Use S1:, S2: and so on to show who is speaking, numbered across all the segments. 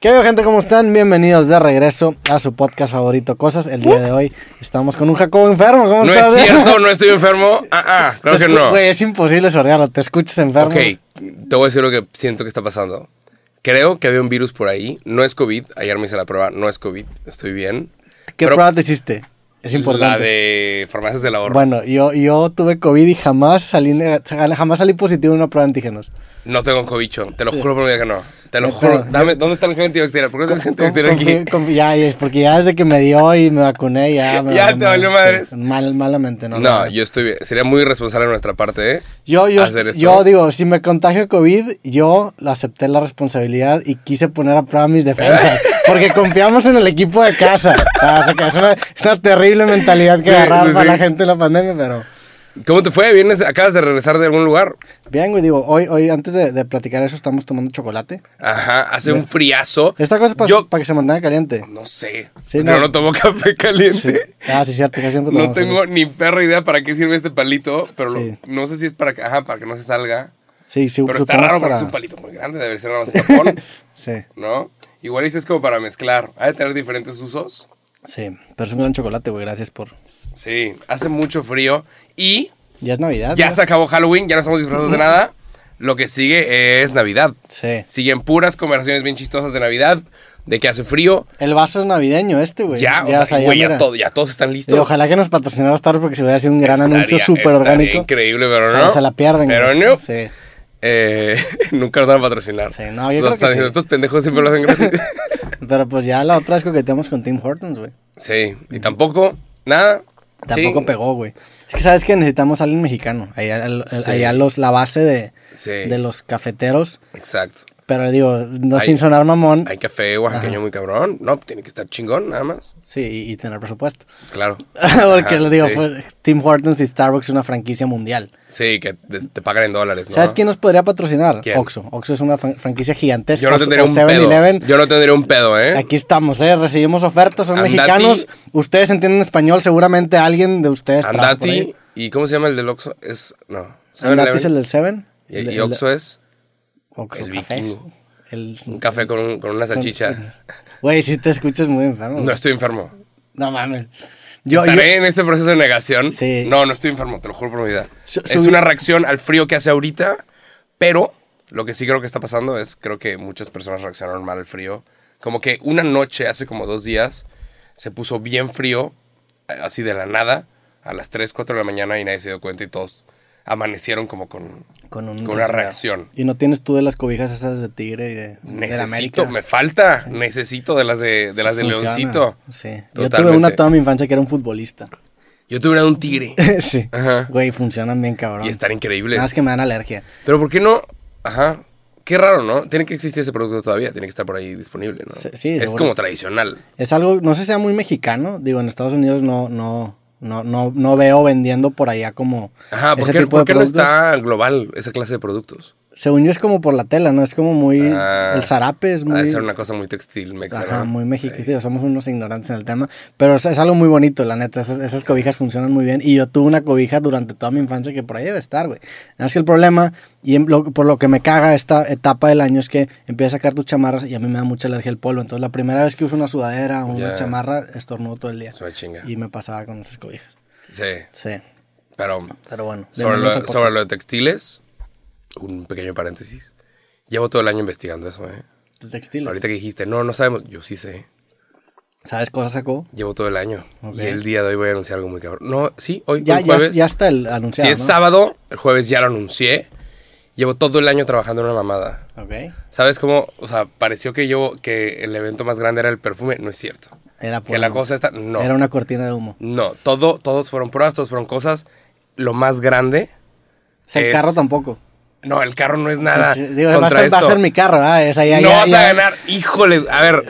S1: ¿Qué hay gente? ¿Cómo están? Bienvenidos de regreso a su podcast favorito Cosas. El día de hoy estamos con un Jacobo enfermo. ¿Cómo
S2: No es
S1: estás?
S2: cierto, no estoy enfermo. Ah, ah, claro
S1: Te
S2: que
S1: escu-
S2: no.
S1: güey, es imposible sordearlo. Te escuchas enfermo.
S2: Ok, te voy a decir lo que siento que está pasando. Creo que había un virus por ahí. No es COVID. Ayer me hice la prueba. No es COVID. Estoy bien.
S1: ¿Qué
S2: Pero
S1: prueba te hiciste? Es importante.
S2: La de farmacias del ahorro.
S1: Bueno, yo, yo tuve COVID y jamás salí, neg- jamás salí positivo en una prueba de antígenos.
S2: No tengo COVID, cho. Te lo juro por mi vida que no. Te lo
S1: Pero-
S2: juro. Dame, ¿Dónde está el gel antibacterial? ¿Por qué está el gel antibacterial
S1: Confí-
S2: aquí?
S1: confí- ya, es porque ya desde que me dio y me vacuné, ya me
S2: Ya te valió
S1: sí,
S2: madres.
S1: mal, malamente, ¿no?
S2: No, yo estoy bien. Sería muy irresponsable de nuestra parte, ¿eh?
S1: Yo, yo,
S2: hacer esto.
S1: yo digo, si me contagio COVID, yo la acepté la responsabilidad y quise poner a prueba mis defensas. porque confiamos en el equipo de casa. O sea, que es, una, es una terrible mentalidad que
S2: Sí,
S1: agarrar
S2: sí,
S1: para la
S2: sí.
S1: gente en la pandemia, pero.
S2: ¿Cómo te fue? ¿Vienes, acabas de regresar de algún lugar?
S1: Bien, güey, digo, hoy, hoy antes de, de platicar eso, estamos tomando chocolate.
S2: Ajá, hace un friazo.
S1: Esta cosa es para
S2: Yo-
S1: que se mantenga caliente.
S2: No sé.
S1: Sí,
S2: no.
S1: no.
S2: Pero no tomo café
S1: Sí.
S2: caliente.
S1: Ah, sí, cierto, que siempre
S2: No
S1: tomamos
S2: tengo ni perra idea para qué sirve este palito, pero lo-
S1: Sí.
S2: no sé si es para que, ajá, para que no se salga.
S1: Sí, sí,
S2: Pero está
S1: supongo
S2: raro
S1: que
S2: porque es un palito muy grande, debe ser nada más tapón,
S1: Sí,
S2: ¿no? Igual dices como para mezclar, ha de tener diferentes usos.
S1: sí, pero es un gran chocolate, güey, gracias por...
S2: Sí, hace mucho frío y
S1: Ya es Navidad,
S2: ya
S1: ¿no?
S2: se acabó Halloween, ya no estamos disfrazados de nada. Lo que sigue es Navidad.
S1: Sí.
S2: Siguen puras conversaciones bien chistosas de Navidad, de que hace frío.
S1: El vaso es navideño este, güey.
S2: Ya, o
S1: o
S2: sea,
S1: sea,
S2: güey, ya,
S1: mira.
S2: todo- ya todos están
S1: Y
S2: listos.
S1: ojalá que nos patrocinara Star porque se hubiera sido un gran
S2: Estaría-
S1: anuncio súper
S2: estaría
S1: orgánico.
S2: Increíble, pero no.
S1: Pero se la pierden,
S2: Pero
S1: güey.
S2: no.
S1: Sí.
S2: Eh, nunca nos van a patrocinar.
S1: Sí, no, yo creo
S2: Nos están
S1: que
S2: diciendo,
S1: sí.
S2: Estos pendejos siempre lo hacen gratis.
S1: Pero pues ya la otra vez coqueteamos con Tim Hortons, güey.
S2: sí, y tampoco, nada.
S1: Tampoco
S2: Sí,
S1: pegó, güey. Es que sabes que necesitamos a alguien mexicano. Allá, el- el-
S2: Sí.
S1: allá los, la base de,
S2: Sí,
S1: de los cafeteros.
S2: exacto.
S1: Pero digo, no
S2: Hay-
S1: sin sonar mamón.
S2: Hay café oaxaqueño muy cabrón. No, tiene que estar chingón, nada más.
S1: Sí, y, y tener presupuesto.
S2: Claro.
S1: porque
S2: Ajá,
S1: le digo, pues.
S2: sí.
S1: fue- Tim Hortons y Starbucks es una franquicia mundial.
S2: Sí, que te, te pagan en dólares, ¿no?
S1: ¿Sabes quién nos podría patrocinar?
S2: ¿Quién?
S1: Oxxo. Oxxo es una fran- franquicia gigantesca.
S2: Yo no
S1: O-
S2: tendría
S1: o
S2: un pedo.
S1: 7-Eleven.
S2: Yo no tendría un pedo, ¿eh?
S1: Aquí estamos, ¿eh? Recibimos ofertas, son
S2: Andati.
S1: mexicanos. Ustedes entienden español, seguramente alguien de ustedes. trabaja por ahí.
S2: Andati. ¿Y cómo se llama el del Oxxo? Es. No.
S1: Andati es el
S2: 7-Eleven.
S1: del Seven.
S2: Y-
S1: el-
S2: Y
S1: el-
S2: Oxxo es
S1: Oxxo
S2: el
S1: Café.
S2: vikingo.
S1: El-
S2: un café con, un- con una salchicha.
S1: Güey, si te escuchas muy enfermo.
S2: No
S1: No,
S2: estoy enfermo.
S1: mames. Yo, yo-
S2: Estaré en este proceso de negación.
S1: Sí.
S2: No, no estoy enfermo, te lo juro por mi vida.
S1: Su-
S2: es
S1: subí-
S2: una reacción al frío que hace ahorita, pero lo que sí creo que está pasando es, creo que muchas personas reaccionaron mal al frío. Como que una noche, hace como dos días, se puso bien frío, eh, así de la nada, a las 3, 4 de la mañana y nadie se dio cuenta y todos amanecieron como con...
S1: con, un-
S2: con una reacción.
S1: Y no tienes tú de las cobijas esas de tigre y de, de la América.
S2: Necesito, me falta, necesito de las de, de, las de
S1: Funciona.
S2: Leoncito.
S1: Sí. Yo tuve
S2: Totalmente.
S1: una toda mi infancia que era un futbolista.
S2: Yo tuve una de un tigre
S1: sí.
S2: Ajá.
S1: Güey, funcionan bien, cabrón.
S2: y están increíbles.
S1: Nada más que me dan alergia.
S2: Pero ¿por qué no? Ajá. Qué raro, ¿no? Tiene que existir ese producto todavía, tiene que estar por ahí disponible, ¿no?
S1: Sí, sí,
S2: es
S1: seguro.
S2: como tradicional.
S1: Es algo, no sé si sea muy mexicano, digo, en Estados Unidos no, no, no, no, no veo vendiendo por allá como
S2: Ajá, ¿por
S1: ese
S2: qué,
S1: tipo
S2: por
S1: de
S2: qué no
S1: producto.
S2: está global esa clase de productos?
S1: Según yo es como por la tela, ¿no? Es como muy,
S2: Ah,
S1: el zarape es
S2: Ha de
S1: muy,
S2: ser una cosa muy textil, mexa,
S1: ajá,
S2: ¿no?
S1: muy mexicano, digo, somos unos ignorantes en el tema, pero es, es algo muy bonito, la neta, esas, esas cobijas funcionan muy bien y yo tuve una cobija durante toda mi infancia que por ahí debe estar, güey. Nada más que el problema, y en lo- por lo que me caga esta etapa del año es que empiezas a sacar tus chamarras y a mí me da mucha alergia el polvo, entonces la primera vez que uso una sudadera o una
S2: Ya.
S1: chamarra estornudo todo el día
S2: Es una chinga.
S1: y me pasaba con esas cobijas.
S2: Sí,
S1: Sí,
S2: pero
S1: pero bueno. de
S2: sobre
S1: menos
S2: lo,
S1: a
S2: sobre
S1: pocos.
S2: lo de textiles, un pequeño paréntesis. Llevo todo el año investigando eso, ¿eh?
S1: De textiles.
S2: Ahorita que dijiste, no, no sabemos, yo sí sé.
S1: ¿Sabes cosas sacó?
S2: Llevo todo el año.
S1: Ok.
S2: Y el día de hoy voy a anunciar algo muy cabrón. No, sí, hoy,
S1: Ya,
S2: hoy
S1: ya,
S2: jueves.
S1: ya está el
S2: Si
S1: anunciado,
S2: es
S1: ¿no?
S2: sábado, el jueves ya lo anuncié. Llevo todo el año trabajando en una mamada.
S1: Ok.
S2: ¿Sabes cómo? O sea, pareció que yo, que el evento más grande era el perfume. No es cierto.
S1: Era
S2: Que la
S1: porno.
S2: cosa está... No.
S1: Era una cortina de humo.
S2: No. Todo, todos fueron pruebas, todos fueron cosas. Lo más grande...
S1: O sea, el
S2: Es-
S1: carro tampoco.
S2: No, el carro no es nada.
S1: Digo, va a,
S2: contra
S1: ser, va a
S2: esto.
S1: ser mi carro, ¿ah? ¿verdad? O sea, ya-
S2: no
S1: ya-
S2: vas
S1: ya-
S2: a ganar. Híjoles. A ver.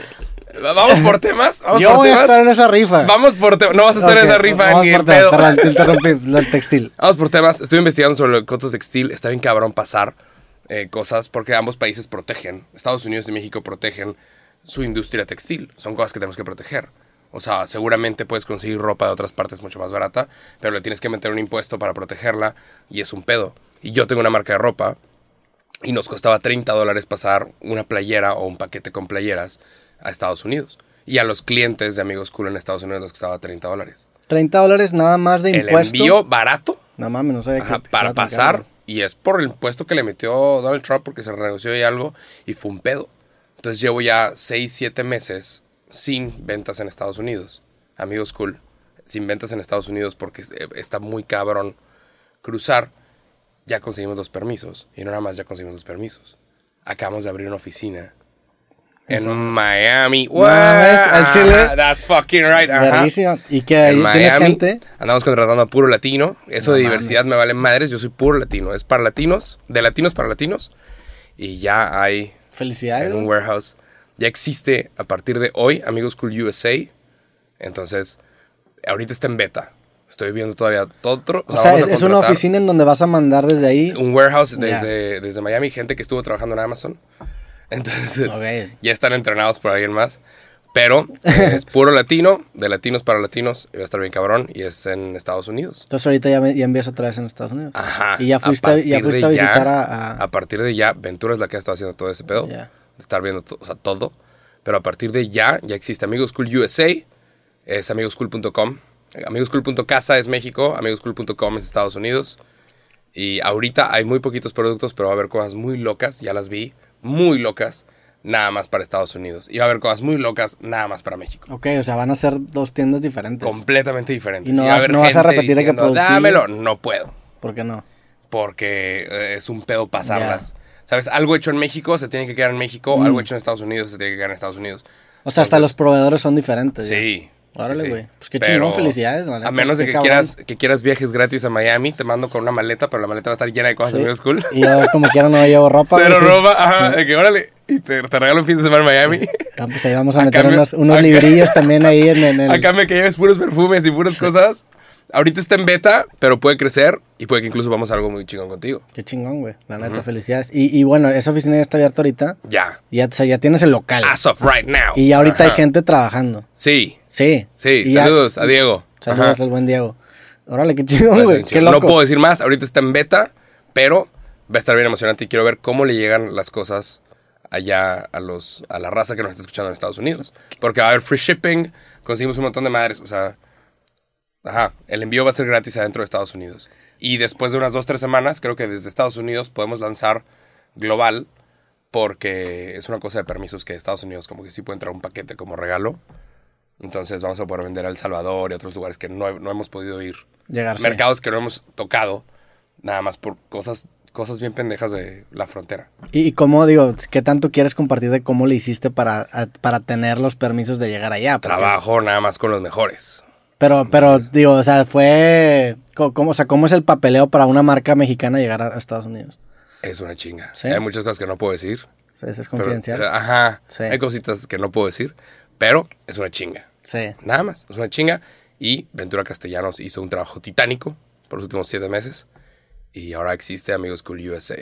S2: Vamos por temas. Vamos
S1: Yo
S2: por
S1: voy a
S2: temas.
S1: estar en esa rifa.
S2: Vamos por temas. No vas a estar
S1: Ok,
S2: en esa rifa
S1: vamos
S2: ni
S1: por
S2: en
S1: temas,
S2: pedo.
S1: Perdón, te interrumpí. El textil.
S2: Vamos por temas. Estoy investigando sobre el coto textil. Está bien cabrón pasar eh, cosas porque ambos países protegen. Estados Unidos y México protegen su industria textil. Son cosas que tenemos que proteger. O sea, seguramente puedes conseguir ropa de otras partes mucho más barata, pero le tienes que meter un impuesto para protegerla y es un pedo. Y yo tengo una marca de ropa y nos costaba 30 dólares pasar una playera o un paquete con playeras a Estados Unidos. Y a los clientes de Amigos Cool en Estados Unidos les costaba 30 dólares.
S1: 30 dólares nada más de
S2: El
S1: impuesto.
S2: envío barato
S1: No mames, no sabía
S2: ajá,
S1: que.
S2: para
S1: estaba tan
S2: pasar.
S1: caro.
S2: Y es por el impuesto que le metió Donald Trump porque se renegoció ahí algo y fue un pedo. Entonces llevo ya 6, 7 meses sin ventas en Estados Unidos. Amigos cool, sin ventas en Estados Unidos porque es- eh, está muy cabrón cruzar. Ya conseguimos los permisos y no nada más ya conseguimos los permisos. Acabamos de abrir una oficina en Miami.
S1: No mames, al chile.
S2: That's fucking right. ajá.
S1: Verguísima. Y que
S2: En
S1: ahí tienes
S2: Miami
S1: gente.
S2: andamos contratando a puro latino. Eso
S1: No
S2: de
S1: mames.
S2: diversidad me vale madres. Yo soy puro latino. Es para latinos, de latinos para latinos. Y ya hay
S1: Felicidades.
S2: en un
S1: güey.
S2: warehouse. Ya existe a partir de hoy Amigos Cool USA. Entonces, ahorita está en beta. Estoy viendo todavía todo otro.
S1: O sea,
S2: vamos
S1: es,
S2: a
S1: es una
S2: contratar
S1: oficina en donde vas a mandar desde ahí.
S2: Un warehouse
S1: Ya.
S2: desde, desde Miami, gente que estuvo trabajando en Amazon. Entonces,
S1: Ok.
S2: ya están entrenados por alguien más. Pero eh, es puro latino, de latinos para latinos, y va a estar bien cabrón, y es en Estados Unidos.
S1: Entonces ahorita ya, ya envías otra vez en Estados Unidos.
S2: Ajá.
S1: Y ya
S2: A
S1: fuiste a, ya
S2: partir
S1: fuiste
S2: de
S1: a visitar
S2: ya-
S1: a, a-
S2: A partir de ya, Ventura es la que ha estado haciendo todo ese pedo.
S1: Ya.
S2: Estar viendo to- o sea, todo. Pero a partir de ya, ya existe Amigos Cool USA, es amigoscool.com. Amigoscool.casa es México, amigoscool.com es Estados Unidos. Y ahorita hay muy poquitos productos, pero va a haber cosas muy locas, ya las vi, muy locas, nada más para Estados Unidos. Y va a haber cosas muy locas, nada más para México.
S1: Ok, o sea, van a ser dos tiendas diferentes.
S2: Completamente diferentes.
S1: Y no
S2: va a
S1: vas-
S2: haber
S1: no vas a
S2: gente
S1: repetir de que
S2: diciendo,
S1: productivo.
S2: Dámelo, no puedo
S1: ¿Por qué no?
S2: porque eh, es un pedo pasarlas. ¿Sabes? Algo hecho en México se tiene que quedar en México,
S1: Mm.
S2: algo hecho en Estados Unidos se tiene que quedar en Estados Unidos.
S1: O sea, hasta
S2: Entonces,
S1: los proveedores son diferentes. ya.
S2: Sí.
S1: Órale,
S2: sí, sí.
S1: güey. Pues qué chingón, felicidades, la neta,
S2: A menos de
S1: qué
S2: que
S1: cabrón.
S2: quieras, que quieras viajes gratis a Miami, te mando con una maleta, pero la maleta va a estar llena de cosas
S1: Sí.
S2: de Middle School.
S1: Y yo, como quiera, no llevo ropa.
S2: Cero
S1: güey, sí.
S2: ropa, ajá, de que órale, y te, te regalo un fin de semana en Miami.
S1: Ah, pues ahí vamos a, meter
S2: cambio-
S1: unos, unos
S2: a ca-
S1: librillos también ahí en, en el.
S2: A cambio que lleves puros perfumes y puras cosas. Ahorita está en beta, pero puede crecer y puede que incluso vamos a algo muy chingón contigo.
S1: Qué chingón, güey. La neta, felicidades. Y, y bueno, esa oficina ya está abierta ahorita.
S2: Ya.
S1: Ya, o sea, ya tienes el local.
S2: As of right now.
S1: y ya ahorita hay
S2: Ah, Ajá.
S1: gente trabajando.
S2: Sí.
S1: Sí.
S2: Sí,
S1: Y ya-
S2: saludos a Diego.
S1: Saludos
S2: Ajá.
S1: al buen Diego. Órale, qué chingón, güey. Qué
S2: No
S1: loco.
S2: puedo decir más, ahorita está en beta, pero va a estar bien emocionante y quiero ver cómo le llegan las cosas allá a los a la raza que nos está escuchando en Estados Unidos, porque va a haber free shipping, conseguimos un montón de madres, o sea, ajá, el envío va a ser gratis adentro de Estados Unidos. Y después de unas dos, tres semanas, creo que desde Estados Unidos podemos lanzar global porque es una cosa de permisos que de Estados Unidos como que sí puede entrar un paquete como regalo. Entonces vamos a poder vender a El Salvador y otros lugares que no, he- no hemos podido ir.
S1: Llegar, Ah, sí.
S2: Mercados que no hemos tocado, nada más por cosas, cosas bien pendejas de la frontera.
S1: Y, y cómo digo, ¿qué tanto quieres compartir de cómo le hiciste para, a- para tener los permisos de llegar allá? Porque-
S2: Trabajo nada más con los mejores.
S1: Pero, pero digo, o sea, fue. co- ¿cómo, o sea, ¿cómo es el papeleo para una marca mexicana llegar a, a Estados Unidos?
S2: Es una chinga.
S1: ¿Sí?
S2: Hay muchas cosas que no puedo decir.
S1: O sea, eso es
S2: pero-
S1: confidencial.
S2: eh, ajá.
S1: Sí.
S2: Hay cositas que no puedo decir, pero es una chinga.
S1: sí.
S2: Nada más, es una chinga. Y Ventura Castellanos hizo un trabajo titánico por los últimos siete meses. Y ahora existe Amigos Cool USA.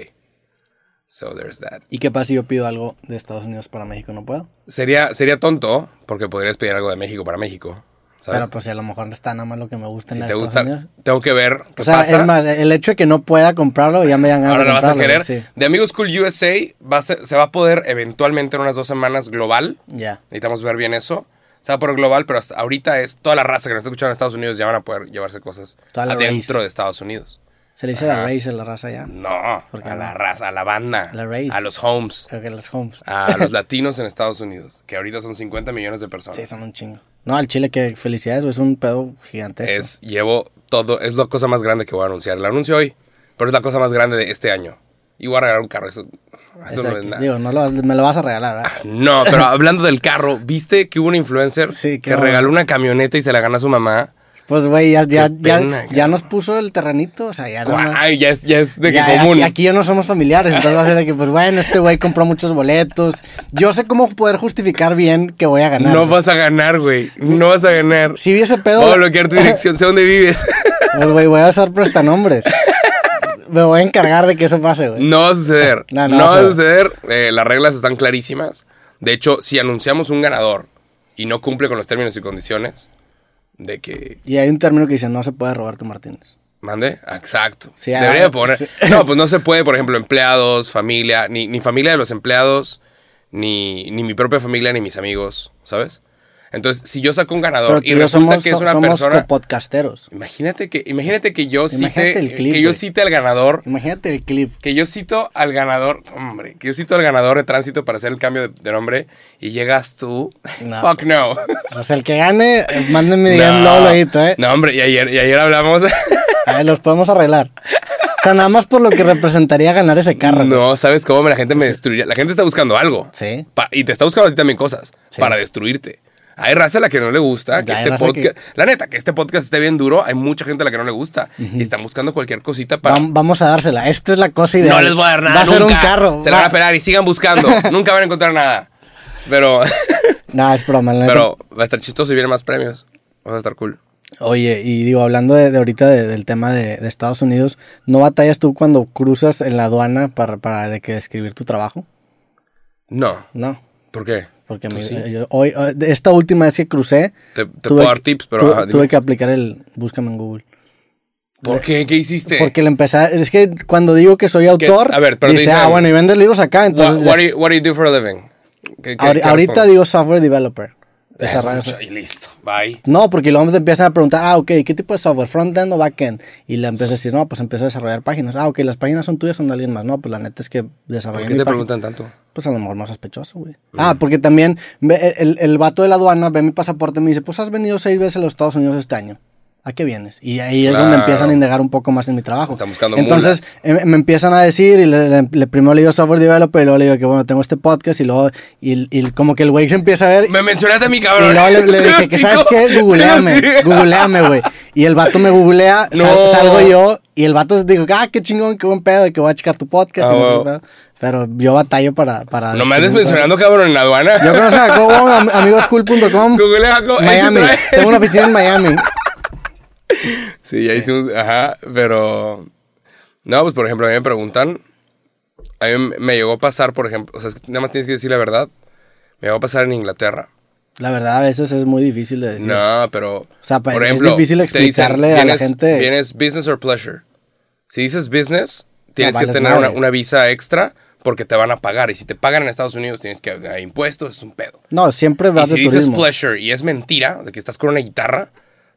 S2: So there's that.
S1: ¿Y qué pasa si yo pido algo de Estados Unidos para México? No puedo.
S2: Sería, sería tonto porque podrías pedir algo de México para México. ¿sabes?
S1: Pero pues a lo mejor está nada más lo que me gusta en
S2: si
S1: la
S2: te
S1: Estados
S2: gusta,
S1: Unidos.
S2: tengo que ver qué
S1: O sea,
S2: pasa.
S1: es más, el hecho de que no pueda comprarlo ya me dan ganas
S2: Ahora
S1: de
S2: lo vas a
S1: comprarlo.
S2: querer.
S1: sí.
S2: De Amigos Cool USA va a ser- se va a poder eventualmente en unas dos semanas global.
S1: Ya.
S2: Necesitamos ver bien eso. Se va a poder global, pero hasta ahorita es toda la raza que nos está escuchando en Estados Unidos ya van a poder llevarse cosas
S1: Toda la
S2: adentro
S1: race.
S2: de Estados Unidos.
S1: Se le dice la race a la raza ya.
S2: No,
S1: ¿Por qué
S2: a la
S1: no?
S2: raza, a la banda,
S1: La race.
S2: a los homes,
S1: Creo que los homes. ah,
S2: a los latinos en Estados Unidos, que ahorita son 50 millones de personas.
S1: Sí, son un chingo. No, al Chile, que felicidades, güey. Es un pedo gigantesco.
S2: es, llevo todo, es la cosa más grande que voy a anunciar. La anuncio hoy, pero es la cosa más grande de este año. Y voy a regalar un carro, eso, eso
S1: Exacto.
S2: no es nada.
S1: Digo, no lo, me lo vas a regalar, ¿verdad?
S2: No, pero hablando del carro, ¿viste que hubo un influencer
S1: Sí, qué
S2: que
S1: mamá.
S2: regaló una camioneta y se la ganó a su mamá?
S1: Pues, güey, ya, ya,
S2: Qué
S1: ya,
S2: pena,
S1: ya nos puso el terrenito. O sea, ya no. más-
S2: Ay, ya es, ya es de que
S1: ya,
S2: común.
S1: Aquí, aquí ya no somos familiares, entonces va a ser de que, pues bueno, este güey compró muchos boletos. Yo sé cómo poder justificar bien que voy a ganar.
S2: no
S1: güey.
S2: vas a ganar, güey. No vas a ganar.
S1: Si vi ese pedo.
S2: Voy a bloquear tu dirección, sé dónde vives.
S1: Pues, güey, voy a usar prestanombres. me voy a encargar de que eso pase, güey.
S2: No va a suceder.
S1: No,
S2: No,
S1: no va
S2: va
S1: a
S2: a suceder. Eh, las reglas están clarísimas. De hecho, si anunciamos un ganador y no cumple con los términos y condiciones, de que
S1: Y hay un término que dice, no se puede robar tu Martínez.
S2: ¿Mande? Exacto.
S1: Sí,
S2: Debería
S1: ah,
S2: poner.
S1: sí.
S2: No, pues no se puede, por ejemplo, empleados, familia, ni, ni familia de los empleados, ni, ni mi propia familia, ni mis amigos, ¿sabes? Entonces, si yo saco un
S1: Pero
S2: ganador
S1: tú
S2: y
S1: y yo
S2: resulta
S1: somos,
S2: que es
S1: so-
S2: una
S1: somos
S2: persona.
S1: copodcasteros.
S2: Imagínate que, imagínate que yo
S1: Imagínate el
S2: cite.
S1: clip,
S2: que yo
S1: güey.
S2: cite al ganador.
S1: Imagínate el clip.
S2: Que yo cito al ganador. Hombre, que yo cito al ganador de tránsito para hacer el cambio de, de nombre. Y llegas tú.
S1: No.
S2: Fuck no.
S1: O sea, el que gane, eh, mándenme DM
S2: No.
S1: LOL ahorita, ¿eh?
S2: No, hombre, y ayer, y ayer hablamos.
S1: A ver, los podemos arreglar. O sea, nada más por lo que representaría ganar ese carro.
S2: No, ¿sabes cómo la gente me destruiría? La gente está buscando algo.
S1: Sí.
S2: Pa- y te está buscando a ti también cosas
S1: Sí.
S2: para destruirte. Hay raza a la que no le gusta, que
S1: Ya hay
S2: este
S1: raza
S2: podcast... La neta, que este podcast esté bien duro, hay mucha gente a la que no le gusta. Y están buscando cualquier cosita para...
S1: Vam- Vamos a dársela. Esta es la cosa ideal.
S2: no les voy a dar nada.
S1: Va a ser un
S2: nunca.
S1: carro. va-
S2: Se la van a pelar y sigan buscando. nunca van a encontrar nada. Pero,
S1: No, es broma. la neta.
S2: pero va a estar chistoso y vienen más premios. Va a estar cool.
S1: Oye, y digo, hablando de, de ahorita de- del tema de, de Estados Unidos, ¿no batallas tú cuando cruzas en la aduana para, para de que escribir tu trabajo?
S2: No.
S1: No.
S2: ¿Por qué?
S1: Porque
S2: Tú
S1: mi-
S2: Pues sí.
S1: yo- hoy, eh, de esta última vez que crucé,
S2: Te, te puedo dar tips, pero...
S1: tu-
S2: ajá, dime.
S1: tuve que aplicar el búscame en Google.
S2: ¿Por qué? ¿Qué hiciste?
S1: Porque le empecé, es que cuando digo que soy autor,
S2: a ver, pero
S1: dice,
S2: dicen-
S1: ah, bueno, y vendes libros acá,
S2: What,
S1: entonces
S2: what do you, what do you do for a living? ¿Qué- qué-
S1: ahori-
S2: qué
S1: ahorita
S2: respondes?
S1: digo software developer.
S2: Eso,
S1: Desarrollo-
S2: mucho, y listo, bye.
S1: No, porque luego te empiezan a preguntar, ah, ok, ¿qué tipo de software? ¿Frontend o backend? Y le empecé a decir, no, pues empiezo a desarrollar páginas. Ah, ok, las páginas son tuyas o son de alguien más. No, pues la neta es que
S2: ¿Por
S1: desarrollé
S2: qué
S1: mi
S2: te
S1: página.
S2: preguntan tanto?
S1: Pues a lo mejor más sospechoso, güey. Ah, porque también ve- el, el vato de la aduana ve mi pasaporte y me dice, pues has venido seis veces a los Estados Unidos este año. ¿A qué vienes? Y ahí es donde
S2: Claro.
S1: empiezan a indagar un poco más en mi trabajo.
S2: Están buscando
S1: Entonces em- me empiezan a decir, y le, le- le- primero le digo software developer, y luego le digo que bueno, tengo este podcast, y luego, y, y como que el güey se empieza a ver,
S2: Me mencionaste a mi
S1: y
S2: cabrón.
S1: luego le, le dije que, ¿sabes qué? Googleame, googleame, güey. Y el vato me googlea, sal-
S2: No.
S1: salgo yo, y el vato dijo, ah, qué chingón, qué buen pedo, que voy a checar tu podcast.
S2: Ah,
S1: y no sé
S2: huevo.
S1: qué pedo. Pero yo batallo para... para
S2: No me
S1: descubrir
S2: andes
S1: todo.
S2: mencionando cabrón en la aduana.
S1: Yo conozco a Cobo, am- amigoscool.com,
S2: Google algo, eso
S1: Miami.
S2: trae.
S1: Tengo una oficina en Miami.
S2: Sí, ya hicimos, ajá, pero... No, pues por ejemplo, a mí me preguntan, a mí me- me llegó a pasar, por ejemplo, o sea, es que nada más tienes que decir la verdad, me llegó a pasar en Inglaterra.
S1: La verdad, a veces es muy difícil de decir.
S2: No, pero. O
S1: sea, pues, es difícil explicarle a la gente-
S2: ¿Tienes business or pleasure? Si dices business, tienes
S1: No,
S2: que
S1: vales
S2: tener una,
S1: madre.
S2: una visa extra porque te van a pagar. Y si te pagan en Estados Unidos, tienes que pagar impuestos, es un pedo.
S1: No, siempre
S2: Y
S1: vas
S2: si
S1: de
S2: dices
S1: turismo.
S2: pleasure y es mentira, de que estás con una guitarra,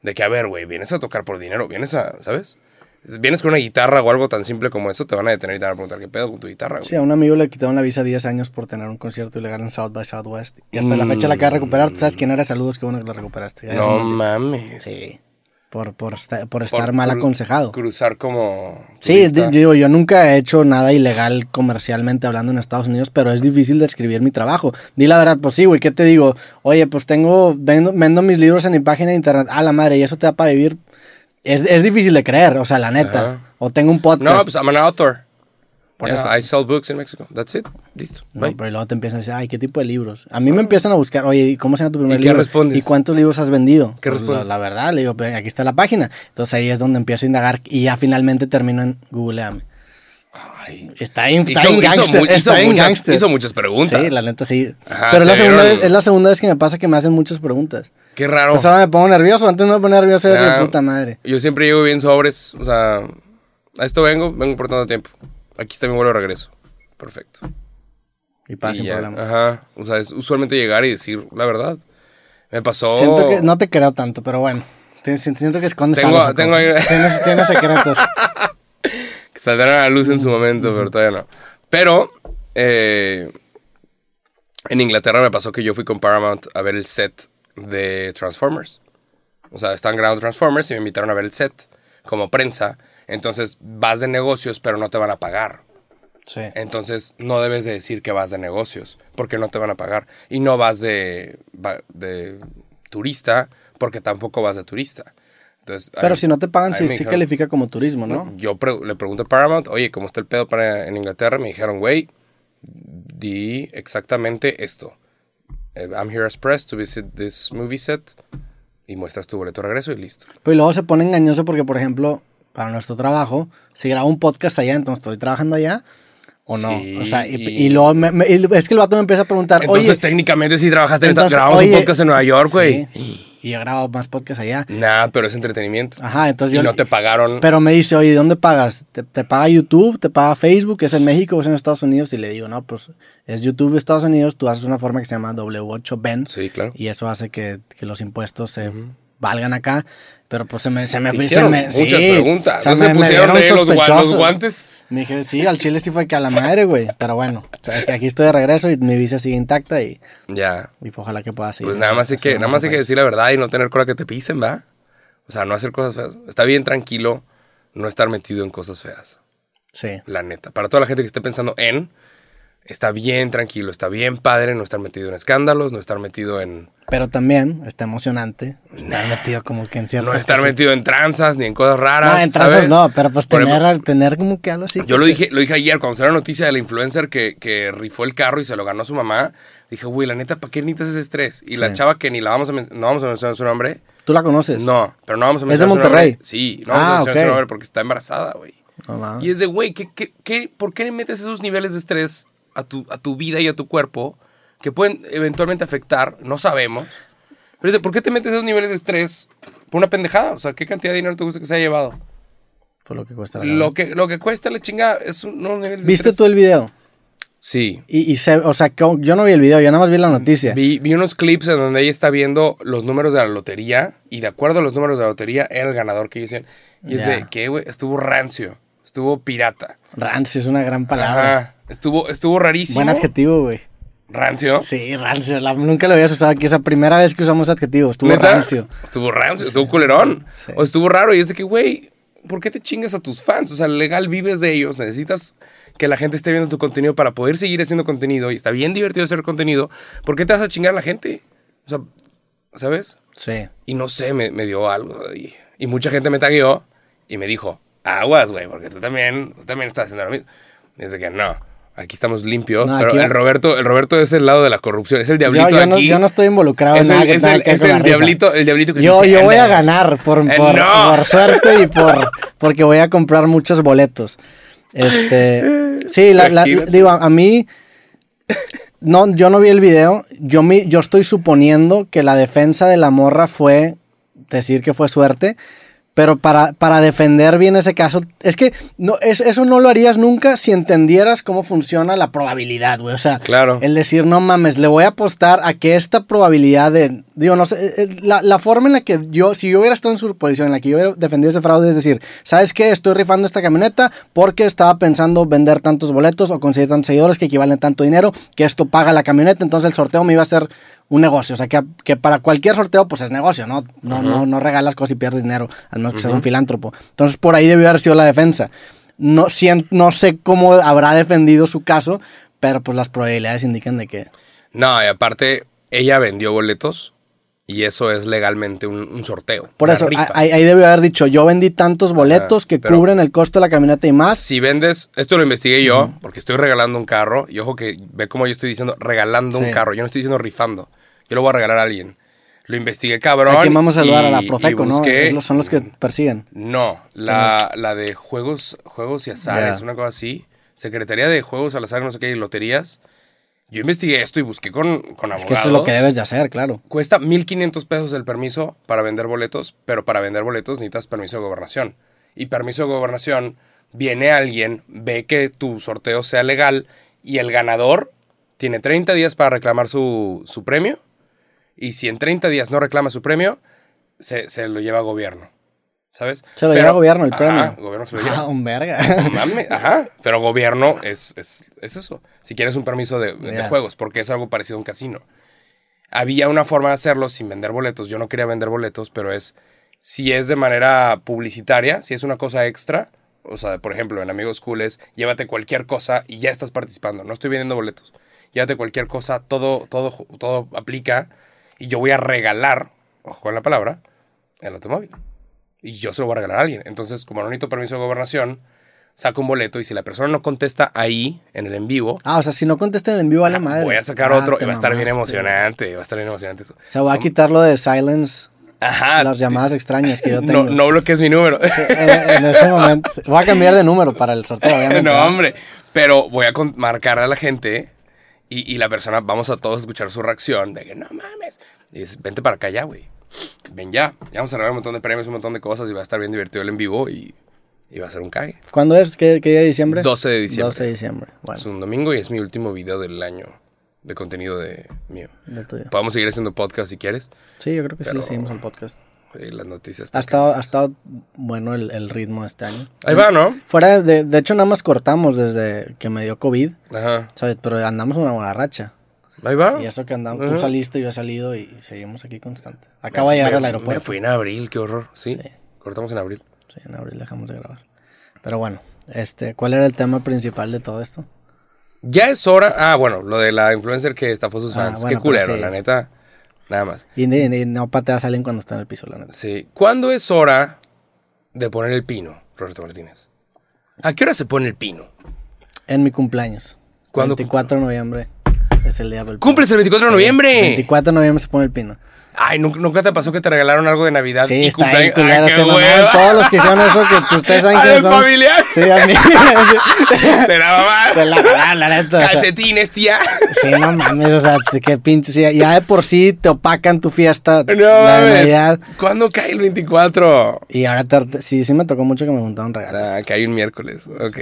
S2: de que, a ver, güey, vienes a tocar por dinero, vienes a, ¿sabes? Vienes con una guitarra o algo tan simple como eso, te van a detener y te van a preguntar qué pedo con tu guitarra. güey?
S1: Sí, a un amigo le quitaron la visa 10 años por tener un concierto ilegal en South by Southwest. Y hasta la fecha la acaba de recuperar. Tú sabes quién era, saludos, qué bueno que la recuperaste. Es
S2: no
S1: un-
S2: mames.
S1: Sí. Por, por, esta- por
S2: Por
S1: estar mal
S2: cru-
S1: aconsejado.
S2: Cruzar como.
S1: Sí,
S2: turista.
S1: di- digo, yo nunca he hecho nada ilegal comercialmente hablando en Estados Unidos, pero es difícil describir mi trabajo. Di la verdad, pues sí, güey, ¿qué te digo? Oye, pues tengo, vendo, vendo mis libros en mi página de internet. Ah, la madre, ¿y eso te da para vivir? Es, es difícil de creer, o sea, la neta.
S2: Ajá.
S1: O tengo un
S2: No,
S1: podcast.
S2: pues I'm an author.
S1: Por
S2: Yeah,
S1: eso.
S2: I sell books in Mexico. That's it. Listo.
S1: No,
S2: Bye.
S1: pero luego te empiezan a decir, ay, ¿qué tipo de libros? A mí me empiezan a buscar, oye, ¿y ¿cómo se llama tu primer
S2: qué
S1: libro?
S2: respondes?
S1: ¿Y cuántos libros has vendido?
S2: ¿Qué
S1: Pues, la-
S2: respondes?
S1: La, verdad, le digo, "Pues, aquí está la página. Entonces ahí es donde empiezo a indagar y ya finalmente termino en googleame.
S2: Ay.
S1: Está bien,
S2: Hizo,
S1: está bien
S2: hizo
S1: gangster,
S2: mu- hizo
S1: está bien
S2: muchas,
S1: gangster.
S2: hizo muchas preguntas.
S1: Sí, la neta sí.
S2: Ajá,
S1: Pero es la,
S2: te Oh.
S1: segunda
S2: vieron.
S1: vez, es la segunda vez que me pasa que me hacen muchas preguntas.
S2: Qué raro.
S1: Entonces Pues ahora me pongo nervioso, antes no me ponía nervioso era
S2: Ah,
S1: de puta madre.
S2: Yo siempre llego bien sobres. O sea, a esto vengo, vengo por tanto tiempo. Aquí está mi vuelo de regreso. Perfecto.
S1: Y pasa
S2: Y
S1: sin
S2: ya.
S1: problema.
S2: Ajá. O sea, es usualmente llegar y decir la verdad. Me pasó.
S1: Siento que no te creo tanto, pero bueno. Te- si- Siento que escondes
S2: Tengo-
S1: algo.
S2: tengo
S1: Jacobo.
S2: ahí-
S1: Tienes, tienes secretos.
S2: que saldrán a la luz en su momento, pero todavía no. Pero eh, en Inglaterra me pasó que yo fui con Paramount a ver el set de Transformers. O sea, están grabando Transformers y me invitaron a ver el set como prensa. Entonces vas de negocios, pero no te van a pagar.
S1: Sí.
S2: Entonces no debes de decir que vas de negocios, porque no te van a pagar. Y no vas de, va- de turista, porque tampoco vas de turista. Entonces, a
S1: Pero
S2: mí-
S1: si no te pagan,
S2: a mí
S1: sí,
S2: me
S1: sí
S2: dijeron-
S1: califica como turismo, ¿no?
S2: yo pre- le pregunto a Paramount, oye, ¿cómo está el pedo para en Inglaterra? Me dijeron, güey, di exactamente esto. Eh, I'm here as press to visit this movie set. Y muestras tu boleto de regreso y listo.
S1: Pero y luego se pone engañoso porque, por ejemplo, para nuestro trabajo, si grabo un podcast allá, entonces estoy trabajando allá. O no.
S2: Sí.
S1: O sea, y, y luego me- me- y es que el vato me empieza a preguntar,
S2: Entonces,
S1: Ah, oye,
S2: técnicamente, sí trabajaste. en esta-
S1: entonces,
S2: grabamos
S1: oye,
S2: un podcast en Nueva York, güey.
S1: Sí. y he grabado más podcasts allá.
S2: Nah, pero es entretenimiento.
S1: Ajá, entonces
S2: y
S1: yo...
S2: no te pagaron.
S1: Pero me dice, oye, ¿de dónde pagas? ¿Te, te paga YouTube? ¿Te paga Facebook? ¿Es en México? ¿Es en Estados Unidos? Y le digo, no, pues es YouTube Estados Unidos, tú haces una forma que se llama W8Ben
S2: Sí, claro.
S1: y eso hace que, que los impuestos se valgan acá. Pero pues se me... Se me,
S2: Te
S1: se
S2: hicieron
S1: me- sí,
S2: muchas preguntas.
S1: o sea,
S2: ¿No se
S1: me- me
S2: pusieron
S1: vieron
S2: de los, gua- los
S1: sospechoso.
S2: guantes?
S1: Me dije, sí, al chile sí fue que a la madre, güey. Pero bueno, o sea, que aquí estoy de regreso y mi visa sigue intacta y,
S2: Ya.
S1: y ojalá que pueda seguir.
S2: Pues nada más hay que,
S1: haciendo
S2: nada más hay
S1: mucho
S2: que decir la verdad y no tener cola que te pisen, ¿va? O sea, no hacer cosas feas. Está bien tranquilo no estar metido en cosas feas.
S1: país. Sí.
S2: La neta. Para toda la gente que esté pensando en, está bien tranquilo, está bien padre no estar metido en escándalos, no estar metido en.
S1: Pero también está emocionante estar metido como que en cierto.
S2: No estar metido en tranzas ni en cosas raras.
S1: No, en trazas
S2: ¿sabes?
S1: no, pero pues
S2: Por
S1: tener,
S2: ejemplo,
S1: tener como que algo así.
S2: Yo lo dije, lo dije ayer, cuando salió la noticia del influencer que, que rifó el carro y se lo ganó su mamá, dije, güey, la neta, ¿para qué necesitas ese estrés? Y la
S1: Sí.
S2: chava que ni la vamos a men- no vamos a mencionar su nombre.
S1: ¿Tú la conoces?
S2: No, pero no vamos a
S1: ¿Es
S2: mencionar
S1: de
S2: su nombre.
S1: Monterrey?
S2: Sí, no vamos a
S1: Ah,
S2: mencionar su
S1: ok. Ah.
S2: nombre porque está embarazada, güey.
S1: No, mames.
S2: Y es de, güey, ¿qué, qué, qué, por qué le metes esos niveles de estrés a tu, a tu vida y a tu cuerpo que pueden eventualmente afectar? No sabemos. Pero es de, ¿por qué te metes esos niveles de estrés por una pendejada? O sea, ¿qué cantidad de dinero te gusta que se haya llevado?
S1: Por lo que cuesta la
S2: Lo
S1: gana.
S2: que, lo que cuesta la chingada es un- unos niveles de
S1: ¿Viste
S2: estrés.
S1: tú el video?
S2: Sí.
S1: Y, y se- o sea, co- yo no vi el video, yo nada más vi la noticia.
S2: Vi, vi unos clips en donde ella está viendo los números de la lotería y de acuerdo a los números de la lotería era el ganador que ellos hicieron. Y es
S1: Ya.
S2: de que, güey, estuvo rancio, estuvo pirata.
S1: Rancio es una gran palabra.
S2: Ajá. Estuvo, estuvo rarísimo.
S1: Buen adjetivo, güey.
S2: rancio.
S1: Sí, rancio. la- nunca lo habías usado aquí. Es la primera vez que usamos adjetivos. Estuvo
S2: ¿Neta?
S1: rancio.
S2: Estuvo rancio, estuvo culerón.
S1: Sí.
S2: O estuvo raro. Y es de que, güey, ¿por qué te chingas a tus fans? O sea, legal vives de ellos. Necesitas que la gente esté viendo tu contenido para poder seguir haciendo contenido. Y está bien divertido hacer contenido. ¿Por qué te vas a chingar a la gente? O sea, ¿sabes?
S1: Sí.
S2: Y no sé, me, me dio algo. Y, y mucha gente me tagueó y me dijo, aguas, güey, porque tú también, tú también estás haciendo lo mismo. Dice que no, aquí estamos limpios.
S1: No,
S2: pero
S1: aquí va-
S2: el Roberto, el Roberto es el lado de la corrupción, es el diablito
S1: Yo, yo
S2: aquí.
S1: no, yo no estoy involucrado en
S2: es
S1: nada
S2: el,
S1: que
S2: es
S1: tenga
S2: el-
S1: que ver
S2: es
S1: con la
S2: el
S1: rifa.
S2: diablito, el diablito que
S1: Yo,
S2: dice,
S1: yo voy a
S2: "Ándale".
S1: ganar por,
S2: Eh,
S1: por-
S2: no.
S1: por suerte y por porque voy a comprar muchos boletos. Este, sí, la, la-
S2: Imagínate.
S1: digo, a, a mí no, yo no vi el video. Yo mi- yo estoy suponiendo que la defensa de la morra fue decir que fue suerte. Pero para, para defender bien ese caso, es que no, es- eso no lo harías nunca si entendieras cómo funciona la probabilidad, güey. O sea,
S2: Claro.
S1: el decir, no mames, le voy a apostar a que esta probabilidad de. Digo, no sé. eh, eh, La, la forma en la que yo. Si yo hubiera estado en su posición, en la que yo hubiera defendido ese fraude, es decir, ¿sabes qué? Estoy rifando esta camioneta porque estaba pensando vender tantos boletos o conseguir tantos seguidores que equivalen tanto dinero, que esto paga la camioneta, entonces el sorteo me iba a ser un negocio. O sea, que, que para cualquier sorteo, pues es negocio, ¿no? No, no, no regalas cosas y pierdes dinero, al menos que seas un filántropo. Entonces, por ahí debió haber sido la defensa. No, sien- no sé cómo habrá defendido su caso, pero pues las probabilidades indican de que...
S2: No, y aparte, ella vendió boletos y eso es legalmente un, un sorteo.
S1: Por
S2: una
S1: eso,
S2: rifa.
S1: ahí, ahí debió haber dicho, yo vendí tantos boletos que
S2: pero-
S1: cubren el costo de la camioneta y más.
S2: Si vendes, esto lo investigué yo, porque estoy regalando un carro, y ojo que ve cómo yo estoy diciendo regalando un
S1: Sí.
S2: carro, yo no estoy diciendo rifando, yo lo voy a regalar a alguien. Lo investigué, cabrón.
S1: Aquí vamos a saludar a la
S2: y- y
S1: Profeco, ¿no?
S2: busqué-
S1: Es los- son los que persiguen.
S2: No, la, la de juegos, juegos y azares,
S1: Ya.
S2: una cosa así. Secretaría de Juegos al Azar, no sé qué, y loterías. Yo investigué esto y busqué con, con abogados.
S1: Es que eso es lo que debes de hacer, claro.
S2: Cuesta 1.500 pesos el permiso para vender boletos, pero para vender boletos necesitas permiso de gobernación. Y permiso de gobernación, viene alguien, ve que tu sorteo sea legal y el ganador tiene 30 días para reclamar su, su premio. Y si en 30 días no reclama su premio, se, se lo lleva a gobierno. ¿Sabes?
S1: Se lo
S2: Pero-
S1: lleva el gobierno el
S2: Ajá,
S1: premio.
S2: gobierno se lo lleva.
S1: Ah, un verga.
S2: No mames, ajá. Pero gobierno es, es, es eso. Si quieres un permiso de, de
S1: Ya.
S2: juegos, porque es algo parecido a un casino. Había una forma de hacerlo sin vender boletos. Yo no quería vender boletos, pero es si es de manera publicitaria, si es una cosa extra. O sea, por ejemplo, en Amigos Cool es llévate cualquier cosa y ya estás participando. No estoy vendiendo boletos. Llévate cualquier cosa, todo, todo, ju- todo aplica. Y yo voy a regalar, ojo con la palabra, el automóvil. Y yo se lo voy a regalar a alguien. Entonces, como no necesito permiso de gobernación, saco un boleto y si la persona no contesta ahí, en el en vivo,
S1: Ah, o sea, si no contestan en vivo a la madre.
S2: voy a sacar
S1: Ah,
S2: otro
S1: te
S2: y va a estar bien
S1: mamaste.
S2: emocionante. Va a estar bien emocionante eso.
S1: O sea, voy a quitar lo de silence,
S2: Ajá.
S1: las llamadas extrañas que yo tengo.
S2: Ah, No, no bloquees mi número.
S1: En, en ese momento. Voy a cambiar de número para el sorteo, obviamente.
S2: no,
S1: ¿verdad?
S2: hombre. Pero voy a con- marcar a la gente y, y la persona, vamos a todos escuchar su reacción de que no mames. Y dices, vente para acá ya, güey. ven ya. Ya vamos a regalar un montón de premios, un montón de cosas y va a estar bien divertido el en vivo y, y va a ser un cague.
S1: ¿Cuándo es? ¿Qué, qué día de diciembre?
S2: 12 de diciembre.
S1: 12 de diciembre. Bueno,
S2: Es un domingo y es mi último video del año de contenido de mío.
S1: lo tuyo.
S2: Podemos seguir haciendo podcast si quieres.
S1: Sí, yo creo que sí
S2: Pero-
S1: le seguimos el podcast.
S2: Eh, las noticias.
S1: Ha
S2: están
S1: estado, ha
S2: cañonas.
S1: estado bueno el, el ritmo este año.
S2: Ahí va, ¿no?
S1: Fuera de, de hecho, nada más cortamos desde que me dio COVID,
S2: Ajá.
S1: ¿sabes? Pero andamos una buena racha.
S2: Ahí va.
S1: Y eso que andamos,
S2: Ah. Ajá.
S1: tú saliste, yo he salido y seguimos aquí constantes.
S2: Me
S1: Acabo de
S2: fui-
S1: llegar
S2: me-
S1: al
S2: Me
S1: aeropuerto.
S2: fui en abril, qué horror. Sí.
S1: Sí.
S2: Cortamos en abril.
S1: Sí, en abril dejamos de grabar. Pero bueno, este, ¿cuál era el tema principal de todo esto?
S2: Ya es hora. Ah, bueno, lo de la influencer que estafó a sus
S1: Ah,
S2: fans.
S1: bueno,
S2: qué culero,
S1: pero sí.
S2: la neta. Nada más.
S1: Y, y- y no patea salen cuando está en el piso, la neta.
S2: Sí. ¿Cuándo es hora de poner el pino, Roberto Martínez? ¿A qué hora se pone el pino?
S1: En mi cumpleaños.
S2: ¿Cuándo
S1: 24 de noviembre es el día del pino.
S2: ¡Cumples el 24 de noviembre!
S1: 24 de noviembre se pone el pino.
S2: Ay, ¿nun- ¿nunca te pasó que te regalaron algo de Navidad
S1: Sí,
S2: y
S1: está bien
S2: cumpleaños?
S1: culero,
S2: ¡Ay,
S1: se
S2: qué
S1: mamaron
S2: hueva!
S1: todos los que hicieron eso que ustedes saben
S2: ¡A
S1: quiénes
S2: los
S1: son.
S2: familiares!
S1: Sí, a mí.
S2: ¡Se la mamaron!
S1: Se la verdad, la neta. o sea,
S2: ¡Calcetines, tía!
S1: sí, no mames, o sea, qué pinche. sí, ya de por sí te opacan tu fiesta.
S2: ¡No
S1: la de
S2: mames.
S1: Navidad.
S2: ¿Cuándo cae el 24?
S1: Y ahora te- sí, sí me tocó mucho que me juntaron regalos.
S2: Ah, que hay un miércoles. Ok.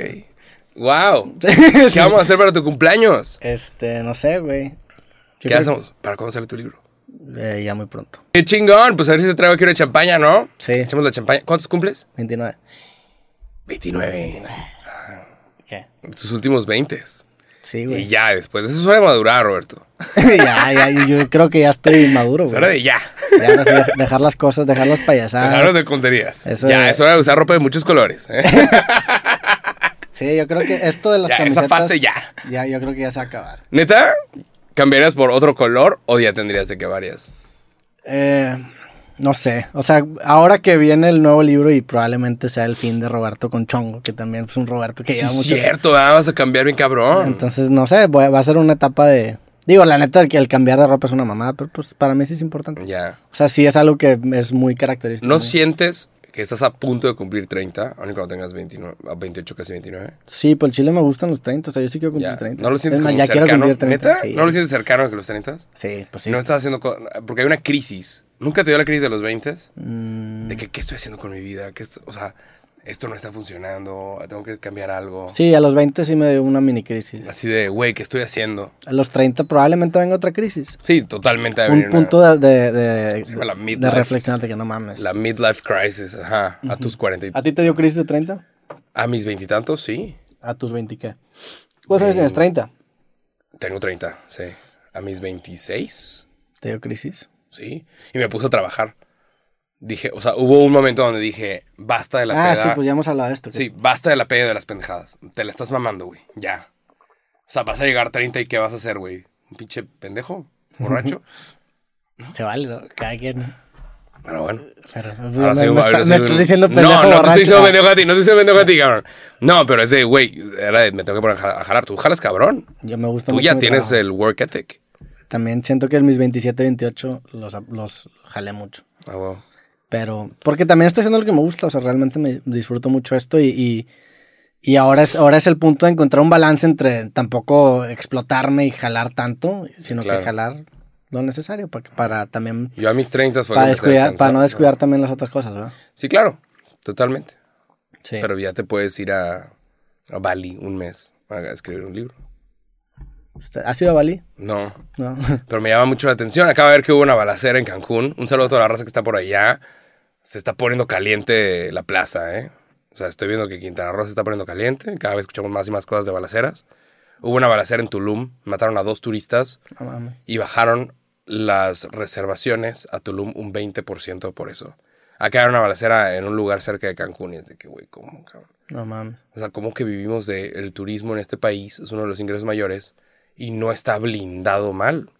S2: ¡Wow! ¿Qué
S1: Sí.
S2: vamos a hacer para tu cumpleaños?
S1: Este, no sé, güey. Yo
S2: ¿Qué
S1: creo
S2: hacemos? ¿Para cuándo sale tu libro?
S1: que- eh, ya muy pronto.
S2: ¡Qué chingón! Pues a ver si te traigo aquí una champaña, ¿no?
S1: Sí.
S2: Echamos la champaña. ¿Cuántos cumples?
S1: 29.
S2: 29.
S1: ¿Qué?
S2: Tus últimos 20.
S1: Sí,
S2: Y
S1: güey.
S2: ya después. Eso es hora de madurar, Roberto.
S1: ya, ya, y yo creo que ya estoy maduro,
S2: Es hora
S1: güey.
S2: de ya.
S1: Ya ahora sí, dej- dejar las cosas, dejar las payasadas.
S2: Dejaros de tonterías.
S1: Ah. Eso
S2: ya,
S1: de-
S2: es hora de usar ropa de muchos colores. ¿eh?
S1: Sí, yo creo que esto de las
S2: Ya, esa
S1: camisetas.
S2: fase ya.
S1: Ya, yo creo que ya se va a acabar.
S2: ¿Neta? ¿Cambiarías por otro color o ya tendrías de que varias?
S1: Eh, no sé. O sea, ahora que viene el nuevo libro y probablemente sea el fin de Roberto con Chongo, que también es un Roberto que
S2: Sí,
S1: lleva
S2: es
S1: mucho
S2: cierto, ah, vas a cambiar bien cabrón.
S1: Entonces, no sé, voy- va a ser una etapa de. Digo, la neta, que el cambiar de ropa es una mamada, pero pues para mí sí es importante.
S2: ya.
S1: O sea, sí es algo que es muy característico.
S2: ¿No
S1: mío.
S2: sientes que estás a punto de cumplir 30, aun y cuando tengas 29, a 28, casi 29?
S1: Sí, por el chile me gustan los 30, o sea, yo sí quiero cumplir
S2: Ya.
S1: 30.
S2: ¿No lo sientes
S1: Es más,
S2: como
S1: ya
S2: cercano?
S1: quiero cumplir 30.
S2: ¿Neta?
S1: Sí.
S2: ¿No lo sientes cercano que los 30?
S1: Sí, pues sí.
S2: No estás haciendo... co- Porque hay una crisis. ¿Nunca te dio la crisis de los 20?
S1: Mm,
S2: De que, ¿qué estoy haciendo con mi vida? ¿Qué est- o sea, esto no está funcionando, tengo que cambiar algo.
S1: sí, a los 20 sí me dio una mini crisis.
S2: Así de, güey, ¿qué estoy haciendo?
S1: A los 30 probablemente venga otra crisis.
S2: Sí, totalmente. ha de venir
S1: Un
S2: una-
S1: punto de, de, de,
S2: llama la
S1: de
S2: midlife.
S1: reflexionar de que no mames.
S2: La midlife crisis, ajá. A tus 40 y-
S1: ¿A ti te dio crisis de 30?
S2: A mis veintitantos, sí.
S1: ¿A tus 20 qué? ¿Cuántos años tienes? 30.
S2: Tengo 30, sí. A mis 26,
S1: ¿Te dio crisis?
S2: sí. Y me puse a trabajar. Dije, o sea, hubo un momento donde dije, basta de la
S1: Ah,
S2: peda.
S1: sí, pues ya hemos hablado de esto. que-
S2: Sí, basta de la peda y de las pendejadas. Te la estás mamando, güey. Ya. O sea, vas a llegar 30 y ¿qué vas a hacer, güey? ¿Un pinche pendejo? ¿Borracho?
S1: Se vale, ¿no? Cada quien.
S2: Pero bueno.
S1: Pero,
S2: Ahora
S1: me,
S2: sí,
S1: me
S2: ahora
S1: está-
S2: sí,
S1: me
S2: güey.
S1: estás diciendo
S2: No,
S1: pendejo
S2: No, te estoy
S1: borracho.
S2: diciendo pendejo a ti, no te estoy diciendo pendejo a ti, cabrón. No, pero es de, güey, era de, me tengo que poner a ja- a jalar. Tú jalas, cabrón.
S1: Yo me gusta
S2: Tú
S1: mucho
S2: ya
S1: mi
S2: tienes
S1: trabajo.
S2: el work ethic.
S1: También siento que en mis 27, 28 los, los jalé mucho.
S2: Ah, wow.
S1: Pero, porque también estoy haciendo lo que me gusta, o sea, realmente me disfruto mucho esto y, y, y ahora, es, ahora es el punto de encontrar un balance entre tampoco explotarme y jalar tanto, sino
S2: Claro.
S1: que jalar lo necesario para, que- para también,
S2: Yo a mis 30 fue
S1: para,
S2: cuando empecé a
S1: descuidar, para no
S2: descansar.
S1: descuidar también las otras cosas, ¿verdad?
S2: Sí, claro, totalmente.
S1: Sí.
S2: Pero ya te puedes ir a, a Bali un mes a escribir un libro.
S1: ¿Has ido a Bali?
S2: No,
S1: No.
S2: pero me llama mucho la atención. Acaba de ver que hubo una balacera en Cancún. Un saludo a toda la raza que está por allá. Se está poniendo caliente la plaza, ¿eh? O sea, estoy viendo que Quintana Roo se está poniendo caliente. Cada vez escuchamos más y más cosas de balaceras. Hubo una balacera en Tulum. Mataron a dos turistas
S1: No mames.
S2: y bajaron las reservaciones a Tulum un 20% por eso. Acá era una balacera en un lugar cerca de Cancún y es de que, güey, ¿cómo, cabrón?
S1: No mames.
S2: O sea, ¿cómo que vivimos del turismo en este país? Es uno de los ingresos mayores y no está blindado mal.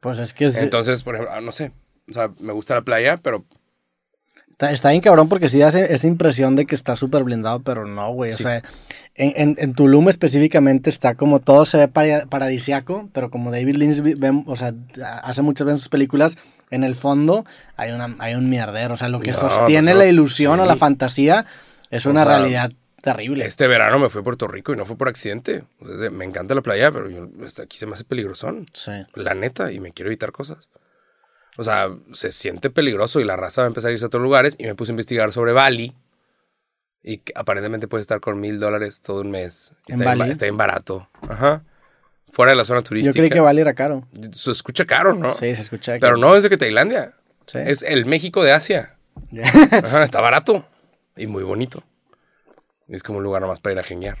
S1: Pues es que es-
S2: Entonces, por ejemplo, ah, no sé. O sea, me gusta la playa, pero
S1: Está, está bien cabrón porque sí da ese- esa impresión de que está súper blindado, pero no, güey. O
S2: Sí.
S1: sea, en, en, en Tulum específicamente está como todo se ve para- paradisiaco, pero como David Lynch vi- ve- o sea, hace muchas veces en sus películas, en el fondo hay, una, hay un mierdero. O sea, lo que
S2: No,
S1: sostiene
S2: pues,
S1: la ilusión
S2: sí.
S1: o la fantasía es
S2: O
S1: una
S2: sea,
S1: realidad terrible.
S2: este verano me fui a Puerto Rico y no fue por accidente. O sea, me este, encanta la playa, pero yo- hasta aquí se me hace peligrosón.
S1: Sí.
S2: La neta, y me quiero evitar cosas. O sea, se siente peligroso y la raza va a empezar a irse a otros lugares. Y me puse a investigar sobre Bali. Y que aparentemente puede estar con mil dólares todo un mes. Y
S1: ¿En
S2: está, bien, ba-
S1: Bali?
S2: está bien barato. Ajá. Fuera de la zona
S1: Yo
S2: turística.
S1: creí que Bali era caro.
S2: Se escucha caro, ¿no?
S1: Sí, se escucha. que-
S2: Pero no es de que Tailandia.
S1: Sí.
S2: Es el México de Asia. Ajá, está barato y muy bonito. Es como un lugar nomás para ir a geniar.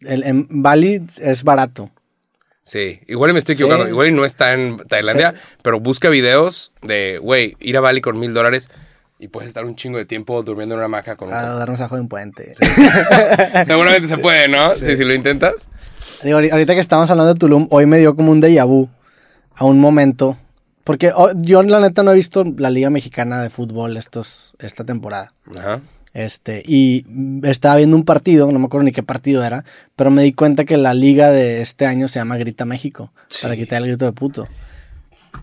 S1: El- en Bali es barato.
S2: Sí, igual y me estoy equivocando.
S1: Sí.
S2: Igual y no está en Tailandia, pero busca videos de, güey, ir a Bali con mil dólares y puedes estar un chingo de tiempo durmiendo en una hamaca con un...
S1: A darnos ajo de un puente.
S2: Seguramente se puede, ¿no? Sí, si lo intentas.
S1: Digo, ahori- ahorita que estamos hablando de Tulum, hoy me dio como un déjà vu a un momento. Porque oh, yo, la neta, no he visto la Liga Mexicana de Fútbol estos, esta temporada.
S2: Ajá.
S1: Este, y mm, estaba viendo un partido, no me acuerdo ni qué partido era, pero me di cuenta que la liga de este año se llama Grita México,
S2: Sí.
S1: para quitar el grito de puto.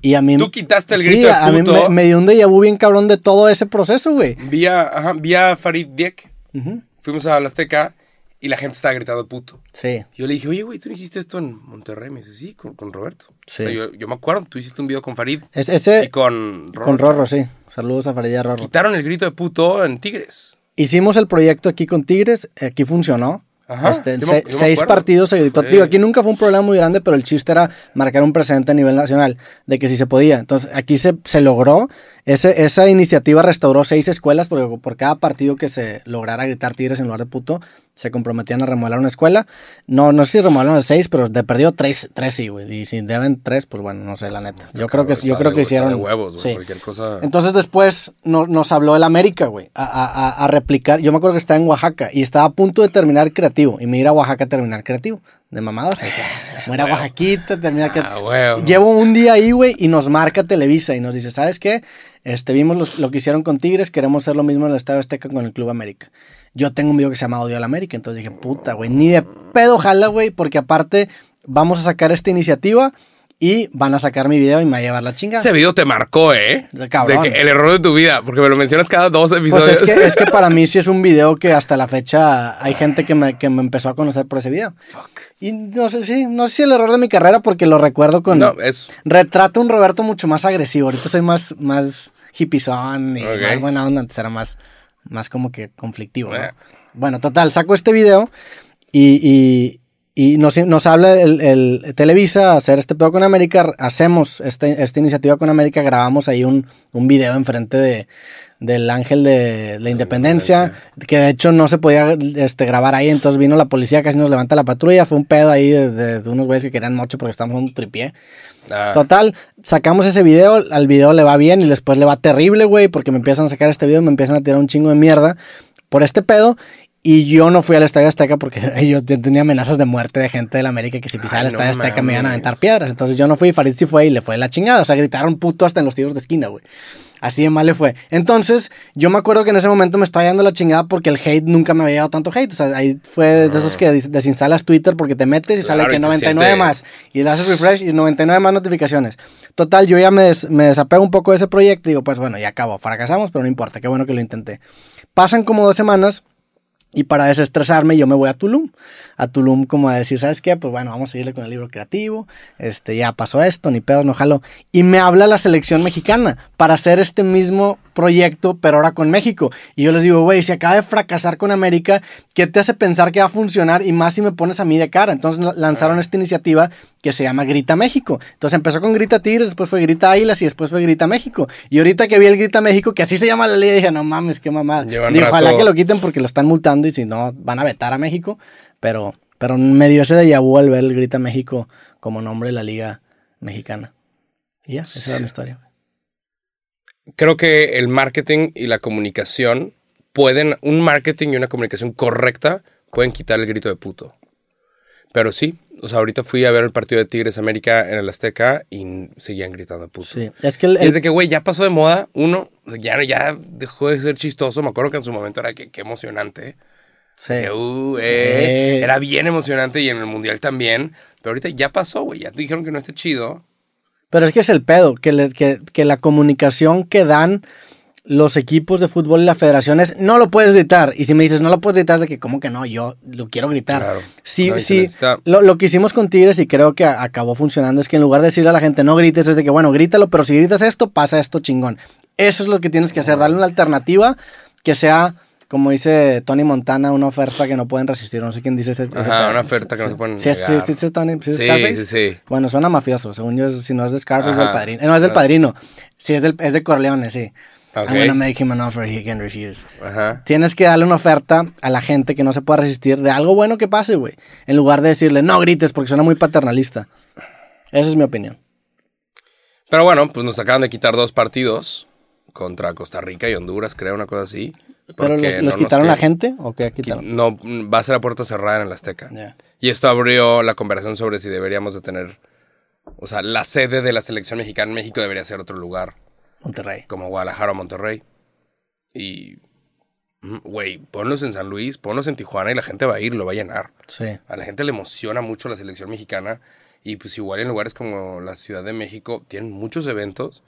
S1: Y a mí
S2: Tú quitaste el
S1: Sí,
S2: grito de
S1: a mí
S2: puto.
S1: me, me dio un déjà vu bien cabrón de todo ese proceso, güey.
S2: Vía, ajá, vía Farid Diek,
S1: Ujú.
S2: fuimos a la Azteca y la gente estaba gritando puto.
S1: Sí.
S2: Yo le dije, oye, güey, tú no hiciste esto en Monterrey. Me dice, sí, con, con Roberto.
S1: Sí.
S2: O sea, yo, yo me acuerdo, tú hiciste un video con Farid
S1: Es-
S2: y
S1: ese
S2: con Rorro.
S1: con Rorro, sí. Saludos a Faridía Rorro.
S2: Quitaron el grito de puto en Tigres.
S1: Hicimos el proyecto aquí con Tigres, aquí funcionó.
S2: Ajá,
S1: Este, en
S2: yo me-
S1: se-
S2: yo me
S1: seis
S2: acuerdo.
S1: partidos se gritó.
S2: Sí.
S1: Digo, aquí nunca fue un problema muy grande, pero el chiste era marcar un presente a nivel nacional, de que sí se podía. Entonces, aquí se, se logró. Ese, esa iniciativa restauró seis escuelas, porque por cada partido que se lograra gritar Tigres en lugar de puto, se comprometían a remodelar una escuela. No, no sé si remodelaron seis, pero de perdido tres, tres sí, güey. Y si deben tres, pues bueno, no sé, la neta. Yo creo que,
S2: Está
S1: yo
S2: de-
S1: creo que
S2: está
S1: hicieron.
S2: De huevos, güey,
S1: sí.
S2: Cualquier cosa.
S1: Entonces después no- nos habló el América, güey, a, a- a- a replicar. Yo me acuerdo que estaba en Oaxaca y estaba a punto de terminar creativo. Y me iba a Oaxaca a terminar creativo. De mamador. Muera Oaxaquita, terminar creativo.
S2: Ah, huevo.
S1: Llevo un día ahí, güey, y nos marca Televisa y nos dice, ¿sabes qué? Este, vimos los- lo que hicieron con Tigres, queremos hacer lo mismo en el Estadio Azteca con el Club América. Yo tengo un video que se llama Odio al América, entonces dije, puta, güey, ni de pedo jala, güey, porque aparte vamos a sacar esta iniciativa y van a sacar mi video y me va a llevar la chingada.
S2: Ese video te marcó, ¿eh?
S1: De cabrón.
S2: que el error de tu vida, porque me lo mencionas cada dos
S1: Pues
S2: episodios.
S1: es que, es que para mí sí es un video que hasta la fecha hay gente que me, que me empezó a conocer por ese video. Y no sé, si no sé si el error de mi carrera porque lo recuerdo con...
S2: No, es.
S1: Retrato un Roberto mucho más agresivo. Ahorita soy más, más hipizón y
S2: Ok.
S1: más buena onda. Antes era más, más como que conflictivo. ¿no?
S2: Eh.
S1: Bueno, total, saco este video y, y- y nos, nos habla el, el Televisa hacer este pedo con América. Hacemos este- esta iniciativa con América. Grabamos ahí un, un video enfrente de, del Ángel de la Independencia, que de hecho no se podía este, grabar ahí, entonces vino la policía, casi nos levanta la patrulla, fue un pedo ahí desde de unos güeyes que querían mocho porque estábamos en un tripié.
S2: ah,
S1: Total, sacamos ese video, al video le va bien y después le va terrible, güey, porque me empiezan a sacar este video, y me empiezan a tirar un chingo de mierda por este pedo. Y yo no fui al Estadio Azteca porque yo te- tenía amenazas de muerte de gente de la América que si pisaba
S2: Ay,
S1: el
S2: no
S1: Estadio Azteca me iban a
S2: mames.
S1: aventar piedras. Entonces yo no fui, Farid sí fue y le fue la chingada. O sea, gritaron puto hasta en los tiros de esquina, güey. Así de mal le fue. Entonces, yo me acuerdo que en ese momento me estaba dando la chingada porque el hate nunca me había dado tanto hate. O sea, ahí fue de esos que des- desinstalas Twitter porque te metes y
S2: Claro,
S1: sale
S2: y
S1: que
S2: se
S1: 99
S2: siente-
S1: más. Y le haces refresh y 99 más notificaciones. Total, yo ya me, des- me desapego un poco de ese proyecto y digo, pues bueno, ya acabó. Fracasamos, pero no importa. Qué bueno que lo intenté. Pasan como dos semanas. Y para desestresarme yo me voy a Tulum. A Tulum como a decir, ¿sabes qué? Pues bueno, vamos a seguirle con el libro creativo. Este, ya pasó esto, ni pedos, no jalo. Y me habla la selección mexicana para hacer este mismo proyecto, pero ahora con México. Y yo les digo, güey, si acaba de fracasar con América, ¿qué te hace pensar que va a funcionar? Y más si me pones a mí de cara. Entonces la- lanzaron esta iniciativa que se llama Grita México. Entonces empezó con Grita Tigres, después fue Grita Águilas y después fue Grita México. Y ahorita que vi el Grita México, que así se llama la ley, dije, no mames, qué mamada.
S2: Llevan
S1: Digo, ojalá
S2: rato-
S1: que lo quiten porque lo están multando y si no van a vetar a México. Pero, pero me dio ese déjà vu al ver el Grita México como nombre de la liga mexicana. Y ya, esa era mi historia.
S2: Creo que el marketing y la comunicación pueden. Un marketing y una comunicación correcta pueden quitar el grito de puto. Pero sí, o sea, ahorita fui a ver el partido de Tigres América en el Azteca y seguían gritando puto.
S1: Sí, es que el,
S2: Y es de que, güey, ya pasó de moda. Uno, o sea, ya, ya dejó de ser chistoso. Me acuerdo que en su momento era que, qué emocionante.
S1: sí,
S2: Que, uh, eh,
S1: Eh.
S2: Era bien emocionante y en el mundial también. Pero ahorita ya pasó, güey. Ya te dijeron que no esté chido.
S1: pero es que es el pedo, que, le- que, que la comunicación que dan los equipos de fútbol y las federaciones, no lo puedes gritar. Y si me dices, no lo puedes gritar, es de que, ¿cómo que no? Yo lo quiero gritar.
S2: Claro.
S1: Sí,
S2: No, y se
S1: sí.
S2: necesita-
S1: Lo, lo que hicimos con Tigres y creo que a- acabó funcionando es que en lugar de decirle a la gente, no grites, es de que, bueno, grítalo, pero si gritas esto, pasa esto chingón. Eso es lo que tienes que hacer, darle una alternativa que sea, como dice Tony Montana, una oferta que no pueden resistir. No sé quién dice este, ese. ese
S2: Ajá,
S1: pedo.
S2: una oferta que no se pueden
S1: Sí, sí,
S2: negar.
S1: sí, sí, Tony. ¿sí es
S2: Sí,
S1: Scarface?
S2: sí, sí.
S1: Bueno, suena mafioso. Según yo, si no es de Scarface, es
S2: Ajá.
S1: del padrino. Eh, no, es del
S2: Ah.
S1: padrino. Sí, es, del, es de Corleone, sí.
S2: Ok.
S1: I'm gonna make him an offer he can refuse.
S2: Ajá.
S1: Tienes que darle una oferta a la gente que no se pueda resistir de algo bueno que pase, güey. En lugar de decirle, no grites porque suena muy paternalista. Esa es mi opinión.
S2: Pero bueno, pues nos acaban de quitar dos partidos contra Costa Rica y Honduras, creo, una cosa así.
S1: ¿Pero
S2: porque
S1: los,
S2: no
S1: los
S2: nos
S1: quitaron la
S2: quer-
S1: gente o qué
S2: qui-
S1: quitaron?
S2: No, mm, va a ser a puerta cerrada en el Azteca.
S1: Ya.
S2: Y esto abrió la conversación sobre si deberíamos de tener, o sea, la sede de la selección mexicana en México debería ser otro lugar,
S1: Monterrey.
S2: como Guadalajara o Monterrey. Y, mm, güey, ponlos en San Luis, ponlos en Tijuana y la gente va a ir, lo va a llenar.
S1: Sí.
S2: A la gente le emociona mucho la selección mexicana y pues igual en lugares como la Ciudad de México tienen muchos eventos,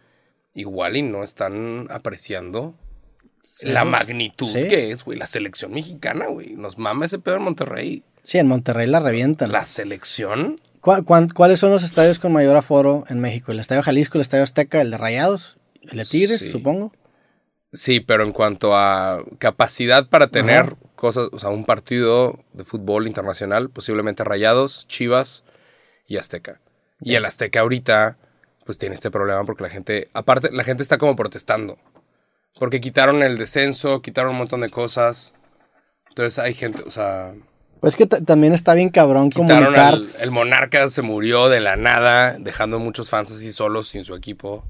S2: igual y no están apreciando la magnitud
S1: Sí.
S2: que es, güey, la selección mexicana, güey. Nos mama ese pedo en Monterrey.
S1: Sí, en Monterrey la revientan.
S2: La selección
S1: ¿Cuá- cuán- ¿Cuáles son los estadios con mayor aforo en México? El Estadio Jalisco, el Estadio Azteca, el de Rayados, el de Tigres,
S2: Sí.
S1: supongo.
S2: Sí, pero en cuanto a capacidad para tener cosas, o sea, un partido de fútbol internacional, posiblemente Rayados, Chivas y Azteca. Y
S1: Eh.
S2: el Azteca ahorita, pues tiene este problema porque la gente, aparte, la gente está como protestando. Porque quitaron el descenso, quitaron un montón de cosas. Entonces hay gente, o sea,
S1: Pues que ta- también está bien cabrón
S2: quitaron
S1: comunicar.
S2: al- el monarca, se murió de la nada, dejando muchos fans así solos sin su equipo.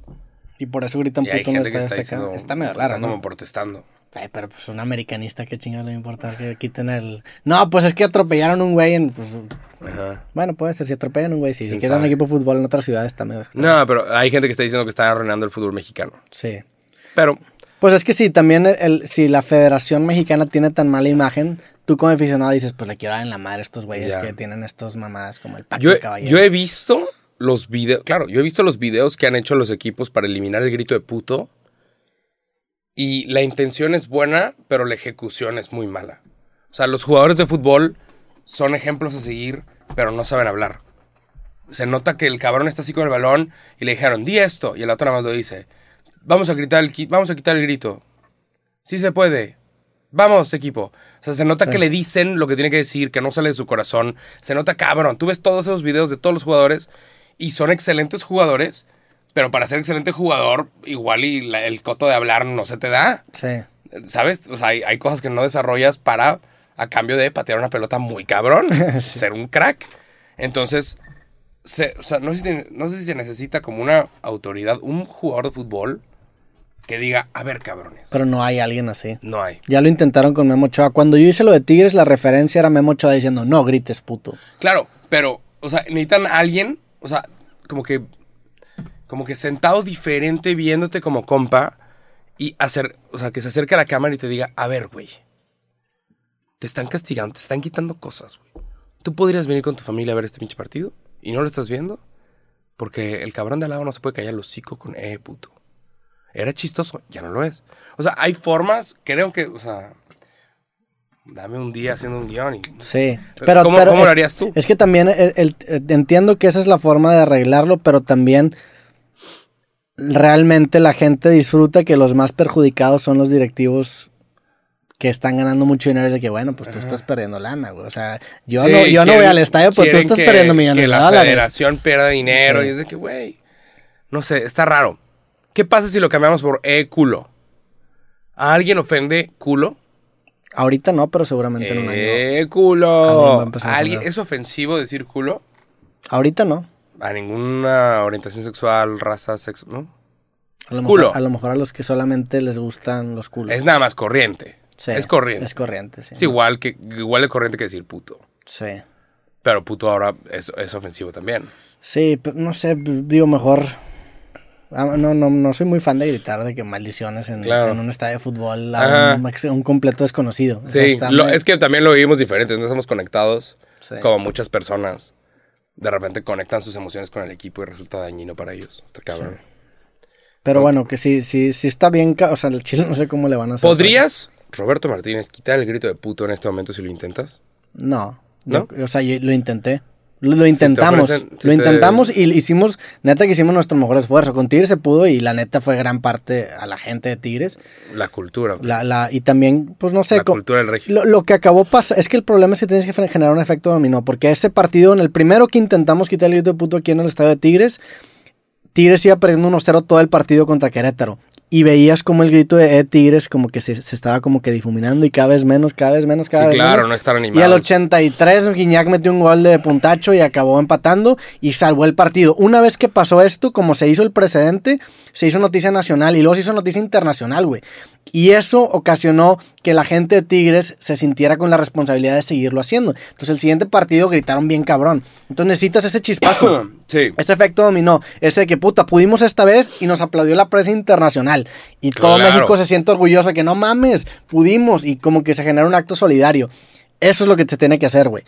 S1: Y por eso gritan
S2: Y hay
S1: puto en el
S2: gente que
S1: Estadio
S2: está
S1: Azteca.
S2: diciendo,
S1: está medio
S2: está
S1: raro, ¿no?
S2: como protestando.
S1: Ay, pero pues un americanista, qué chingada le va a importar que quiten el. No, pues es que atropellaron un güey en. pues,
S2: Ajá.
S1: bueno, puede ser, si atropellan un güey, sí. Si
S2: ¿Quién
S1: queda un
S2: sabe?
S1: equipo de fútbol en otra ciudad, está medio.
S2: No, pero hay gente que está diciendo que están arruinando el fútbol mexicano.
S1: Sí.
S2: Pero,
S1: Pues es que sí, también el, el- si la Federación Mexicana tiene tan mala imagen, tú como aficionado dices, pues le quiero dar en la madre a estos güeyes
S2: Ya.
S1: que tienen estos mamadas como el Paco
S2: yo,
S1: de
S2: he-
S1: Caballero.
S2: yo he visto los videos, claro, yo he visto los videos que han hecho los equipos para eliminar el grito de puto. Y la intención es buena, pero la ejecución es muy mala. O sea, los jugadores de fútbol son ejemplos a seguir, pero no saben hablar. Se nota que el cabrón está así con el balón y le dijeron, di esto, y el otro nada más lo dice. Vamos a quitar el, qui- vamos a quitar el grito. Sí se puede. Vamos, equipo. O sea, se nota que le dicen lo que tiene que decir, que no sale de su corazón. Se nota cabrón. Tú ves todos esos videos de todos los jugadores y son excelentes jugadores, pero para ser excelente jugador, igual y la- el coto de hablar no se te da.
S1: Sí.
S2: ¿Sabes? O sea, hay, hay cosas que no desarrollas para, a cambio de patear una pelota muy cabrón, ser un crack. Entonces, se- o sea, no, sé si, tiene- no sé si se necesita como una autoridad, un jugador de fútbol que diga, a ver, cabrones.
S1: Pero no hay alguien así.
S2: No hay.
S1: Ya lo intentaron con Memo Ochoa. Cuando yo hice lo de Tigres, la referencia era Memo Ochoa diciendo, no grites, puto.
S2: Claro, pero, o sea, necesitan a alguien, o sea, como que, como que sentado diferente, viéndote como compa, y hacer, o sea, que se acerque a la cámara y te diga, a ver, güey, te están castigando, te están quitando cosas, güey. Tú podrías venir con tu familia a ver este pinche partido y no lo estás viendo porque el cabrón de al lado no se puede callar el hocico con, eh, puto. Era chistoso, ya no lo es. O sea, hay formas, creo que, o sea, dame un día haciendo un guión y
S1: Sí,
S2: Pero,
S1: pero...
S2: ¿cómo-
S1: pero
S2: cómo lo
S1: es-
S2: harías tú?
S1: Es que también el- el- eh, entiendo que esa es la forma de arreglarlo, pero también realmente la gente disfruta que los más perjudicados son los directivos que están ganando mucho dinero. Es de que, bueno, pues tú estás perdiendo lana, güey. O sea, yo,
S2: Sí,
S1: no, yo no voy
S2: quieren-
S1: al estadio, pues tú
S2: quieren
S1: estás
S2: que-
S1: perdiendo millones
S2: que
S1: de
S2: la
S1: dólares.
S2: federación pierda dinero.
S1: Sí.
S2: Y es de que, güey, no sé, está raro. ¿Qué pasa si lo cambiamos por E culo? ¿A alguien ofende culo?
S1: Ahorita no, pero seguramente en un año.
S2: E
S1: Alguien va a
S2: culo.
S1: empezar a
S2: ¿A alguien,
S1: ofender.
S2: ¿Es ofensivo decir culo?
S1: Ahorita no.
S2: A ninguna orientación sexual, raza, sexo, ¿no?
S1: A lo,
S2: Culo.
S1: mejor, a lo mejor a los que solamente les gustan los culos.
S2: Es nada más corriente.
S1: Sí,
S2: es corriente.
S1: Es corriente, sí.
S2: Es igual, que, igual de corriente que decir puto.
S1: Sí.
S2: Pero puto ahora es, es ofensivo también.
S1: Sí, pe- no sé, digo mejor. Ah, No, no, no soy muy fan de gritar de que maldiciones en,
S2: Claro.
S1: en un estadio de fútbol a
S2: Ajá.
S1: un, ex- un completo desconocido. O sea,
S2: Sí,
S1: está
S2: lo-
S1: muy-
S2: es que también lo vivimos diferente, no estamos conectados
S1: Sí.
S2: como muchas personas. De repente conectan sus emociones con el equipo y resulta dañino para ellos. Está cabrón.
S1: Pero bueno, que si, si, si está bien, ca- o sea, el chile no sé cómo le van a hacer.
S2: ¿Podrías, Roberto Martínez, quitar el grito de puto en este momento si lo intentas?
S1: No.
S2: ¿No?
S1: Yo- o sea, yo lo intenté. Lo, lo intentamos.
S2: ofrecen- si
S1: lo
S2: te-
S1: intentamos y l- hicimos, neta que hicimos nuestro mejor esfuerzo. Con Tigres se pudo y la neta fue gran parte a la gente de Tigres.
S2: La cultura. La,
S1: La, la, y también, pues no sé, co-
S2: cultura del regio.
S1: lo, lo que acabó pasa es que el problema es que tienes que fre- generar un efecto dominó, porque ese partido, en el primero que intentamos quitar el grito de puto aquí en el estadio de Tigres, Tigres iba perdiendo 1-0 todo el partido contra Querétaro. Y veías como el grito de eh, Tigres como que se, se estaba como que difuminando y cada vez menos, cada vez menos, cada
S2: Sí,
S1: vez
S2: claro,
S1: menos.
S2: no estar
S1: Y al
S2: animado.
S1: 83 Guiñac metió un gol de puntacho y acabó empatando y salvó el partido. Una vez que pasó esto, como se hizo el precedente, se hizo noticia nacional y luego se hizo noticia internacional, güey. Y eso ocasionó que la gente de Tigres se sintiera con la responsabilidad de seguirlo haciendo. Entonces el siguiente partido gritaron bien cabrón. Entonces necesitas ese chispazo.
S2: Sí.
S1: Ese efecto dominó, ese de que puta, pudimos esta vez y nos aplaudió la prensa internacional. Y todo
S2: Claro.
S1: México se siente orgulloso que no mames, pudimos y como que se genera un acto solidario. Eso es lo que te tiene que hacer, güey.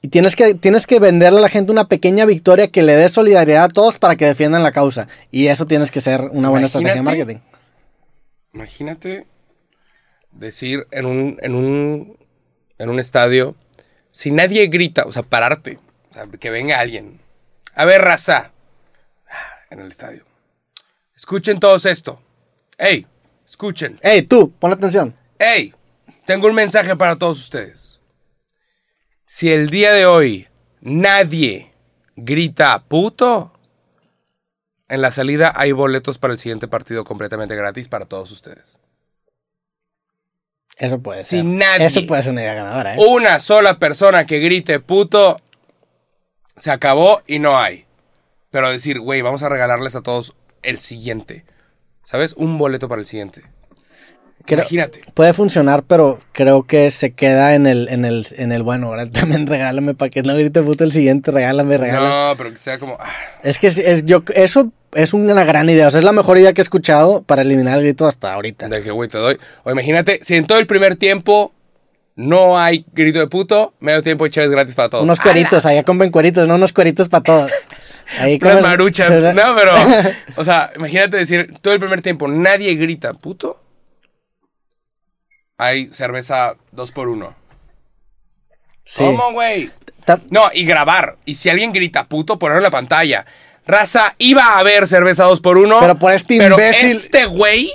S1: Y tienes que, tienes que venderle a la gente una pequeña victoria que le dé solidaridad a todos para que defiendan la causa. Y eso tienes que ser una buena estrategia de
S2: Imagínate.
S1: marketing.
S2: Imagínate decir en un, en un, en un estadio, si nadie grita, o sea, pararte, o sea, que venga alguien. A ver, raza, Ah, en el estadio. Escuchen todos esto. Ey, escuchen.
S1: Ey, tú, pon atención.
S2: Ey, tengo un mensaje para todos ustedes. Si el día de hoy nadie grita puto, en la salida hay boletos para el siguiente partido completamente gratis para todos ustedes.
S1: Eso puede
S2: Si
S1: ser.
S2: nadie-
S1: Eso puede ser una idea ganadora, ¿eh?
S2: una sola persona que grite puto, se acabó y no hay. Pero decir, güey, vamos a regalarles a todos el siguiente. ¿Sabes? Un boleto para el siguiente.
S1: Creo-
S2: Imagínate.
S1: Puede funcionar, pero creo que se queda en el, en el, en el bueno, ahora también regálame para que no grite puto el siguiente, regálame, regálame.
S2: No, pero que sea como... ah,
S1: Es que es, es- yo, eso es una gran idea, o sea, es la mejor idea que he escuchado para eliminar el grito hasta ahorita.
S2: de que, güey, te doy. O imagínate, si en todo el primer tiempo no hay grito de puto, medio tiempo y chéves gratis para todos. Ah,
S1: Unos cueritos, allá compren cueritos, no unos cueritos para todos. Ahí
S2: Unas
S1: comen-
S2: maruchas.
S1: se-
S2: No, pero. O sea, imagínate decir, todo el primer tiempo nadie grita, puto. Hay cerveza dos por uno.
S1: Sí.
S2: ¿Cómo, güey?
S1: Ta-
S2: No, y grabar. Y si alguien grita, puto, ponerlo en la pantalla. Raza, iba a haber cerveza dos por uno.
S1: Pero por este
S2: pero
S1: imbécil-
S2: este güey.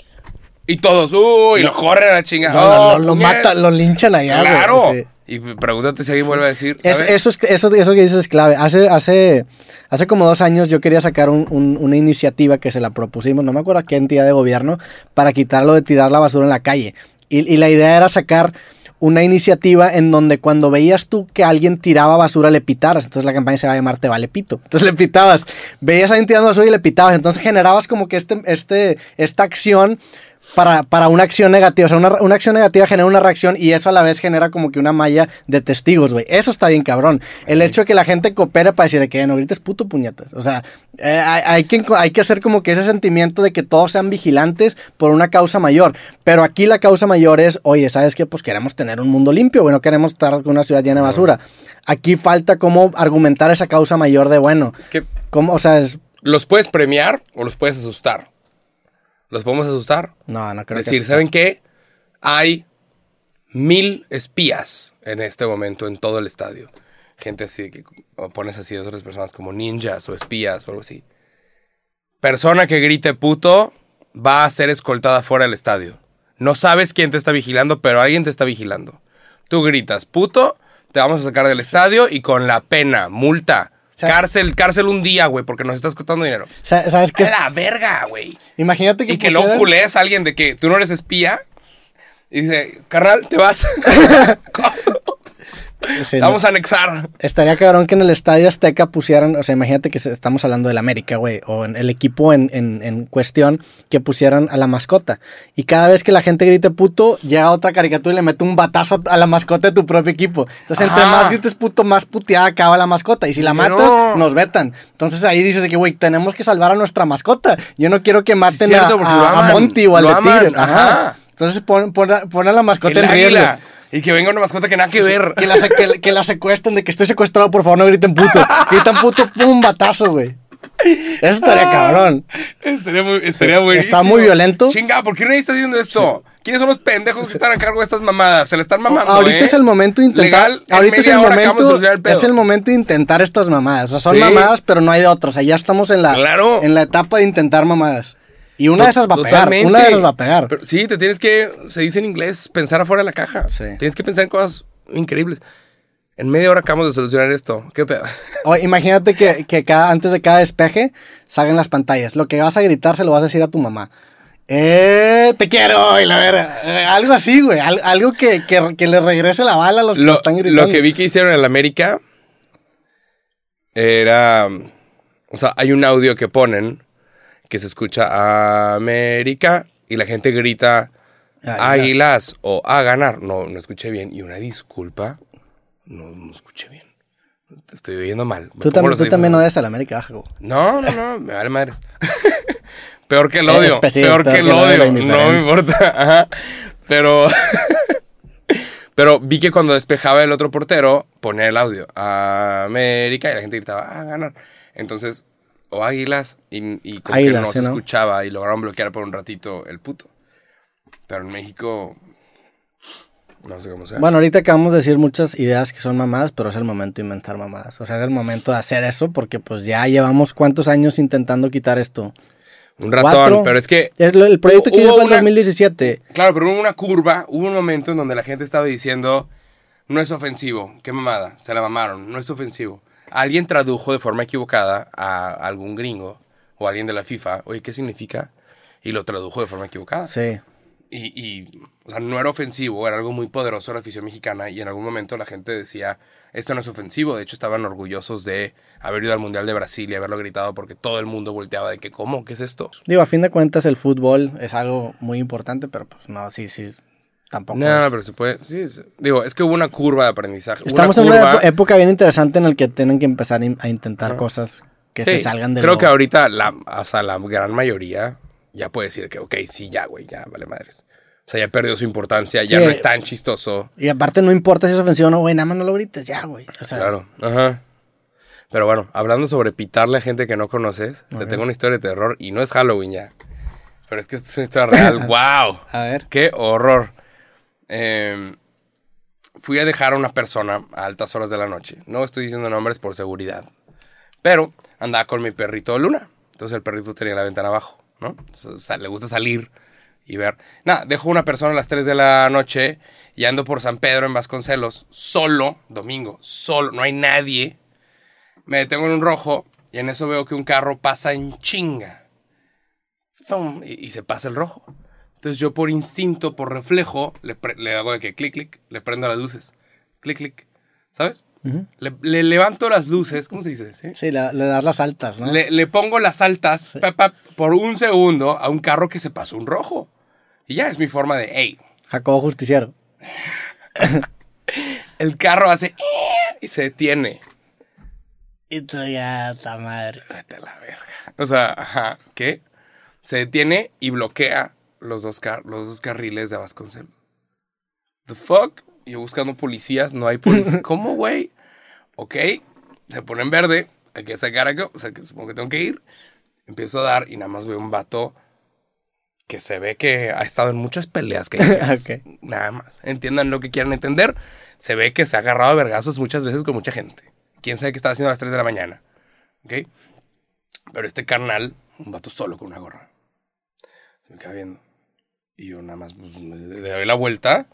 S2: Y todos, uy, lo corren a la
S1: no,
S2: chingada.
S1: no,
S2: Oh,
S1: lo, lo
S2: puñet.
S1: matan, lo linchan allá, güey,
S2: Claro.
S1: sí.
S2: Y pregúntate si alguien vuelve a decir.
S1: Es-
S2: ¿sabes?
S1: eso, es, eso, eso que dices es clave. Hace, hace, hace como dos años yo quería sacar un- un- una iniciativa que se la propusimos, no me acuerdo a qué entidad de gobierno, para quitarlo de tirar la basura en la calle. Y, y la idea era sacar una iniciativa en donde cuando veías tú que alguien tiraba basura le pitaras. Entonces la campaña se va a llamar Te vale pito. Entonces le pitabas. Veías a alguien tirando basura y le pitabas. Entonces generabas como que este, este, esta acción para, para una acción negativa. O sea, una, una acción negativa genera una reacción y eso a la vez genera como que una malla de testigos, güey. Eso está bien cabrón. El hecho de que la gente coopere para decir de que no grites puto puñetas. O sea, eh, hay, hay que, enco- hay que hacer como que ese sentimiento de que todos sean vigilantes por una causa mayor. Pero aquí la causa mayor es, oye, ¿sabes qué? Pues queremos tener un mundo limpio, güey. No queremos estar con una ciudad llena de basura. Aquí falta cómo argumentar esa causa mayor de, bueno,
S2: Es que
S1: ¿cómo? O sea, es-
S2: los puedes premiar o los puedes asustar. Los podemos asustar.
S1: no, no creo que
S2: decir,
S1: sea-
S2: ¿saben qué? Hay mil espías en este momento en todo el estadio. Gente así de que o pones así a otras personas como ninjas o espías o algo así. Persona que grite puto va a ser escoltada fuera del estadio. No sabes quién te está vigilando, pero alguien te está vigilando. Tú gritas puto, te vamos a sacar del estadio y con la pena, multa,
S1: sea-
S2: cárcel, cárcel un día, güey, porque nos estás costando dinero.
S1: Sa- ¿Sabes
S2: ¡A
S1: qué?
S2: la verga, güey!
S1: Imagínate que pues,
S2: Y que
S1: pusieran-
S2: luego culees a alguien de que tú no eres espía. Y dice, carnal, te vas.
S1: Sí,
S2: Te
S1: no.
S2: Vamos a anexar.
S1: Estaría cabrón que en el Estadio Azteca pusieran, o sea, imagínate que se- estamos hablando del América, güey, o en el equipo en, en- en cuestión, que pusieran a la mascota. Y cada vez que la gente grite puto, llega otra caricatura y le mete un batazo a la mascota de tu propio equipo. Entonces, entre
S2: Ajá.
S1: más grites puto, más puteada acaba la mascota. Y si la
S2: Pero-
S1: matas, nos vetan. Entonces ahí dices de que, güey, tenemos que salvar a nuestra mascota. Yo no quiero que maten
S2: Sí, cierto,
S1: a,
S2: porque
S1: a-
S2: lo
S1: a
S2: aman,
S1: Monty o al
S2: lo
S1: de
S2: aman,
S1: Tigres. Ajá.
S2: ajá.
S1: Entonces pon, pon a, pon a la mascota
S2: El
S1: en riesgo.
S2: águila. Y que venga una mascota que nada que ver.
S1: Que la, se- que, la- que la secuestren, de que estoy secuestrado, por favor, no griten puto. Gritan puto, pum, batazo, güey. Eso
S2: Ah,
S1: estaría cabrón.
S2: Estaría muy, estaría buenísimo.
S1: Está muy violento.
S2: Chinga, ¿por qué nadie está diciendo esto? ¿Quiénes son los pendejos que están a cargo de estas mamadas? Se le están mamando.
S1: ahorita
S2: ¿eh?
S1: es el momento de intentar.
S2: Legal, en
S1: ahorita es
S2: media
S1: el
S2: hora acabamos de
S1: momento.
S2: solucionar el pedo.
S1: es el momento de intentar estas mamadas. O sea, son
S2: Sí.
S1: mamadas, pero no hay de otros. O sea, ya estamos en la,
S2: Claro.
S1: en la etapa de intentar mamadas. Y una de esas va a pegar.
S2: Totalmente.
S1: Una de esas va a pegar.
S2: Pero sí, te tienes que, se dice en inglés, pensar afuera de la caja.
S1: Sí.
S2: Tienes que pensar en cosas increíbles. En media hora acabamos de solucionar esto. ¿Qué pedo?
S1: Oye, imagínate que, que cada- antes de cada despeje salgan las pantallas. Lo que vas a gritar se lo vas a decir a tu mamá. Eh, te quiero, y la verga. Eh, algo así, güey. Al- algo que, que- que le regrese la bala a los que
S2: Lo,
S1: están gritando.
S2: lo que vi que hicieron en la América era. O sea, hay un audio que ponen que se escucha América y la gente grita
S1: Águilas.
S2: águilas o a ganar. No, no escuché bien. Y una disculpa, no, no escuché bien. Te estoy oyendo mal. Me
S1: Tú,
S2: pongo
S1: también,
S2: los
S1: tú también
S2: audífonos.
S1: odias a la América Baja, güey.
S2: No, no, no, me vale madres. peor que el
S1: Eres
S2: odio,
S1: pessimista,
S2: peor que el
S1: la
S2: odio,
S1: indiferencia.
S2: no me importa. Ajá. Pero, pero vi que cuando despejaba el otro portero, ponía el audio América y la gente gritaba, ah, ganar. Entonces, o águilas y, y como
S1: Águilas,
S2: que no
S1: sí,
S2: se
S1: ¿no?
S2: escuchaba y lograron bloquear por un ratito el puto. Pero en México, no sé cómo sea.
S1: Bueno, ahorita acabamos de decir muchas ideas que son mamadas, pero es el momento de inventar mamadas. O sea, es el momento de hacer eso porque pues ya llevamos cuántos años intentando quitar esto.
S2: un ratón,
S1: Cuatro.
S2: pero es que
S1: Es lo- el proyecto que
S2: Hubo
S1: yo fue en
S2: una-
S1: 2017.
S2: Claro, pero hubo una curva, hubo un momento en donde la gente estaba diciendo, no es ofensivo, qué mamada, se la mamaron, no es ofensivo. Alguien tradujo de forma equivocada a algún gringo o alguien de la FIFA, oye, ¿qué significa? Y lo tradujo de forma equivocada.
S1: Sí.
S2: Y, y, o sea, no era ofensivo, era algo muy poderoso la afición mexicana y en algún momento la gente decía, esto no es ofensivo, de hecho estaban orgullosos de haber ido al Mundial de Brasil y haberlo gritado porque todo el mundo volteaba de que, ¿cómo? ¿Qué es esto?
S1: Digo, a fin de cuentas el fútbol es algo muy importante, pero pues no, sí, sí, tampoco.
S2: No,
S1: es-
S2: pero se puede. Sí, se- digo, es que hubo una curva de aprendizaje. hubo
S1: Estamos en
S2: una
S1: una
S2: curva,
S1: epo- época bien interesante en la que tienen que empezar in- a intentar cosas que se
S2: sí,
S1: salgan de
S2: Creo
S1: lo-
S2: que ahorita, la, o sea, la gran mayoría ya puede decir que, ok, sí, ya, güey, ya, vale madres. O sea, ya perdió su importancia, ya
S1: Sí.
S2: no es tan chistoso.
S1: Y aparte no importa si es ofensivo o no, güey, nada más no lo grites, ya, güey. O sea,
S2: Claro, ajá. Pero bueno, hablando sobre pitarle a gente que no conoces, te tengo una historia de terror y no es Halloween ya. Pero es que esta es una historia real. ¡Wow!
S1: a ver.
S2: ¡Qué horror! Eh, fui a dejar a una persona a altas horas de la noche. No estoy diciendo nombres por seguridad. Pero andaba con mi perrito Luna. Entonces el perrito tenía la ventana abajo, ¿no? Entonces, o sea, le gusta salir y ver. Nada, dejo a una persona a las 3 de la noche y ando por San Pedro en Vasconcelos, solo, domingo, solo, no hay nadie. Me detengo en un rojo y en eso veo que un carro pasa en chinga. ¡Zum! Y, y se pasa el rojo. Entonces yo por instinto, por reflejo, le, pre- le hago de que clic, clic, le prendo las luces. Clic, clic. ¿Sabes? le, le levanto las luces. ¿Cómo se dice? ¿Sí?
S1: Sí, la- le das las altas, ¿no?
S2: Le, le pongo las altas pa, pa, por un segundo a un carro que se pasó un rojo. Y ya es mi forma de, hey,
S1: Jacobo Justiciero.
S2: el carro hace "Eh", y se detiene.
S1: Y tú ya, ta madre.
S2: Vete a la verga. O sea, ajá, ¿qué? Se detiene y bloquea los dos, car- los dos carriles de Vasconcelos. The fuck? Yo buscando policías, no hay policías. ¿Cómo, güey? Ok, se pone en verde, hay que sacar acá, o sea, que supongo que tengo que ir. Empiezo a dar y nada más veo un vato que se ve que ha estado en muchas peleas que
S1: Ok.
S2: Nada más. Entiendan lo que quieran entender. Se ve que se ha agarrado a vergazos muchas veces con mucha gente. Quién sabe qué está haciendo a las 3 de la mañana. ¿Ok? Pero este carnal, un vato solo con una gorra. Se me queda viendo. Y yo nada más pues, me- le doy la vuelta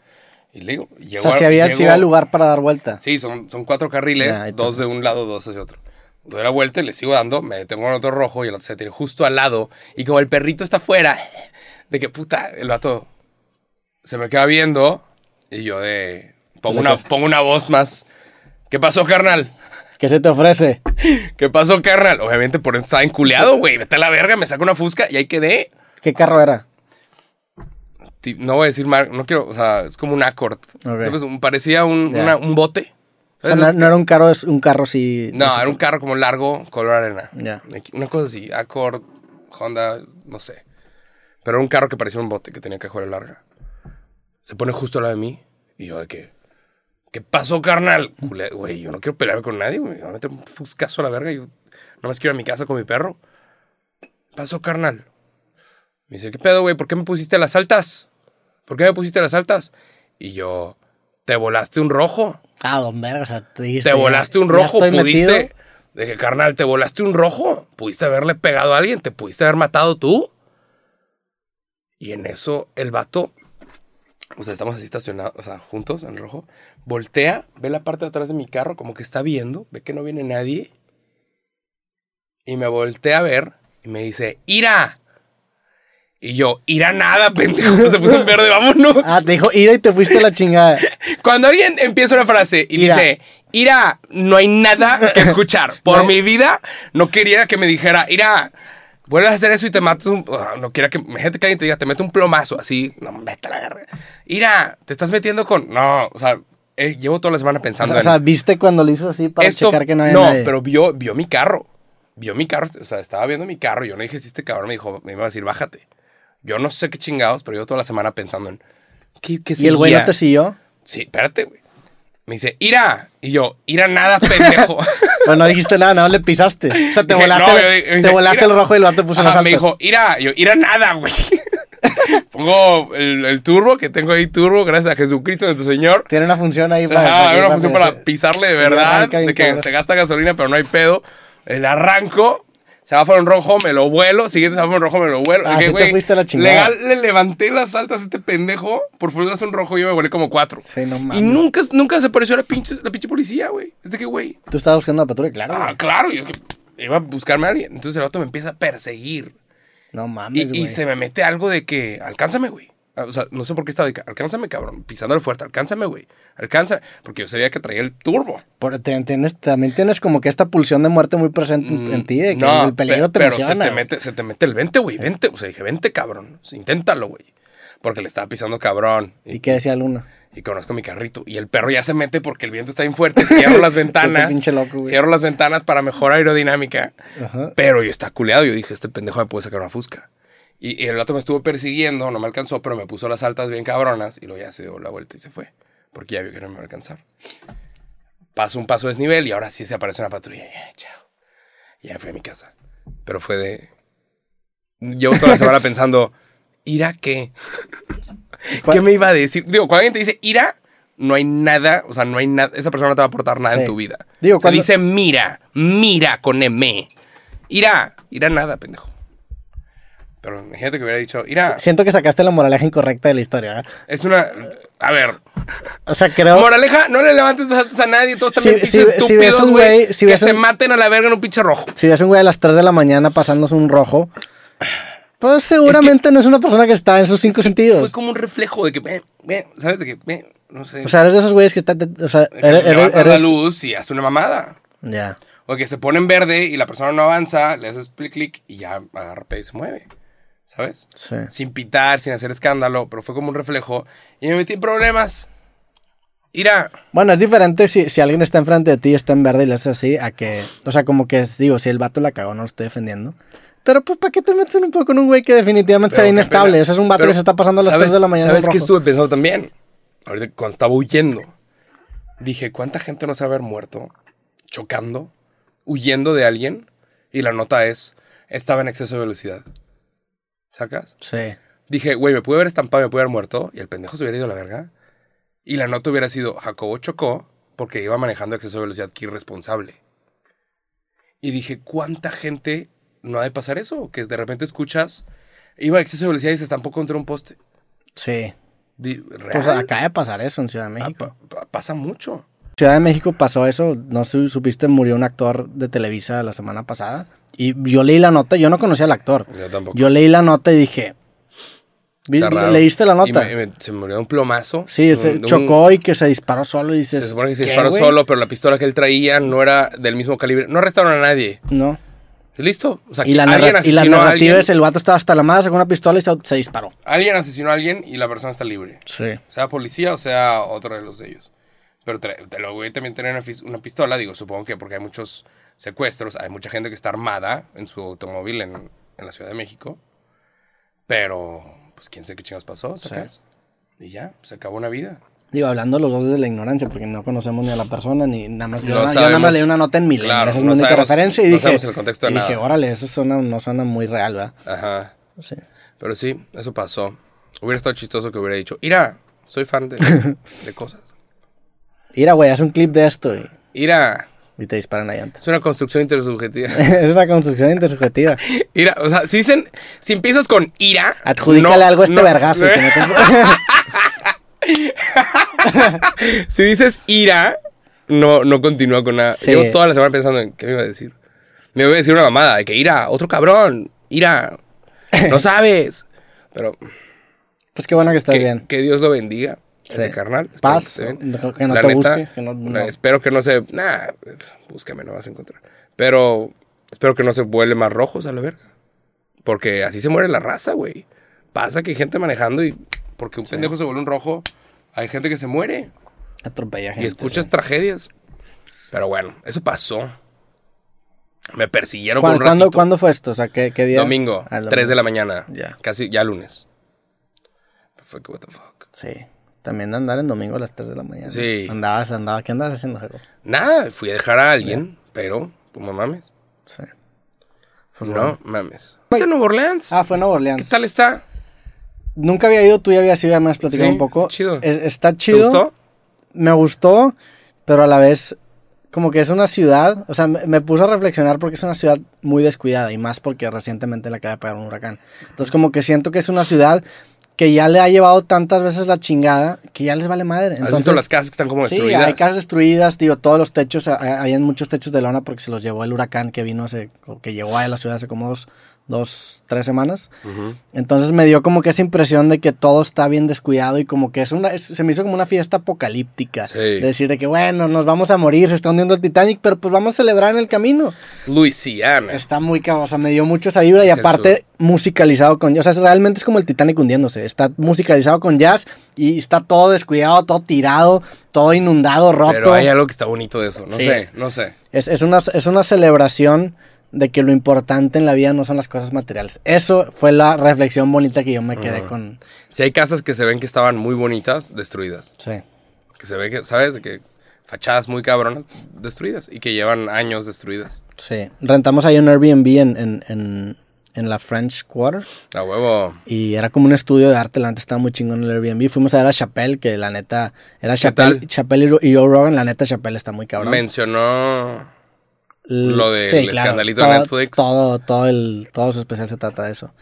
S2: y le digo.
S1: O
S2: llego
S1: sea,
S2: a-
S1: si había, si
S2: llego-
S1: había lugar para dar vuelta.
S2: Sí, son, son cuatro carriles,
S1: Ah, ahí está.
S2: dos de un lado, dos hacia otro. Doy la vuelta y le sigo dando, me detengo en otro rojo y el otro se detiene justo al lado. Y como el perrito está afuera, de que puta, el vato se me queda viendo y yo de. Pongo una, pongo una voz más. ¿Qué pasó, carnal?
S1: ¿Qué se te ofrece?
S2: ¿Qué pasó, carnal? Obviamente por eso estaba enculeado, güey. Vete a la verga, me saco una fusca y ahí quedé.
S1: ¿Qué carro era?
S2: Ti- No voy a decir mar, no quiero, o sea, es como un Accord. ¿Sabes? Un- Parecía un,
S1: Ya.
S2: una- un bote.
S1: O sea,
S2: ¿Sabes?
S1: no, no era un carro, es un carro sí.
S2: No, era un carro como largo, color arena.
S1: Ya.
S2: Una cosa así, Accord, Honda, no sé. Pero era un carro que parecía un bote, que tenía cajuela larga. Se pone justo al lado de mí y yo de que, ¿Qué pasó, carnal? Culé- Güey, yo no quiero pelearme con nadie, güey. Me voy a meter un fuscazo a la verga. Yo nomás quiero ir a mi casa con mi perro. ¿Qué pasó, carnal? Me dice, ¿qué pedo, güey? ¿Por qué me pusiste las altas? ¿Por qué me pusiste las altas? Y yo, te volaste un rojo.
S1: Ah, don verga, o sea, te dijiste,
S2: Te volaste un
S1: "Ya
S2: rojo,
S1: estoy
S2: pudiste.
S1: metido".
S2: De que, carnal, te volaste un rojo. Pudiste haberle pegado a alguien, te pudiste haber matado tú. Y en eso el vato, o sea, estamos así estacionados, o sea, juntos en el rojo, voltea, ve la parte de atrás de mi carro, como que está viendo, ve que no viene nadie. Y me voltea a ver y me dice, ¡Ira! Y yo, ¡Ira nada, pendejo! Se puso en verde, vámonos.
S1: Ah, te dijo ira y te fuiste a la chingada.
S2: Cuando alguien empieza una frase y
S1: Ira.
S2: dice, Ira, no hay nada que escuchar. Por
S1: No hay-
S2: mi vida, no quería que me dijera, Ira, vuelves a hacer eso y te mato. un- Ah, No quería que. Gente que alguien te diga, te mete un plomazo así. No, vete a la verga. Ira, te estás metiendo con. No, o sea, eh, llevo toda la semana
S1: O
S2: pensando
S1: sea, o
S2: en.
S1: sea, viste cuando lo hizo así para
S2: Esto-
S1: checar que no había nadie.
S2: pero vio, vio mi carro. Vio mi carro, o sea, estaba viendo mi carro. Yo no dije, si este cabrón me dijo, me iba a decir, bájate. Yo no sé qué chingados, pero yo toda la semana pensando en. ¿Qué, qué
S1: Y el güey no
S2: seguía?
S1: te siguió.
S2: Sí, espérate, güey. Me dice, ira. Y yo, ira nada, pendejo.
S1: Pues no dijiste nada, nada más le pisaste. O sea, te
S2: Dije,
S1: volaste,
S2: no, yo dije- me
S1: te
S2: dice,
S1: volaste
S2: "Ira".
S1: el rojo y el vato puso
S2: Ajá,
S1: las
S2: Me
S1: altas.
S2: dijo, ira. Y yo, ira nada, güey. Pongo el, el turbo, que tengo ahí turbo, gracias a Jesucristo, nuestro Señor.
S1: Tiene una función ahí para.
S2: Ajá, hay una función
S1: para-
S2: para pisarle de
S1: y
S2: verdad,
S1: arranca bien
S2: de que
S1: cabrón.
S2: se gasta gasolina, pero no hay pedo. El arranco, semáforo en rojo, me lo vuelo. Siguiente semáforo en rojo, me lo vuelo.
S1: Ah,
S2: Dije,
S1: sí te
S2: güey,
S1: fuiste a la chingada.
S2: Legal, le levanté las altas a este pendejo. Por fulgarse un rojo, yo me volé como cuatro.
S1: Sí, no
S2: y
S1: mames.
S2: nunca, nunca se apareció la pinche, la pinche policía, güey. Es de que, güey,
S1: Tú estabas buscando la patrulla, claro.
S2: Ah,
S1: güey.
S2: claro, yo que- iba a buscarme a alguien. Entonces el vato me empieza a perseguir.
S1: No mames,
S2: Y, y
S1: güey.
S2: se me mete algo de que, alcánzame, güey. Ah, O sea, no sé por qué estaba de que, alcánzame, cabrón, pisándole fuerte, alcánzame, güey. Alcánzame. Porque yo sabía que traía el turbo.
S1: Por- te- tienes- también tienes como que esta pulsión de muerte muy presente en, en ti, de que el peligro
S2: Mm, pe-
S1: te
S2: pero
S1: emociona.
S2: se te,
S1: güey.
S2: mete, se te mete el 20, güey, 20. O sea, dije, 20, cabrón, Sí, inténtalo, güey. Porque le estaba pisando cabrón.
S1: ¿Y
S2: Y,
S1: qué decía Luna?
S2: y conozco mi carrito. Y el perro ya se mete porque el viento está bien fuerte. Cierro las ventanas.
S1: pinche loco, güey.
S2: cierro las ventanas para mejor aerodinámica.
S1: Ajá.
S2: Pero yo estaba culeado. Yo dije, este pendejo me puede sacar una fusca. Y, y el rato me estuvo persiguiendo, no me alcanzó, pero me puso las altas bien cabronas y luego ya se dio la vuelta y se fue. Porque ya vio que no me iba a alcanzar. Paso un paso de desnivel y ahora sí se aparece una patrulla. Ya, chao. Y ya fui a mi casa. Pero fue de. Llevo toda la semana pensando, ¿ira qué? ¿Qué
S1: ¿Cuál-
S2: me iba a decir? Digo, cuando alguien te dice ira, no hay nada, o sea, no hay nada, esa persona no te va a aportar nada
S1: Sí.
S2: en tu vida.
S1: Digo,
S2: Se
S1: cuando-
S2: dice mira, mira con M. Irá, irá nada, pendejo. Pero imagínate que hubiera dicho, irá,
S1: Siento que sacaste la moraleja incorrecta de la historia, ¿verdad?
S2: es una... A ver,
S1: O sea, creo.
S2: moraleja, no le levantes las altas a nadie, todos también
S1: Si- si-
S2: pinches
S1: si ves
S2: estúpidos,
S1: un
S2: güey,
S1: güey- si
S2: que
S1: ves
S2: se
S1: un-
S2: maten a la verga en un pinche rojo.
S1: si ves un güey a las 3 de la mañana pasándose un rojo, pues seguramente no es una persona que está en sus cinco
S2: Fue
S1: sentidos.
S2: como un reflejo de que, ve, ve, ¿sabes? De que, ve, no sé,
S1: O sea, eres de esos güeyes que están. O sea,
S2: de que
S1: eres. eres-
S2: levantas la
S1: eres-
S2: luz y hace una mamada.
S1: Ya.
S2: O que se pone en verde y la persona no avanza, le haces clic, clic y ya agarra pedo y se mueve. ¿Sabes?
S1: Sí.
S2: Sin pitar, sin hacer escándalo, pero fue como un reflejo. Y me metí en problemas. Ira,
S1: Bueno, es diferente si, si alguien está enfrente de ti y está en verde y le haces así, a que. O sea, como que es, digo, si el vato la cagó, no lo estoy defendiendo. Pero pues, ¿para qué te metes en un poco con un güey que definitivamente se ve
S2: Pero qué
S1: inestable?
S2: pena.
S1: Ese es un vato
S2: Pero,
S1: que se está pasando a las
S2: ¿sabes-
S1: 3 de la mañana. en
S2: ¿Sabes qué
S1: rojo.
S2: estuve pensando también? Ahorita cuando estaba huyendo. Dije, ¿cuánta gente no se va a haber muerto chocando, huyendo de alguien? Y la nota es, estaba en exceso de velocidad. ¿Sacas?
S1: Sí.
S2: Dije, güey, me pude haber estampado, me pude haber muerto y el pendejo se hubiera ido a la verga. Y la nota hubiera sido, Jacobo chocó porque iba manejando a exceso de velocidad, que irresponsable. Y dije, ¿cuánta gente no ha de pasar eso? Que de repente escuchas, iba a exceso de velocidad y se estampó contra un poste.
S1: Sí.
S2: Di- ¿real?
S1: Pues acaba de pasar eso en Ciudad de
S2: Ah,
S1: México.
S2: pa- pa- pasa mucho.
S1: Ciudad de México pasó eso, no sé si supiste, murió un actor de Televisa la semana pasada. Y yo leí la nota, yo no conocía al actor.
S2: Yo tampoco.
S1: Yo leí la nota y dije. vi-
S2: Está raro.
S1: ¿Leíste la
S2: Y
S1: nota?
S2: me- y me- se murió de un plomazo.
S1: Sí, se
S2: Un- un-
S1: chocó y que se disparó solo y dices.
S2: Se supone que se
S1: ¿qué,
S2: disparó
S1: güey?
S2: solo, pero la pistola que él traía no era del mismo calibre. No arrestaron a nadie.
S1: No.
S2: ¿Listo? O sea,
S1: Y la,
S2: alguien
S1: narra- y la
S2: asesinó a
S1: narrativa
S2: alguien.
S1: es el vato estaba hasta la madre, sacó una pistola y se, se disparó.
S2: Alguien asesinó a alguien y la persona está libre.
S1: Sí.
S2: Sea policía o sea otro de los de ellos. Pero tra- te lo voy a también tener una, fis- una pistola, digo, supongo que porque hay muchos secuestros, hay mucha gente que está armada en su automóvil en, en la Ciudad de México. Pero, pues quién sé qué chingados pasó, ¿sacas? Y ya, se acabó una vida.
S1: Digo, hablando los dos desde la ignorancia, porque no conocemos ni a la persona, ni nada más. Yo,
S2: No
S1: na- yo nada
S2: sabemos.
S1: más leí una nota en mi
S2: Claro,
S1: esa es
S2: no
S1: mi única
S2: sabemos-
S1: referencia. Y
S2: no
S1: dije,
S2: sabemos el contexto de
S1: y dije,
S2: nada.
S1: órale, eso suena, no suena muy real, ¿verdad?
S2: Ajá.
S1: Sí.
S2: Pero sí, eso pasó. Hubiera estado chistoso que hubiera dicho, Ira, soy fan de, de cosas.
S1: Mira, güey, haz un clip de esto y,
S2: Ira,
S1: y te disparan la llanta.
S2: es una construcción intersubjetiva.
S1: es una construcción intersubjetiva.
S2: Ira, o sea, si, dicen, si empiezas con ira...
S1: Adjudícale
S2: no-
S1: algo a este
S2: no-
S1: vergazo. que me tengo-
S2: Si dices ira, no, no continúa con nada.
S1: Sí.
S2: Llevo toda la semana pensando en qué me iba a decir. Me iba a decir una mamada de que ira, otro cabrón, ira, no sabes. Pero
S1: pues qué bueno que estás
S2: que,
S1: bien.
S2: que Dios lo bendiga.
S1: Sí.
S2: Ese carnal. Espero
S1: Paz,
S2: esté bien.
S1: no- que no
S2: La
S1: te
S2: neta, pues,
S1: busque, que no-
S2: la-
S1: no.
S2: Espero que no se. Nah, búscame, no vas a encontrar. Pero espero que no se vuelve más rojos a la verga. Porque así se muere la raza, güey. Pasa que hay gente manejando y porque un pendejo se vuelve un rojo, hay gente que se muere
S1: Atropella gente.
S2: y escuchas tragedias. Pero bueno, eso pasó. Me persiguieron por
S1: ¿Cuándo,
S2: un
S1: ¿cuándo,
S2: ratito.
S1: cuándo fue esto? O sea, ¿qué, qué día?
S2: Domingo,
S1: Ah,
S2: 3 de la mañana.
S1: Ya.
S2: Casi, ya lunes. Fue que, what the fuck.
S1: Sí. También andar en domingo a las 3 de la mañana.
S2: Sí.
S1: Andabas, andabas. ¿Qué andabas haciendo, Jacob?
S2: Nada, fui a dejar a alguien, pero, pues no mames.
S1: Sí. Pues
S2: Pues no mames. ¿Está en Nueva Orleans?
S1: Ah, fue en Nueva Orleans.
S2: ¿Qué tal está?
S1: Nunca había ido, tú ya habías ido, ya me has platicado
S2: Sí,
S1: un poco.
S2: está chido.
S1: Es- está
S2: ¿Te
S1: chido.
S2: gustó?
S1: Me gustó, pero a la vez, como que es una ciudad, o sea, me, me puse a reflexionar porque es una ciudad muy descuidada y más porque recientemente le acaba de pegar un huracán. Entonces, como que siento que es una ciudad que ya le ha llevado tantas veces la chingada que ya les vale madre.
S2: ¿Has visto
S1: Entonces,
S2: las casas que están como
S1: sí,
S2: destruidas?
S1: hay casas destruidas, digo, todos los techos, a- a- hay en muchos techos de lona porque se los llevó el huracán que vino hace, o que llegó a la ciudad hace como dos, dos, tres semanas.
S2: Ujú.
S1: Entonces me dio como que esa impresión de que todo está bien descuidado y como que es una, es- se me hizo como una fiesta apocalíptica.
S2: Sí.
S1: De decir de que bueno, nos vamos a morir, se está hundiendo el Titanic, pero pues vamos a celebrar en el camino.
S2: Luisiana.
S1: Está muy cabrón, o sea, me dio mucho esa vibra y
S2: Es el
S1: aparte musicalizado con, o sea, es- realmente es como el Titanic hundiéndose, está musicalizado con jazz y está todo descuidado, todo tirado, todo inundado, roto.
S2: Pero hay algo que está bonito de eso. No
S1: Sí.
S2: sé, no sé.
S1: Es, es una, es una celebración de que lo importante en la vida no son las cosas materiales. Eso fue la reflexión bonita que yo me quedé
S2: Ujú.
S1: con.
S2: Si hay casas que se ven que estaban muy bonitas, destruidas.
S1: Sí.
S2: Que se ve que, ¿sabes? De Que fachadas muy cabronas destruidas y que llevan años destruidas.
S1: Sí, rentamos ahí un Airbnb en, en, en, en la French Quarter
S2: A huevo.
S1: y era como un estudio de arte, la neta estaba muy chingón el Airbnb. Fuimos a ver a Chappelle, que la neta era Chappelle,
S2: tal?
S1: Chappelle y Ro- y Joe Rogan, la neta Chappelle está muy cabrón.
S2: Mencionó.
S1: L-
S2: lo del escandalito de
S1: todo,
S2: Netflix.
S1: Todo, todo, el, todo su especial se trata de eso.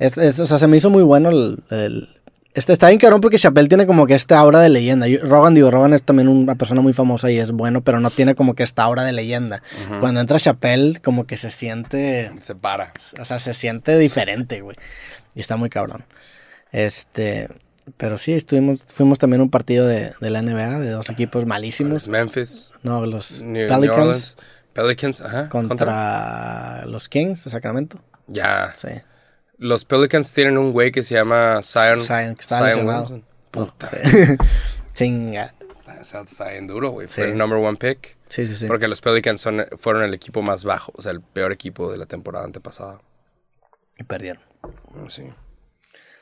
S1: Es, es- o sea, se me hizo muy bueno el... el- este está bien cabrón porque Chappelle tiene como que esta aura de leyenda. Yo- Rogan, digo, Rogan es también una persona muy famosa y es bueno, pero no tiene como que esta aura de leyenda. Cuando entra Chappelle, como que se siente...
S2: Se para.
S1: O sea, se siente diferente, güey. Y está muy cabrón. Este. Pero sí, estuvimos, fuimos también a un partido de, de la NBA, de dos equipos malísimos.
S2: Memphis.
S1: No, los
S2: New, Pelicans.
S1: Pelicans
S2: Pelicans, ajá.
S1: contra los Kings de Sacramento.
S2: Ya.
S1: Sí.
S2: Los Pelicans tienen un güey que se llama Zion.
S1: Zion, que está lesionado.
S2: Williamson. Puta.
S1: Sí. Chinga.
S2: Está, está bien duro, güey.
S1: Sí.
S2: Fue el number one pick.
S1: Sí, sí, sí.
S2: Porque los Pelicans son- fueron el equipo más bajo. O sea, el peor equipo de la temporada antepasada.
S1: Y perdieron.
S2: Ah, Sí.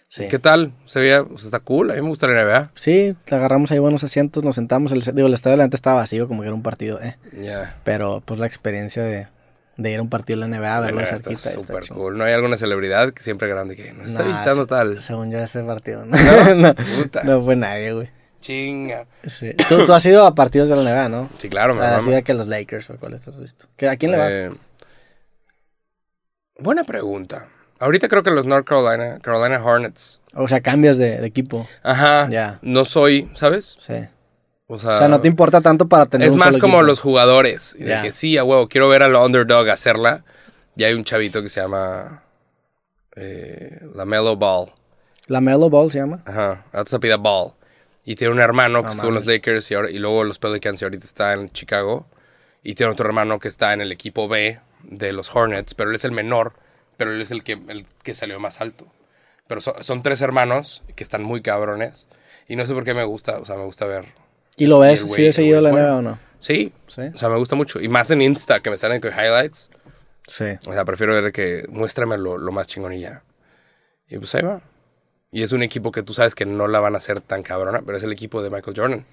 S1: Sí.
S2: ¿Qué tal? Se veía, o sea, está cool. A mí me gusta la NBA.
S1: Sí, agarramos ahí buenos asientos, nos sentamos. El, digo, el estadio delante estaba vacío, como que era un partido, eh.
S2: Ya.
S1: Pero pues la experiencia de, de ir a un partido de la NBA,
S2: La
S1: verlo de
S2: NBA
S1: cerquita.
S2: está
S1: está
S2: súper
S1: chingón.
S2: cool. No hay alguna celebridad que siempre grande que nos está
S1: Nah,
S2: visitando
S1: se-
S2: tal.
S1: Según yo, ese partido. No, no,
S2: Puta.
S1: no fue nadie, güey.
S2: Chinga.
S1: Sí. Tú, tú has ido a partidos de la NBA, ¿no?
S2: Sí, claro, me
S1: Ah, A la
S2: mama.
S1: ciudad que los Lakers, ¿o cuál estás visto? ¿Qué- ¿A quién le vas?
S2: Eh, buena pregunta. Ahorita creo que los North Carolina, Carolina Hornets.
S1: O sea, cambias de, de equipo.
S2: Ajá.
S1: Ya.
S2: No soy, ¿sabes?
S1: Sí.
S2: O sea,
S1: O sea, no te importa tanto para tener
S2: Ah. es
S1: un
S2: más
S1: solo
S2: como
S1: equipo.
S2: los jugadores. y de
S1: Ya.
S2: que sí, a huevo, quiero ver al underdog hacerla. Y hay un chavito que se llama eh, Lamelo Ball.
S1: La Melo Ball se llama.
S2: Ajá. Ahora se pide Ball. Y tiene un hermano que
S1: No
S2: estuvo en los Lakers y, ahora, y luego los Pelicans y ahorita está en Chicago. Y tiene otro hermano que está en el equipo B de los Hornets, pero él es el menor, pero él es el que, el que salió más alto. Pero so- son tres hermanos que están muy cabrones. Y no sé por qué me gusta, o sea, me gusta ver.
S1: ¿Y lo
S2: Y el
S1: ves?
S2: güey-
S1: ¿Sí
S2: el
S1: has seguido la
S2: güey es
S1: NBA o
S2: bueno.
S1: no?
S2: Sí,
S1: Sí.
S2: o sea, me gusta mucho. Y más en Insta, que me salen con highlights.
S1: Sí.
S2: O sea, prefiero ver que muéstrame lo, lo más chingonilla. Y pues ahí va. Y es un equipo que tú sabes que no la van a hacer tan cabrona, pero es el equipo de Michael Jordan.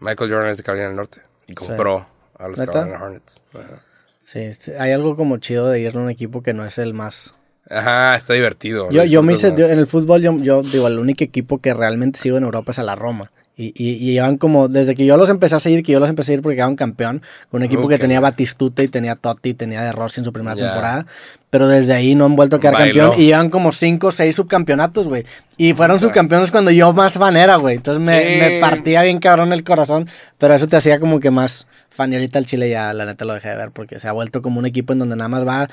S2: Michael Jordan es de Carolina del Norte y compró a los
S1: ¿Neta?
S2: Carolina Hornets. Ajá.
S1: Sí, sí, hay algo como chido de irle a un equipo que no es el más.
S2: Ajá, está divertido.
S1: Yo,
S2: lo
S1: yo me hice,
S2: disfrutas
S1: yo-
S2: más.
S1: en el fútbol, yo, yo digo, el único equipo que realmente sigo en Europa es a la Roma. Y, y, y llevan como, desde que yo los empecé a seguir, que yo los empecé a seguir porque quedaron campeón, con un equipo
S2: Ok.
S1: que tenía Batistuta y tenía Totti y tenía De Rossi en su primera
S2: Ya.
S1: temporada, pero desde ahí no han vuelto a quedar
S2: Bailó.
S1: campeón y llevan como 5 o 6 subcampeonatos, güey. Y fueron
S2: Puta.
S1: subcampeones cuando yo más fan era, güey. Entonces me,
S2: Sí.
S1: me partía bien cabrón el corazón, pero eso te hacía como que más fan. Y ahorita el Chile ya, la neta, lo dejé de ver porque se ha vuelto como un equipo en donde nada más va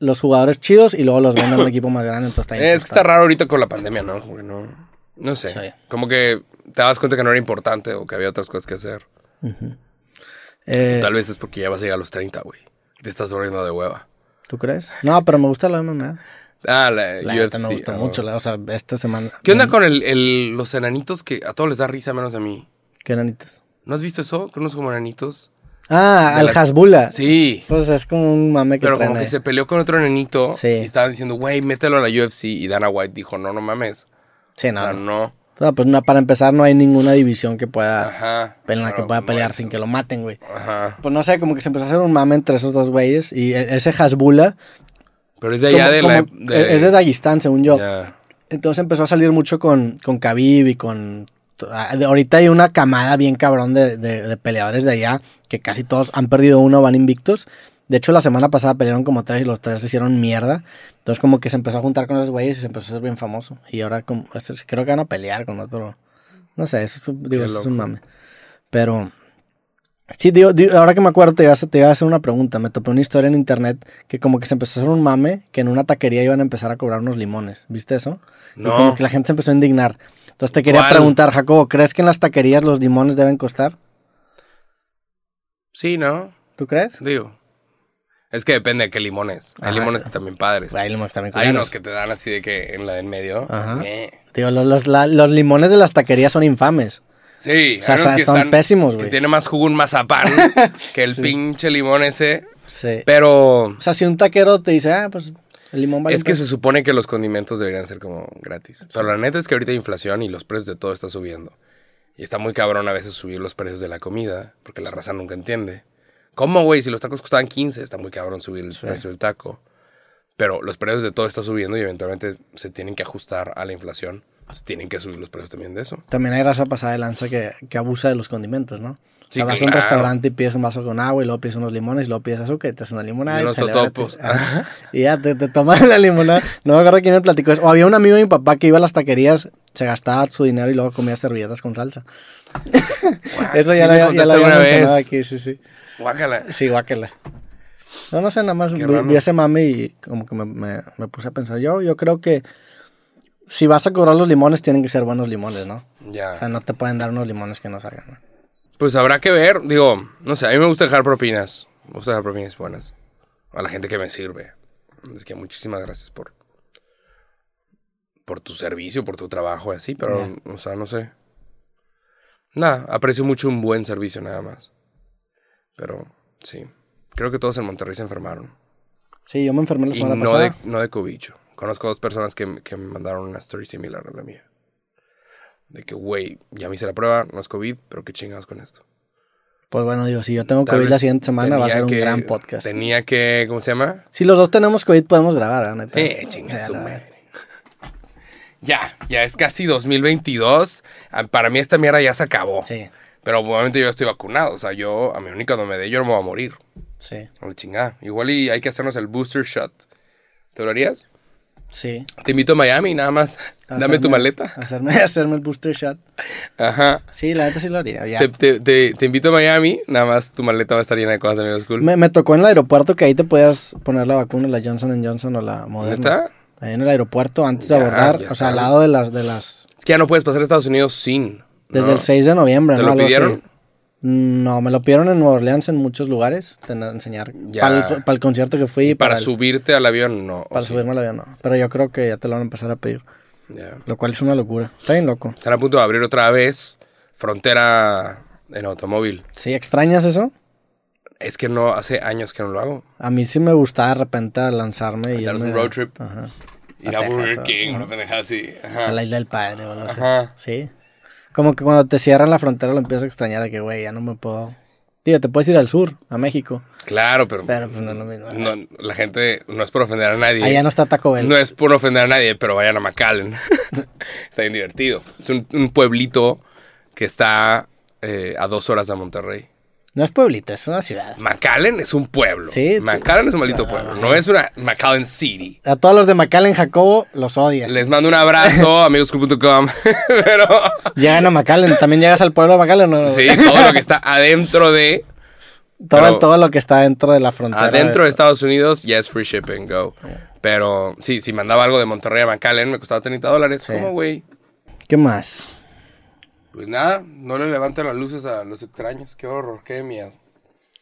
S1: los jugadores chidos y luego los venden a un equipo más grande. Entonces está bien
S2: Es que está
S1: frustrante.
S2: raro ahorita con la pandemia, ¿no? Como que no, no sé.
S1: Sí.
S2: Como que te das cuenta que no era importante o que había otras cosas que hacer.
S1: Eh,
S2: Tal vez es porque ya vas a llegar a los 30, güey. Te estás volviendo de hueva.
S1: ¿Tú crees? No, pero me gusta la MMA.
S2: Ah, la,
S1: La
S2: UFC,
S1: neta me gusta
S2: ah,
S1: mucho. la- Mm. o sea, esta semana.
S2: ¿Qué onda con el, el- los enanitos que a todos les da risa menos a mí?
S1: ¿Qué enanitos?
S2: ¿No has visto eso? Que unos como enanitos.
S1: Ah,
S2: De
S1: al
S2: la-
S1: Hasbula.
S2: Sí.
S1: Pues es como un mame que
S2: Pero
S1: traen
S2: como que
S1: ahí.
S2: se peleó con otro enanito
S1: Sí.
S2: y estaban diciendo, güey, mételo a la UFC. Y Dana White dijo, no, no mames.
S1: Sí,
S2: No,
S1: no.
S2: no.
S1: No, pues no, para empezar, no hay ninguna división que pueda,
S2: Ajá.
S1: en la
S2: Ah, Pero
S1: Ah, que pueda
S2: no
S1: pelear
S2: es-
S1: sin que lo maten, güey.
S2: Ajá.
S1: Pues no sé, como que se empezó a hacer un mame entre esos dos güeyes. Y e- ese Hasbula.
S2: Pero es de allá
S1: como-
S2: de la...
S1: como- e- Es de Dagestán, según yo.
S2: Ya.
S1: Entonces empezó a salir mucho con, con Khabib y con... ah, de- Ahorita hay una camada bien cabrón de, de- de peleadores de allá que casi todos han perdido uno, van invictos. De hecho, la semana pasada pelearon como tres y los tres se hicieron mierda. Entonces como que se empezó a juntar con esos güeyes y se empezó a ser bien famoso. Y ahora como, es- creo que van a pelear con otro... No sé, eso es, un- digo,
S2: Qué
S1: eso es
S2: loco.
S1: un mame. Pero... Sí, digo, digo, ahora que me acuerdo te iba, a, hacer- te iba a hacer una pregunta. Me topé una historia en internet que como que se empezó a hacer un mame que en una taquería iban a empezar a cobrar unos limones. ¿Viste eso? Y
S2: No.
S1: como que la gente se empezó a indignar. Entonces te quería
S2: ¿Cuál?
S1: preguntar, Jacobo, ¿crees que en las taquerías los limones deben costar?
S2: Sí, ¿no?
S1: ¿Tú crees?
S2: Digo. Es que depende de qué limones. Hay
S1: Ajá.
S2: limones que también padres.
S1: Pues Hay limones también
S2: Hay
S1: culeros.
S2: unos que te dan así de que en la de en medio.
S1: Ajá.
S2: Eh.
S1: Digo, los, los- la- los limones de las taquerías son infames.
S2: Sí,
S1: O sea,
S2: hay unos
S1: son-
S2: que
S1: son
S2: están-
S1: pésimos,
S2: Que
S1: Pues, güey.
S2: tiene más jugo un mazapán que el pinche limón ese.
S1: Sí.
S2: Pero
S1: O sea, si un taquero te dice, ah, pues el limón vale
S2: es que
S1: tanto".
S2: se supone que los condimentos deberían ser como gratis. Pero la neta es que ahorita hay inflación y los precios de todo están subiendo. Y está muy cabrón a veces subir los precios de la comida, porque la raza nunca entiende. ¿Cómo, güey? Si los tacos costaban 15, está muy cabrón subir el precio del taco. Pero los precios de todo están subiendo y eventualmente se tienen que ajustar a la inflación. Entonces, tienen que subir los precios también de eso.
S1: También hay raza pasada de lanza que, que abusa de los condimentos, ¿no?
S2: Sí,
S1: o sea, vas a un
S2: claro.
S1: restaurante y pides un vaso con agua y luego pides unos limones y luego pides azúcar y te hacen una limonada.
S2: Y
S1: y
S2: unos
S1: celebras,
S2: totopos.
S1: te- ajá. Y ya te, te toman la limonada. No me acuerdo quién me platicó eso. O había un amigo de mi papá que iba a las taquerías, se gastaba su dinero y luego comía servilletas con salsa. eso
S2: Ah, sí
S1: ya, lo,
S2: me
S1: ya
S2: contaste
S1: lo había
S2: una
S1: mencionado
S2: vez.
S1: aquí, sí, sí.
S2: Guácala.
S1: Sí, guáquela. No, no sé, nada más
S2: Qué
S1: vi,
S2: raro.
S1: vi ese mame y como que me, me- me puse a pensar. Yo, yo creo que si vas a cobrar los limones, tienen que ser buenos limones, ¿no?
S2: Ya.
S1: O sea, no te pueden dar unos limones que no salgan. ¿no?
S2: Pues habrá que ver. Digo, no sé, a mí me gusta dejar propinas. Me gusta dejar propinas buenas. A la gente que me sirve. Así que muchísimas gracias por. Por tu servicio, por tu trabajo y así, pero, o sea, no sé. Nada, aprecio mucho un buen servicio nada más. Pero, sí. Creo que todos en Monterrey se enfermaron.
S1: Sí, yo me enfermé la
S2: Y
S1: semana
S2: no
S1: pasada.
S2: de, no de cobicho. Conozco dos personas que, que me mandaron una story similar a la mía. De que, güey, ya me hice la prueba, no es COVID, pero qué chingados con esto.
S1: Pues bueno, digo, si yo tengo
S2: Tal
S1: COVID
S2: vez
S1: la siguiente semana, va a
S2: tenía
S1: ser un
S2: que-
S1: gran podcast.
S2: Tenía que, ¿cómo se llama?
S1: Si los dos tenemos COVID, podemos grabar, ¿eh? Neta.
S2: Eh, chinga
S1: O sea,
S2: su
S1: la-
S2: madre. Ya, ya es casi 2022. Ah, Para mí esta mierda ya se acabó.
S1: Sí,
S2: Pero obviamente yo estoy vacunado. O sea, yo, a mi única donde me dé, yo no me voy a morir.
S1: sí,
S2: A la chingada. Igual y hay que hacernos el booster shot. ¿Te lo harías?
S1: sí.
S2: Te invito a Miami, nada más. Dame tu
S1: Hacerme-
S2: maleta.
S1: Hacerme, hacerme el booster shot.
S2: Ajá.
S1: Sí, la neta sí lo haría. ya.
S2: Te, te- te- te invito a Miami, nada más tu maleta va a estar llena de cosas de Amigos Cool.
S1: Me, me tocó en el aeropuerto que ahí te podías poner la vacuna, la Johnson Johnson o la Moderna.
S2: ¿Neta?
S1: Ahí en el aeropuerto, antes
S2: Ya,
S1: de abordar,
S2: ya
S1: o sea, al
S2: saben.
S1: lado de las... De las
S2: Es que ya no puedes pasar a Estados Unidos sin.
S1: desde
S2: ¿no?
S1: el 6 de noviembre,
S2: ¿Te
S1: ¿no?
S2: lo
S1: Algo así.
S2: pidieron?
S1: No, me lo pidieron en Nueva Orleans en muchos lugares, tener, enseñar.
S2: Ya.
S1: Para el, para el concierto que fui. y
S2: Para,
S1: el-
S2: subirte al avión, no.
S1: Para
S2: ¿o sí?
S1: subirme al avión, no. Pero yo creo que ya te lo van a empezar a pedir.
S2: Ya.
S1: Lo cual es una locura. Está bien loco.
S2: Están a punto de abrir otra vez frontera en automóvil.
S1: ¿Sí extrañas eso?
S2: Es que no, hace años que no lo hago.
S1: A mí sí me gustaba de repente lanzarme y
S2: Dar
S1: irme
S2: un
S1: a-
S2: road trip.
S1: Ajá.
S2: Ir a,
S1: Texas,
S2: Burger
S1: o-
S2: King,
S1: o-
S2: una pendejada así. Ajá.
S1: a la isla del padre o algo así.
S2: Ajá.
S1: Sí. Como que cuando te cierran la frontera lo empiezas a extrañar de que, güey, ya no me puedo. Tío, te puedes ir al sur, a México.
S2: Claro, pero,
S1: Pero pues no es lo mismo.
S2: no- la gente no es por ofender a nadie.
S1: Allá no está Taco Bell.
S2: No es por ofender a nadie, pero vayan a McAllen. está bien divertido. Es un, un pueblito que está eh, a dos horas de Monterrey.
S1: No es pueblito, es una ciudad.
S2: McAllen es un pueblo.
S1: Sí, tú-
S2: McAllen es un maldito pueblo. No es una McAllen City.
S1: A todos los de McAllen, Jacobo, los odia.
S2: Les mando un abrazo, amigoscool.com. pero
S1: Llegan a McAllen. ¿También llegas al pueblo de McAllen? No, no.
S2: sí, todo lo que está adentro de
S1: Todo,
S2: pero-
S1: todo lo que está dentro de la frontera.
S2: adentro de
S1: de-
S2: Estados Unidos ya es free shipping go. Pero sí, si mandaba algo de Monterrey a McAllen me costaba 30 dólares. ¿Cómo, güey?
S1: ¿Qué más?
S2: Pues nada, no le levanten las luces a los extraños. Qué horror, qué miedo.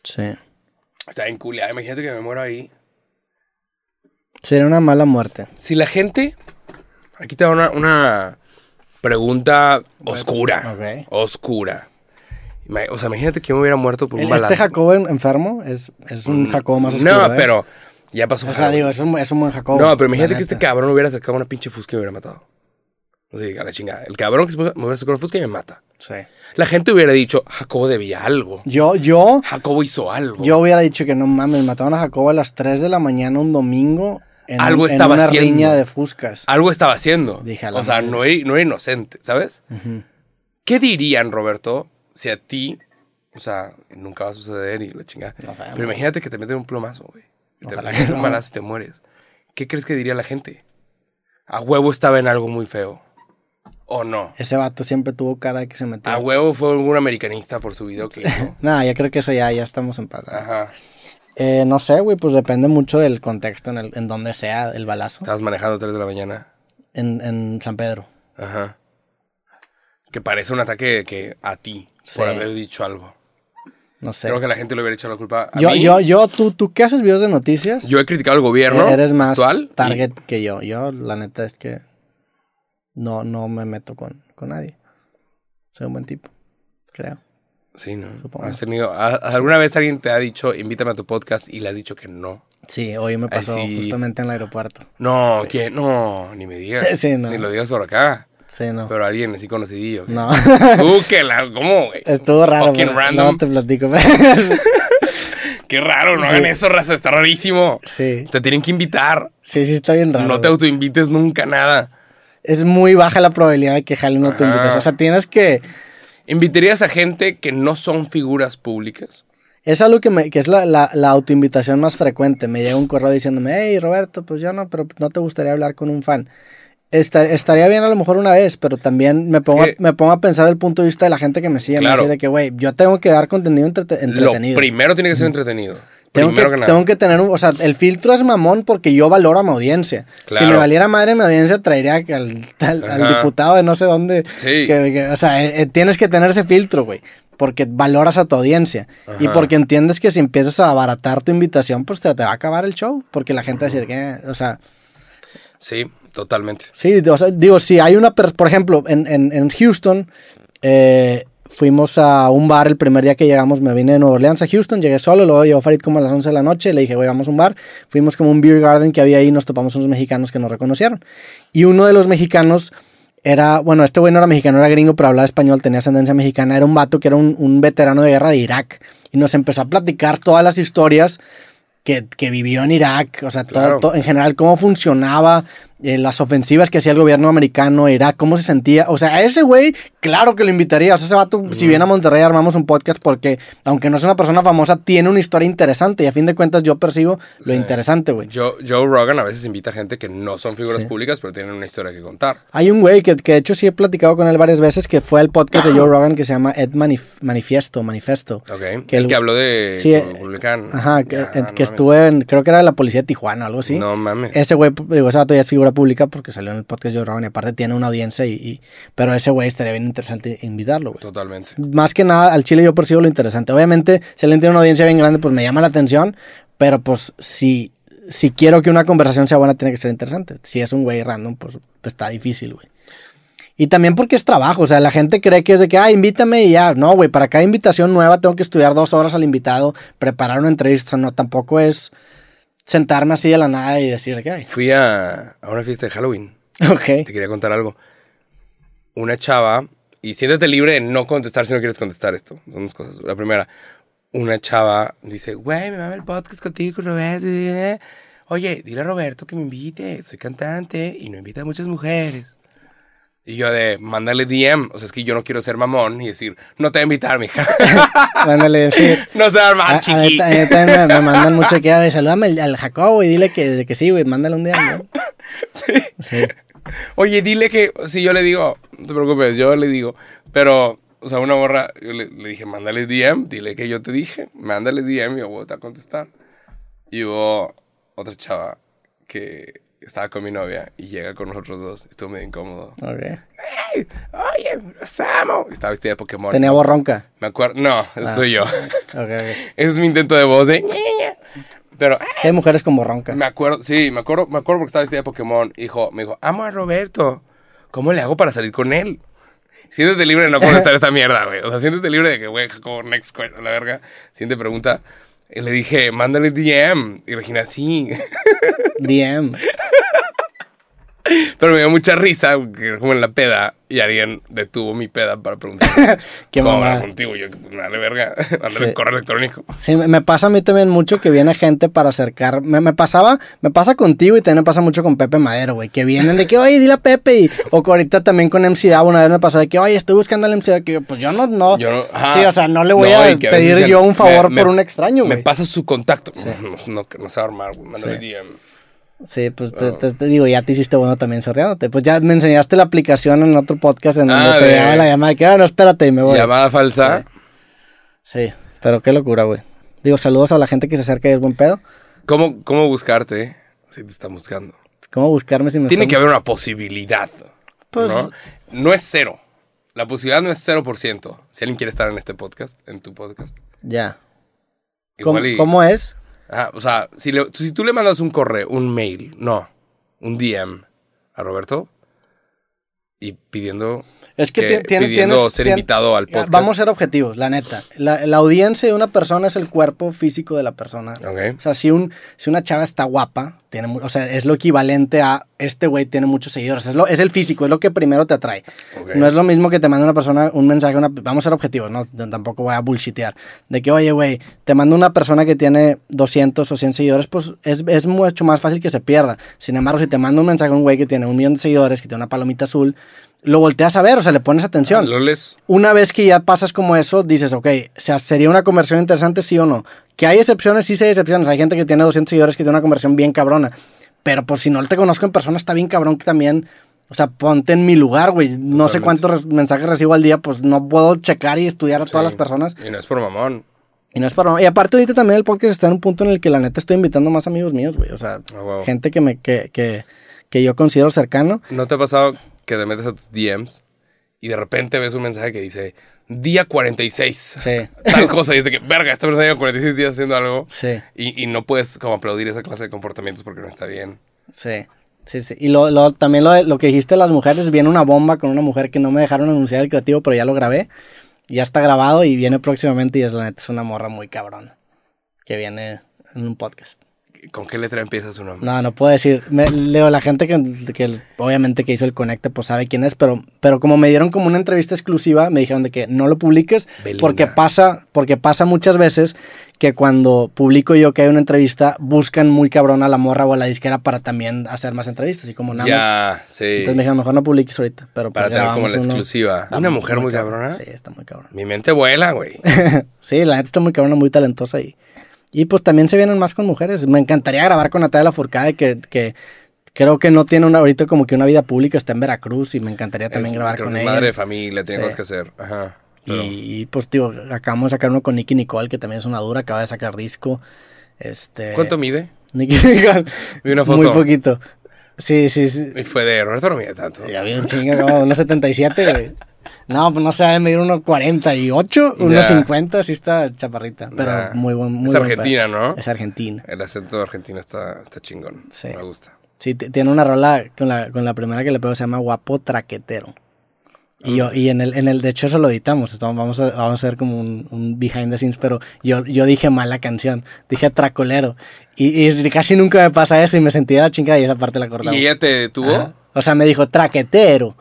S1: Sí.
S2: Está en cool. Ay, Imagínate que me muero ahí.
S1: Sería una mala muerte.
S2: Si la gente. Aquí te va una, una pregunta oscura.
S1: Ok.
S2: Oscura. Ima- O sea, imagínate que yo me hubiera muerto por un
S1: El-
S2: balazo.
S1: este Jacobo en- enfermo es, es un Jacobo más oscuro.
S2: no,
S1: ¿eh?
S2: pero. Ya pasó.
S1: O sea, digo, es un, es un buen Jacobo.
S2: no, pero imagínate
S1: la
S2: que este
S1: neta.
S2: cabrón hubiera sacado una pinche fusca y me hubiera matado. Así, a la chingada. El cabrón que se puso- me hubiera sacado una fusca y me mata.
S1: Sí.
S2: La gente hubiera dicho, Jacobo debía algo.
S1: Yo, yo,
S2: Jacobo hizo algo.
S1: yo hubiera dicho que no mames, mataron a Jacobo a las 3 de la mañana un domingo en,
S2: Algo
S1: en
S2: estaba
S1: una
S2: haciendo.
S1: riña de fuscas.
S2: algo estaba haciendo.
S1: Dije, a la
S2: o sea,
S1: madre.
S2: no era, no era inocente, ¿sabes? ¿Qué dirían, Roberto, si a ti, o sea, nunca va a suceder y la chingada?
S1: No sabemos.
S2: Pero imagínate que te meten un plomazo, güey. Y Te
S1: Ojalá
S2: meten
S1: que
S2: un
S1: no.
S2: balazo y te mueres. ¿Qué crees que diría la gente? A huevo estaba en algo muy feo. ¿O no?
S1: Ese vato siempre tuvo cara de que se metió.
S2: A huevo fue un americanista por su videoclip, ¿no?
S1: Nada, ya creo que eso ya, ya estamos en paz. ¿no?
S2: Ajá.
S1: Eh, no sé, güey, pues depende mucho del contexto en, el, en donde sea el balazo.
S2: Estabas manejando a 3 de la mañana.
S1: En, en San Pedro.
S2: Ajá. Que parece un ataque que a ti,
S1: Sí.
S2: por haber dicho algo.
S1: No sé.
S2: Creo que la gente le hubiera echado la culpa a
S1: Yo,
S2: mí.
S1: yo, yo, tú, tú que haces videos de noticias,
S2: Yo he criticado al gobierno.
S1: e- eres más
S2: actual y-
S1: target que yo. Yo, la neta es que no, no me meto con, con nadie. Soy un buen tipo, creo.
S2: sí, ¿no?
S1: Supongo.
S2: Has tenido, a- ¿Alguna vez alguien te ha dicho, invítame a tu podcast y le has dicho que no?
S1: Sí, hoy me pasó
S2: sí.
S1: justamente en el aeropuerto.
S2: No, ¿quién? No, ni me digas.
S1: Sí, no.
S2: Ni lo digas por acá.
S1: Sí, no.
S2: Pero alguien así conocidillo. que-
S1: No.
S2: Tú, que la, ¿cómo, güey?
S1: Estuvo raro.
S2: Fucking
S1: pero
S2: random.
S1: No te platico. pero-
S2: Qué raro, no hagan eso, raza, está rarísimo.
S1: sí,
S2: Te tienen que invitar.
S1: sí, sí, está bien raro.
S2: no te
S1: güey.
S2: autoinvites nunca nada.
S1: Es muy baja la probabilidad de que jalen no te
S2: Ajá.
S1: invitación. O sea, tienes que.
S2: ¿Invitarías a gente que no son figuras públicas?
S1: Es algo que, me, que es la, la- la autoinvitación más frecuente. Me llega un correo diciéndome, hey Roberto, pues yo no, pero no te gustaría hablar con un fan. Esta- estaría bien a lo mejor una vez, pero también me pongo,
S2: que-
S1: a, me pongo a pensar el punto de vista de la gente que me sigue.
S2: Claro.
S1: Me dice de que, güey, yo tengo que dar contenido entrete- entretenido.
S2: Lo primero tiene que ser entretenido.
S1: Tengo que,
S2: primero que, nada.
S1: tengo que tener un. O sea, el filtro es mamón porque yo valoro a mi audiencia. Si
S2: Claro.
S1: me valiera madre mi audiencia, traería al, al- al
S2: Ajá.
S1: diputado de no sé dónde.
S2: Sí.
S1: que- que- o sea, eh, eh, tienes que tener ese filtro, güey. Porque valoras a tu audiencia. Y
S2: Ajá.
S1: porque entiendes que si empiezas a abaratar tu invitación, pues te, te va a acabar el show. Porque la gente va a decir que. O sea,
S2: Sí, totalmente.
S1: sí, o sea, digo, si hay una. pers- Por ejemplo, en, en- en Houston. eh, Fuimos a un bar el primer día que llegamos, me vine de Nueva Orleans a Houston, llegué solo, luego llegó Farid como a las 11 de la noche, le dije, güey, vamos a un bar, fuimos como a un beer garden que había ahí, nos topamos unos mexicanos que nos reconocieron. Y uno de los mexicanos era, bueno, este güey no era mexicano, era gringo, pero hablaba español, tenía ascendencia mexicana, era un vato que era un, un veterano de guerra de Irak. Y nos empezó a platicar todas las historias que, que vivió en Irak, o sea, todo-
S2: Claro.
S1: todo- en general, cómo funcionaba, eh, las ofensivas que hacía el gobierno americano, a Irak, cómo se sentía. O sea, a ese güey, claro que lo invitaría. O sea, ese vato, si viene a Monterrey, armamos un podcast porque, aunque no es una persona famosa, tiene una historia interesante. Y a fin de cuentas, yo percibo lo interesante, güey.
S2: Joe, Joe Rogan a veces invita gente que no son figuras
S1: Sí.
S2: públicas, pero tienen una historia que contar.
S1: Hay un güey que, que de hecho sí he platicado con él varias veces que fue al podcast de Joe Rogan que se llama Ed Manif- Manifiesto, Manifesto.
S2: ¿Ok?
S1: Que
S2: Que
S1: el-
S2: el que habló de
S1: Sí, eh,
S2: Vulcán.
S1: Ajá, que,
S2: Ah,
S1: en-
S2: no
S1: que
S2: mames.
S1: estuve en, creo que era de la policía de Tijuana o algo así.
S2: No mames.
S1: Ese Este güey, digo, ese vato ya es figura pública porque salió en el podcast de Joe Rogan y aparte tiene una audiencia y, y- pero ese güey estaría bien interesante invitarlo, güey.
S2: Totalmente.
S1: Más que nada, al Chile yo percibo lo interesante. Obviamente, si alguien tiene una audiencia bien grande, pues me llama la atención, pero pues si, si quiero que una conversación sea buena, tiene que ser interesante. Si es un güey random, pues está difícil, güey. Y también porque es trabajo, o sea, la gente cree que es de que, ah, invítame y ya. No, güey, para cada invitación nueva tengo que estudiar dos horas al invitado, preparar una entrevista, no, tampoco es... sentarme así de la nada y decir qué hay.
S2: Fui a, a una fiesta de Halloween.
S1: Ok.
S2: Te quería contar algo. Una chava, y siéntete libre de no contestar si no quieres contestar esto. Son dos cosas. La primera, una chava dice, güey, me mama el podcast contigo, con Roberto. eh. Oye, dile a Roberto que me invite. Soy cantante y no invita a muchas mujeres. Y yo de mandarle DM. O sea, es que yo no quiero ser mamón y decir, no te voy a invitar, mija.
S1: Ándale, sí.
S2: no se
S1: A,
S2: arma,
S1: a mí
S2: Ah, chiqui.
S1: ta- a mí también me, me mandan mucho que, a ver, salúdame al, al Jacobo y dile que, que sí, güey, mándale un día, ¿no? Sí.
S2: Oye, dile que, si yo le digo, no te preocupes, yo le digo, pero, o sea, una borra, yo le, le dije, mándale DM, dile que yo te dije, mándale DM y yo voy a contestar. Y hubo otra chava que estaba con mi novia y llega con nosotros dos, estuvo medio incómodo.
S1: Ok.
S2: ¡Ey! Oye, los amo. Estaba vestida de Pokémon.
S1: Tenía borronca.
S2: Me acuerdo, no, eso soy yo.
S1: Ok, ok.
S2: Ese es mi intento de voz de... Pero,
S1: Hay mujeres con borronca.
S2: me acuerdo, sí, me acuerdo, me acuerdo porque estaba vestida de Pokémon. Y dijo, me dijo, amo a Roberto. ¿Cómo le hago para salir con él? Siéntete libre de no contestar esta mierda, güey. O sea, siéntete libre de que, güey, como next question, la verga. Siguiente pregunta. Y le dije, mándale DM. Y Regina, sí.
S1: Bien.
S2: Pero me dio mucha risa, que era como en la peda. Y alguien detuvo mi peda para preguntar.
S1: Qué
S2: ¿Cómo hablar
S1: mamada.
S2: contigo? Yo, que, pues, me vale verga. Mándale
S1: Sí.
S2: el correo electrónico.
S1: Sí, me me pasa a mí también mucho que viene gente para acercar. Me, me pasaba, me pasa contigo y también me pasa mucho con Pepe Madero, güey. Que vienen de que, oye, dile a Pepe. Y, o que ahorita también con MCA, una vez me pasó de que, oye, estoy buscando al MCA. Que yo, pues yo no, no.
S2: Yo no- ajá.
S1: sí, o sea, no le voy a
S2: y que veces
S1: pedir
S2: dicen,
S1: yo un favor
S2: me- me-
S1: por un extraño,
S2: Me
S1: güey.
S2: pasa su contacto. No, no, no se va a armar, güey. Mándale
S1: Sí.
S2: DM.
S1: Sí, pues te,
S2: Oh.
S1: te- te digo, ya te hiciste bueno también sorteándote. Pues ya me enseñaste la aplicación en otro podcast en
S2: Ah,
S1: donde te
S2: de-
S1: llegaba la llamada. Que, ah, no, espérate y me voy.
S2: Llamada falsa.
S1: Sí, pero qué locura, güey. Digo, saludos a la gente que se acerca y es buen pedo.
S2: ¿Cómo, ¿Cómo buscarte si te están buscando?
S1: ¿Cómo buscarme si me
S2: Tiene
S1: están-
S2: que haber una posibilidad.
S1: Pues-
S2: ¿no? No es cero. La posibilidad no es 0%. Si alguien quiere estar en este podcast, en tu podcast.
S1: Ya. ¿Cómo,
S2: Igual y-
S1: cómo es?
S2: Ajá, o sea, si, le- si tú le mandas un correo, un mail, no, un DM a Roberto y pidiendo,
S1: Es que,
S2: que-
S1: ti- tiene-
S2: pidiendo
S1: tienes-
S2: ser
S1: tien-
S2: invitado al podcast.
S1: Vamos a ser objetivos, la neta. La, la audiencia de una persona es el cuerpo físico de la persona.
S2: Ok.
S1: O sea, si, un, si una chava está guapa, tiene, mu- o sea, es lo equivalente a este güey tiene muchos seguidores. Es, lo, es el físico, es lo que primero te atrae.
S2: Ok.
S1: No es lo mismo que te mande una persona un mensaje, una, vamos a ser objetivos, no, T- tampoco voy a bullshitear. De que, oye, güey, te mando una persona que tiene 200 o 100 seguidores, pues es, es mucho más fácil que se pierda. Sin embargo, si te mando un mensaje a un güey que tiene un millón de seguidores, que tiene una palomita azul, lo volteas a ver, o sea, le pones atención.
S2: ¿Lo lees?
S1: Una vez que ya pasas como eso, dices, ok, o sea, ¿sería una conversión interesante sí o no? Que hay excepciones, sí sí hay excepciones. Hay gente que tiene 200 seguidores que tiene una conversión bien cabrona. Pero pues si no te conozco en persona, está bien cabrón que también... O sea, ponte en mi lugar, güey. No sé
S2: Totalmente.
S1: cuántos res- mensajes recibo al día, pues no puedo checar y estudiar a todas las
S2: Sí.
S1: personas.
S2: Y no es por mamón.
S1: Y no es para... Y aparte ahorita también el podcast está en un punto en el que la neta estoy invitando más amigos míos, güey. O sea,
S2: Ah, huevo.
S1: gente que, me, que, que, que yo considero cercano.
S2: ¿No te ha pasado que te metes a tus DMs y de repente ves un mensaje que dice día 46?
S1: Sí.
S2: Tal cosa, y es de que, verga, esta persona lleva 46 días haciendo algo.
S1: Sí.
S2: Y, y no puedes como aplaudir esa clase de comportamientos porque no está bien.
S1: Sí, sí, sí. Y lo, lo- también lo, de- lo que dijiste de las mujeres, viene una bomba con una mujer que no me dejaron anunciar el creativo, pero ya lo grabé. Ya está grabado y viene próximamente y es la neta, es una morra muy cabrona. Que viene en un podcast.
S2: ¿Con qué letra empieza su nombre?
S1: No, no puedo decir. Me- Leo, la gente que, que obviamente que hizo el conecte, pues sabe quién es, pero, pero como me dieron como una entrevista exclusiva, me dijeron de que no lo publiques
S2: Belinda.
S1: porque pasa, porque pasa muchas veces que cuando publico yo que hay una entrevista, buscan muy cabrón a la morra o a la disquera para también hacer más entrevistas. Y como nada más
S2: ya, sí.
S1: entonces me dijeron, mejor no publiques ahorita, pero pues
S2: para tener como
S1: grabamos
S2: la
S1: uno.
S2: exclusiva.
S1: Está
S2: Una mujer muy
S1: cabrón.
S2: cabrona.
S1: Sí, está muy cabrona.
S2: Mi mente vuela, güey.
S1: sí, la neta está muy cabrona, muy talentosa y, y pues también se vienen más con mujeres. Me encantaría grabar con Natalia Lafourcade que, que creo que no tiene una ahorita como que una vida pública, está en Veracruz y me encantaría también
S2: Es-
S1: grabar
S2: creo
S1: con
S2: que es
S1: ella.
S2: madre de familia,
S1: Sí.
S2: tiene cosas que hacer. Ajá. Pero-
S1: y, pues tío, acabamos de sacar uno con Nicky Nicole, que también es una dura, acaba de sacar disco. Este,
S2: ¿Cuánto mide?
S1: Nicky Nicole.
S2: Vi una foto.
S1: Muy poquito. Sí, sí, sí.
S2: Y fue de Roberto no mide tanto.
S1: Ya había un chingo, como unos 77, güey. No, pues no sé, ha de medir unos 48, unos
S2: Ya.
S1: 50, sí está chaparrita, pero
S2: Ya.
S1: muy buen, muy
S2: Es
S1: buen
S2: argentina,
S1: pedo.
S2: ¿no?
S1: Es argentina.
S2: El acento argentino está, está chingón.
S1: Sí.
S2: Me gusta.
S1: Sí, t- tiene una rola con la, con la primera que le pego, se llama Guapo Traquetero. Y, yo, y en, el, en el, de hecho eso lo editamos, estamos, vamos, a, vamos a hacer como un, un, behind the scenes, pero yo, yo dije mal la canción, dije tracolero. Y, y casi nunca me pasa eso y me sentía la chingada y esa parte la cortaba.
S2: ¿Y ella te detuvo?
S1: Ajá. O sea, me dijo traquetero.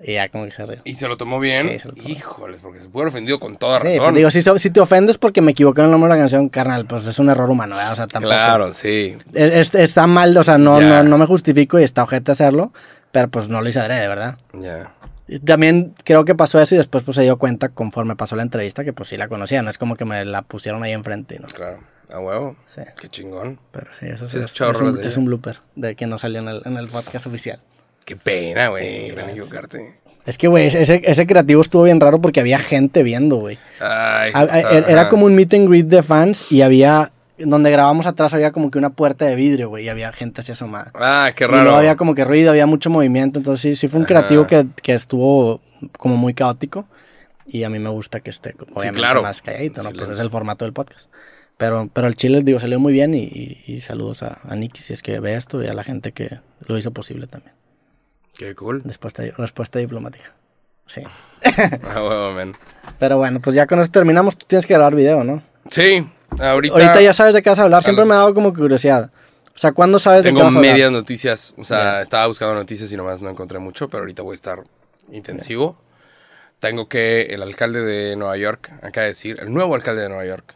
S1: Y ya como que se rió.
S2: ¿Y se lo tomó bien?
S1: Sí, se lo tomó.
S2: Híjoles, porque se puede haber ofendido con toda
S1: Sí,
S2: razón.
S1: pues digo, si, so- si te ofendes porque me equivoqué en el nombre de la canción, carnal, pues es un error humano, ¿verdad? O sea, tampoco.
S2: claro, sí.
S1: Es- es- está mal, o sea, no,
S2: Ya.
S1: no, no me justifico y está ojete hacerlo, pero pues no lo hice adrede, ¿verdad?
S2: Ya.
S1: Y También creo que pasó eso y después pues se dio cuenta conforme pasó la entrevista que pues sí la conocía, no es como que me la pusieron ahí enfrente, ¿no?
S2: Claro. A huevo.
S1: Sí.
S2: Qué chingón.
S1: Pero sí, eso
S2: Sí,
S1: sí
S2: he
S1: es,
S2: escuchado
S1: es
S2: rolas
S1: un,
S2: de
S1: es
S2: ella.
S1: un blooper de que no salió en el, en el podcast oficial.
S2: Qué pena, güey. Qué pena equivocarte.
S1: Es que, güey, ese, ese creativo estuvo bien raro porque había gente viendo, güey.
S2: Ay,
S1: A- a- Ah, eh, Era era como un meet and greet de fans y había, donde grabamos atrás había como que una puerta de vidrio, güey, y había gente así asomada.
S2: Ah, qué
S1: Y luego
S2: raro.
S1: había como que ruido, había mucho movimiento, entonces sí, sí fue un
S2: Ajá.
S1: creativo que, que estuvo como muy caótico y a mí me gusta que esté obviamente
S2: claro.
S1: más calladito, ¿no? Pues
S2: Silencio.
S1: es el formato del podcast. Pero, pero el chile, digo, salió muy bien y, y- y saludos a, a Nicky si es que ve esto y a la gente que lo hizo posible también.
S2: Qué cool.
S1: Respuesta, respuesta diplomática. Sí.
S2: A huevo, men.
S1: Pero bueno, pues ya con eso terminamos. Tú tienes que grabar video, ¿no?
S2: Sí, ahorita,
S1: Ahorita ya sabes de qué vas a hablar. Siempre
S2: los-
S1: me ha dado como curiosidad. O sea, ¿cuándo sabes de qué
S2: tengo
S1: vas a hablar?
S2: medias noticias. O sea, estaba buscando noticias y nomás no encontré mucho, pero ahorita voy a estar intensivo. Tengo que el alcalde de Nueva York acaba de decir, el nuevo alcalde de Nueva York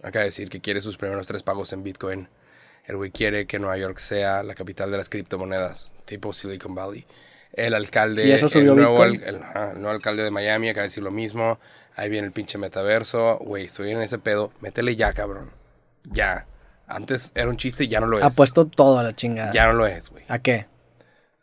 S2: acaba de decir que quiere sus primeros tres pagos en Bitcoin. El güey quiere que Nueva York sea la capital de las criptomonedas, tipo Silicon Valley. El alcalde,
S1: ¿Y eso subió
S2: el, nuevo,
S1: Bitcoin?
S2: al- el- ajá, el nuevo alcalde de Miami acaba de decir lo mismo. Ahí viene el pinche metaverso. Güey, estoy en ese pedo. Métele ya, cabrón. Ya. Antes era un chiste y ya no lo es.
S1: Apuesto todo a la chingada.
S2: pues. Ya no lo es, güey.
S1: ¿A qué?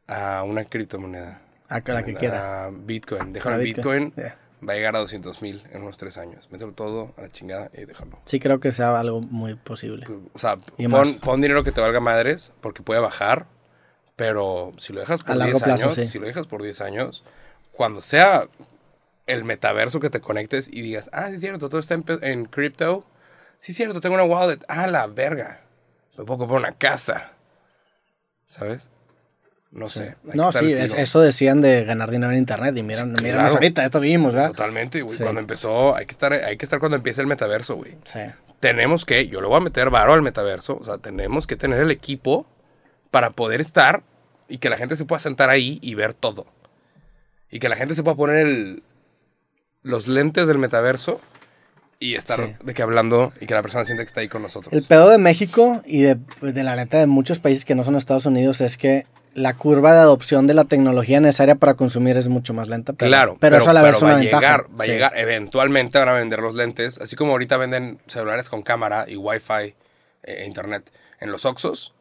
S2: A una criptomoneda.
S1: A la que
S2: A
S1: quiera.
S2: Bitcoin. Déjalo
S1: A
S2: en
S1: Bitcoin,
S2: Bitcoin.
S1: ya.
S2: Va a llegar a 200 mil en unos tres años. Mételo todo a la chingada y déjalo.
S1: Sí creo que sea algo muy posible.
S2: O sea,
S1: Y
S2: pon,
S1: más.
S2: pon dinero que te valga madres porque puede bajar. Pero si lo dejas
S1: A
S2: por
S1: largo
S2: 10
S1: plazo,
S2: años,
S1: sí.
S2: si lo dejas por 10 años, cuando sea el metaverso que te conectes y digas, ah, sí es cierto, todo está en, pe- en cripto. Sí es cierto, tengo una wallet. Ah, la verga. Me puedo comprar una casa. ¿Sabes? No sé. Hay que
S1: No,
S2: estar al
S1: sí, es-
S2: tiro.
S1: eso decían de ganar dinero en internet y miran,
S2: Sí,
S1: míranos
S2: claro.
S1: ahorita, esto vivimos, ¿verdad?
S2: Totalmente, güey.
S1: Sí.
S2: Cuando empezó, hay que estar, hay que estar cuando empiece el metaverso, güey.
S1: Sí.
S2: Tenemos que, yo le voy a meter varo al metaverso, o sea, tenemos que tener el equipo para poder estar y que la gente se pueda sentar ahí y ver todo. Y que la gente se pueda poner el- los lentes del metaverso y estar
S1: Sí.
S2: de que hablando y que la persona sienta que está ahí con nosotros.
S1: El pedo de México y de, pues, de la neta de muchos países que no son Estados Unidos es que la curva de adopción de la tecnología necesaria para consumir es mucho más lenta. Pero,
S2: claro,
S1: pero, eso a la vez es
S2: va
S1: una
S2: a
S1: ventaja.
S2: llegar, va
S1: Sí.
S2: a llegar, eventualmente van a vender los lentes, así como ahorita venden celulares con cámara y wifi eh, e internet en los Oxxos.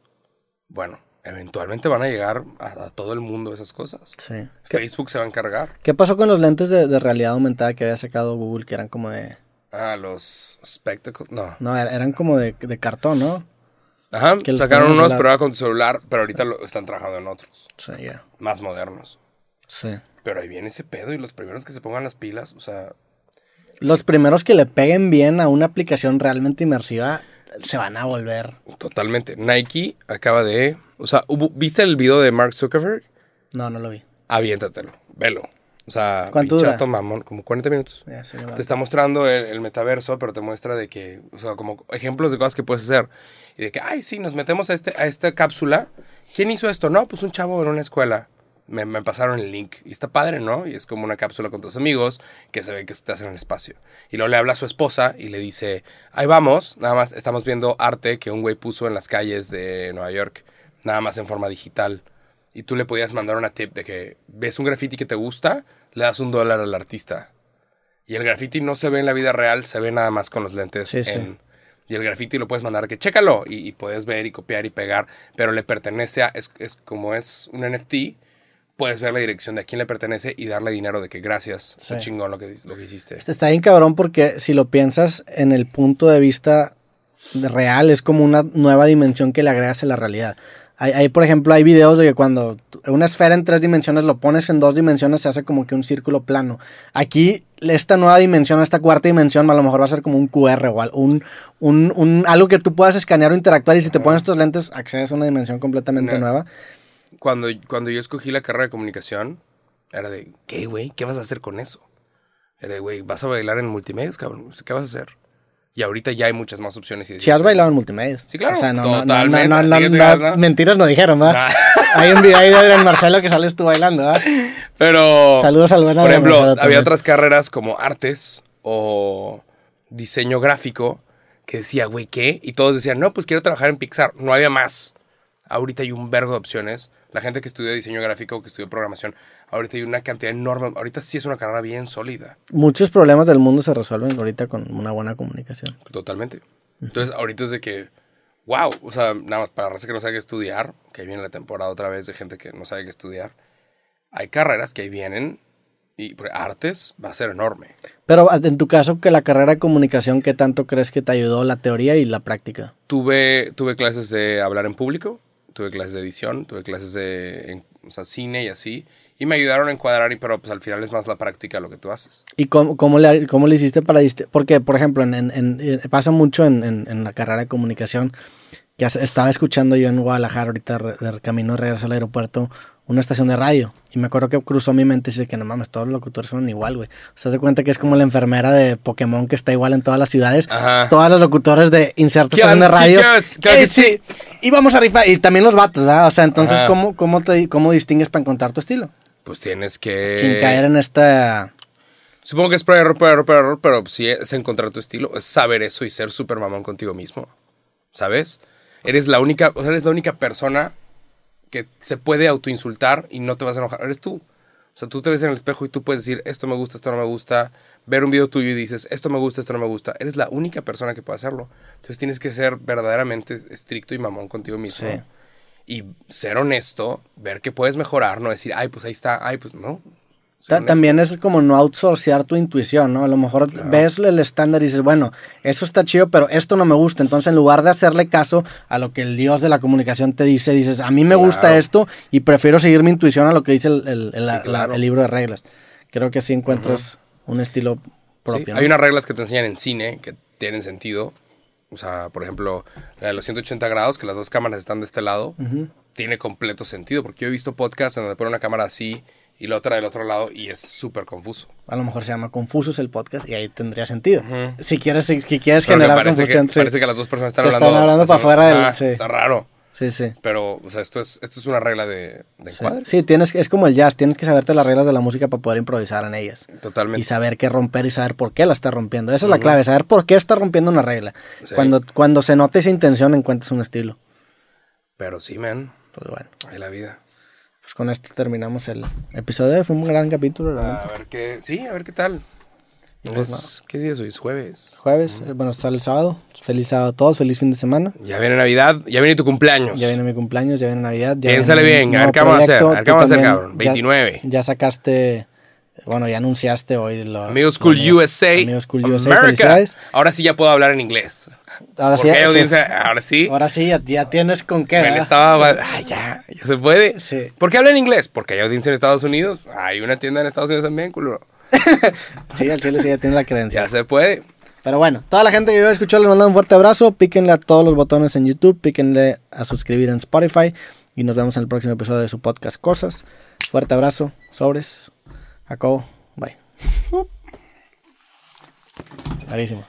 S2: Bueno, eventualmente van a llegar a, a todo el mundo esas cosas.
S1: Sí. ¿Qué,
S2: Facebook se va a encargar
S1: qué pasó con los lentes de, de realidad aumentada que había sacado Google que eran como de...
S2: a Ah, los spectacles, no.
S1: No, er- eran como de, de cartón, ¿no?
S2: Ajá,
S1: Que los
S2: sacaron
S1: ponen en
S2: unos,
S1: la-
S2: pero ahora con tu celular, pero ahorita lo están trabajando en otros,
S1: Sí, ya.
S2: más modernos.
S1: Sí.
S2: Pero ahí viene ese pedo y los primeros que se pongan las pilas, o sea,
S1: Los primeros que le peguen bien a una aplicación realmente inmersiva se van a volver.
S2: totalmente. Nike acaba de, o sea, hubo- ¿viste el video de Mark Zuckerberg?
S1: No, no lo vi.
S2: aviéntatelo, velo. O sea,
S1: ¿Cuánto
S2: pinche
S1: dura?
S2: vato mamón, como 40 minutos.
S1: Ya, sí,
S2: Te está mostrando el, el metaverso, pero te muestra de que, o sea, como ejemplos de cosas que puedes hacer. Y de que, ay, sí, nos metemos a, este, a esta cápsula. ¿Quién hizo esto? No, pues un chavo en una escuela. Me, me pasaron el link. Y está padre, ¿no? Y es como una cápsula con tus amigos que se ve que estás en el espacio. Y luego le habla a su esposa y le dice, ahí vamos, nada más estamos viendo arte que un güey puso en las calles de Nueva York, nada más en forma digital. Y tú le podías mandar una tip de que ves un graffiti que te gusta, le das un dólar al artista. Y el graffiti no se ve en la vida real, se ve nada más con los lentes.
S1: Sí, sí.
S2: en- Y el graffiti lo puedes mandar que chécalo y, y puedes ver y copiar y pegar, pero le pertenece a, es, es como es un NFT, puedes ver la dirección de a quién le pertenece y darle dinero de que gracias, está
S1: Sí.
S2: chingón lo que, lo que hiciste.
S1: Este Está bien cabrón porque si lo piensas en el punto de vista de real, es como una nueva dimensión que le agregas a la realidad. Hay, hay, por ejemplo, hay videos de que cuando t- una esfera en tres dimensiones lo pones en dos dimensiones, se hace como que un círculo plano. Aquí, esta nueva dimensión, esta cuarta dimensión, a lo mejor va a ser como un QR o al- un, un, un- algo que tú puedas escanear o interactuar. Y si te pones estos lentes, accedes a una dimensión completamente
S2: Una-
S1: nueva.
S2: cuando, cuando yo escogí la carrera de comunicación, Era de, ¿qué, güey? ¿Qué vas a hacer con eso? Era de, güey, ¿vas a bailar en multimedios, cabrón? ¿Qué vas a hacer? Y ahorita ya hay muchas más opciones. Y
S1: Si has bailado en multimedios.
S2: Sí, claro,
S1: O sea, no, no, no,
S2: totalmente,
S1: no, no,
S2: así
S1: no,
S2: que tú
S1: no,
S2: digas, ¿no?
S1: mentiras no dijeron, ¿verdad? Hay un video ahí de Adrián Marcelo que sales tú bailando, ¿verdad?
S2: Pero.
S1: Saludos al buen
S2: Oh, Por
S1: Adrián
S2: ejemplo,
S1: Marcelo
S2: había
S1: también.
S2: otras carreras como artes o diseño gráfico que decía, güey, ¿qué? Y todos decían, no, pues quiero trabajar en Pixar. No había más. Ahorita hay un vergo de opciones. La gente que estudia diseño gráfico, que estudia programación, ahorita hay una cantidad enorme. Ahorita sí es una carrera bien sólida,
S1: Muchos problemas del mundo se resuelven ahorita con una buena comunicación.
S2: totalmente. Entonces, ahorita es de que, wow, o sea, nada más para la raza que no sabe qué estudiar, que ahí viene la temporada otra vez de gente que no sabe qué estudiar. Hay carreras que ahí vienen y por- artes va a ser enorme.
S1: Pero a- en tu caso, que la carrera de comunicación, ¿qué tanto crees que te ayudó la teoría y la práctica?
S2: Tuve, tuve clases de hablar en público, tuve clases de edición, tuve clases de en- o sea, cine y así. Y me ayudaron a encuadrar, y, pero pues al final es más la práctica lo que tú haces.
S1: ¿Y cómo, cómo le, cómo le hiciste para...? dist- Porque, por ejemplo, en, en- en- eh, pasa mucho en, en- en la carrera de comunicación, que hace- estaba escuchando yo en Guadalajara ahorita re- de camino de regreso al aeropuerto una estación de radio. Y me acuerdo que cruzó mi mente y dije que no mames, todos los locutores son igual, güey. O sea, se cuenta que es como la enfermera de Pokémon que está igual en todas las ciudades.
S2: Ajá.
S1: Todos los locutores de inserto
S2: ¿Qué
S1: estación de
S2: onda,
S1: radio.
S2: chicas? Claro que
S1: Eh, sí. Y vamos a rifar. Y también los vatos, ¿verdad? O sea, entonces,
S2: Ajá.
S1: ¿cómo, cómo, te, ¿cómo distingues para encontrar tu estilo?
S2: Pues tienes que...
S1: Sin caer en esta...
S2: Supongo que es por error, por error, por error, pero sí es encontrar tu estilo, es saber eso y ser súper mamón contigo mismo. ¿Sabes? Eres la única, o sea, eres la única persona que se puede autoinsultar y no te vas a enojar. Eres tú. O sea, tú te ves en el espejo y tú puedes decir, esto me gusta, esto no me gusta. Ver un video tuyo y dices, esto me gusta, esto no me gusta. Eres la única persona que puede hacerlo. Entonces tienes que ser verdaderamente estricto y mamón contigo mismo.
S1: Sí.
S2: Y ser honesto, ver que puedes mejorar, no decir, ay, pues ahí está, ay, pues no.
S1: Ta-
S2: Ser honesto.
S1: También es como no outsourcear tu intuición, ¿no? A lo mejor ves el estándar y dices, bueno, eso está chido, pero esto no me gusta. Entonces, en lugar de hacerle caso a lo que el dios de la comunicación te dice, dices, a mí me gusta
S2: Claro.
S1: esto y prefiero seguir mi intuición a lo que dice el, el- el- la-
S2: claro.
S1: la- el libro de reglas. Creo que así encuentras un estilo propio.
S2: Sí,
S1: ¿no?
S2: Hay unas reglas que te enseñan en cine que tienen sentido. O sea, por ejemplo, la de los 180 grados, que las dos cámaras están de este lado, tiene completo sentido. Porque yo he visto podcasts en donde ponen una cámara así y la otra del otro lado y es súper confuso.
S1: A lo mejor se llama Confusos el podcast y ahí tendría sentido. Si quieres, si, si quieres
S2: Pero que
S1: generar
S2: parece,
S1: confusión,
S2: que,
S1: sí.
S2: parece que las dos personas están
S1: Que están
S2: hablando.
S1: hablando para
S2: así,
S1: afuera del-
S2: ah,
S1: sí.
S2: Está raro.
S1: sí, sí.
S2: Pero, o sea, esto es, esto es una regla de, de
S1: Sí.
S2: encuadre.
S1: Sí, tienes, que- es como el jazz, tienes que saberte las reglas de la música para poder improvisar en ellas.
S2: Totalmente.
S1: Y saber qué romper y saber por qué la está rompiendo. Esa es la clave, saber por qué está rompiendo una regla.
S2: Sí.
S1: Cuando, cuando se note esa intención, encuentras un estilo.
S2: Pero sí, man.
S1: Pues bueno,
S2: Hay la vida.
S1: pues con esto terminamos el episodio. Fue un gran capítulo, la verdad.
S2: A ver qué. Sí, a ver qué tal. Es- ¿Qué día es hoy? Es jueves.
S1: Jueves, eh, bueno, sale el sábado. Feliz sábado a todos, feliz fin de semana.
S2: Ya viene Navidad, ya viene tu cumpleaños.
S1: Ya viene mi cumpleaños, ya viene Navidad. Ya
S2: Piénsale
S1: viene
S2: bien,
S1: un
S2: a ver
S1: nuevo
S2: qué vamos a hacer,
S1: proyecto.
S2: a ver qué
S1: Tú
S2: vamos a hacer,
S1: también
S2: cabrón.
S1: ya-
S2: 29.
S1: Ya, sacaste, bueno, ya anunciaste hoy. Lo,
S2: Amigos Cool
S1: amigos-
S2: USA.
S1: Amigos Cool USA,
S2: America.
S1: felicidades.
S2: Ahora sí ya puedo hablar en inglés.
S1: Ahora sí, ¿eh?
S2: Porque hay
S1: sí.
S2: audiencia, ahora sí.
S1: Ahora sí, ya, ya tienes con qué.
S2: me le
S1: ¿verdad?
S2: estaba. Ay, ya, ya se puede.
S1: Sí.
S2: ¿Por qué habla en inglés? Porque hay audiencia en Estados Unidos. Hay una tienda en Estados Unidos también, culo.
S1: Sí, al chile sí ya tiene la creencia.
S2: Ya se puede.
S1: Pero bueno, toda la gente que yo escuchó les mando un fuerte abrazo. Píquenle a todos los botones en YouTube, píquenle a suscribir en Spotify y nos vemos en el próximo episodio de su podcast Cosas. Fuerte abrazo, sobres. Jacobo, bye. Clarísimo.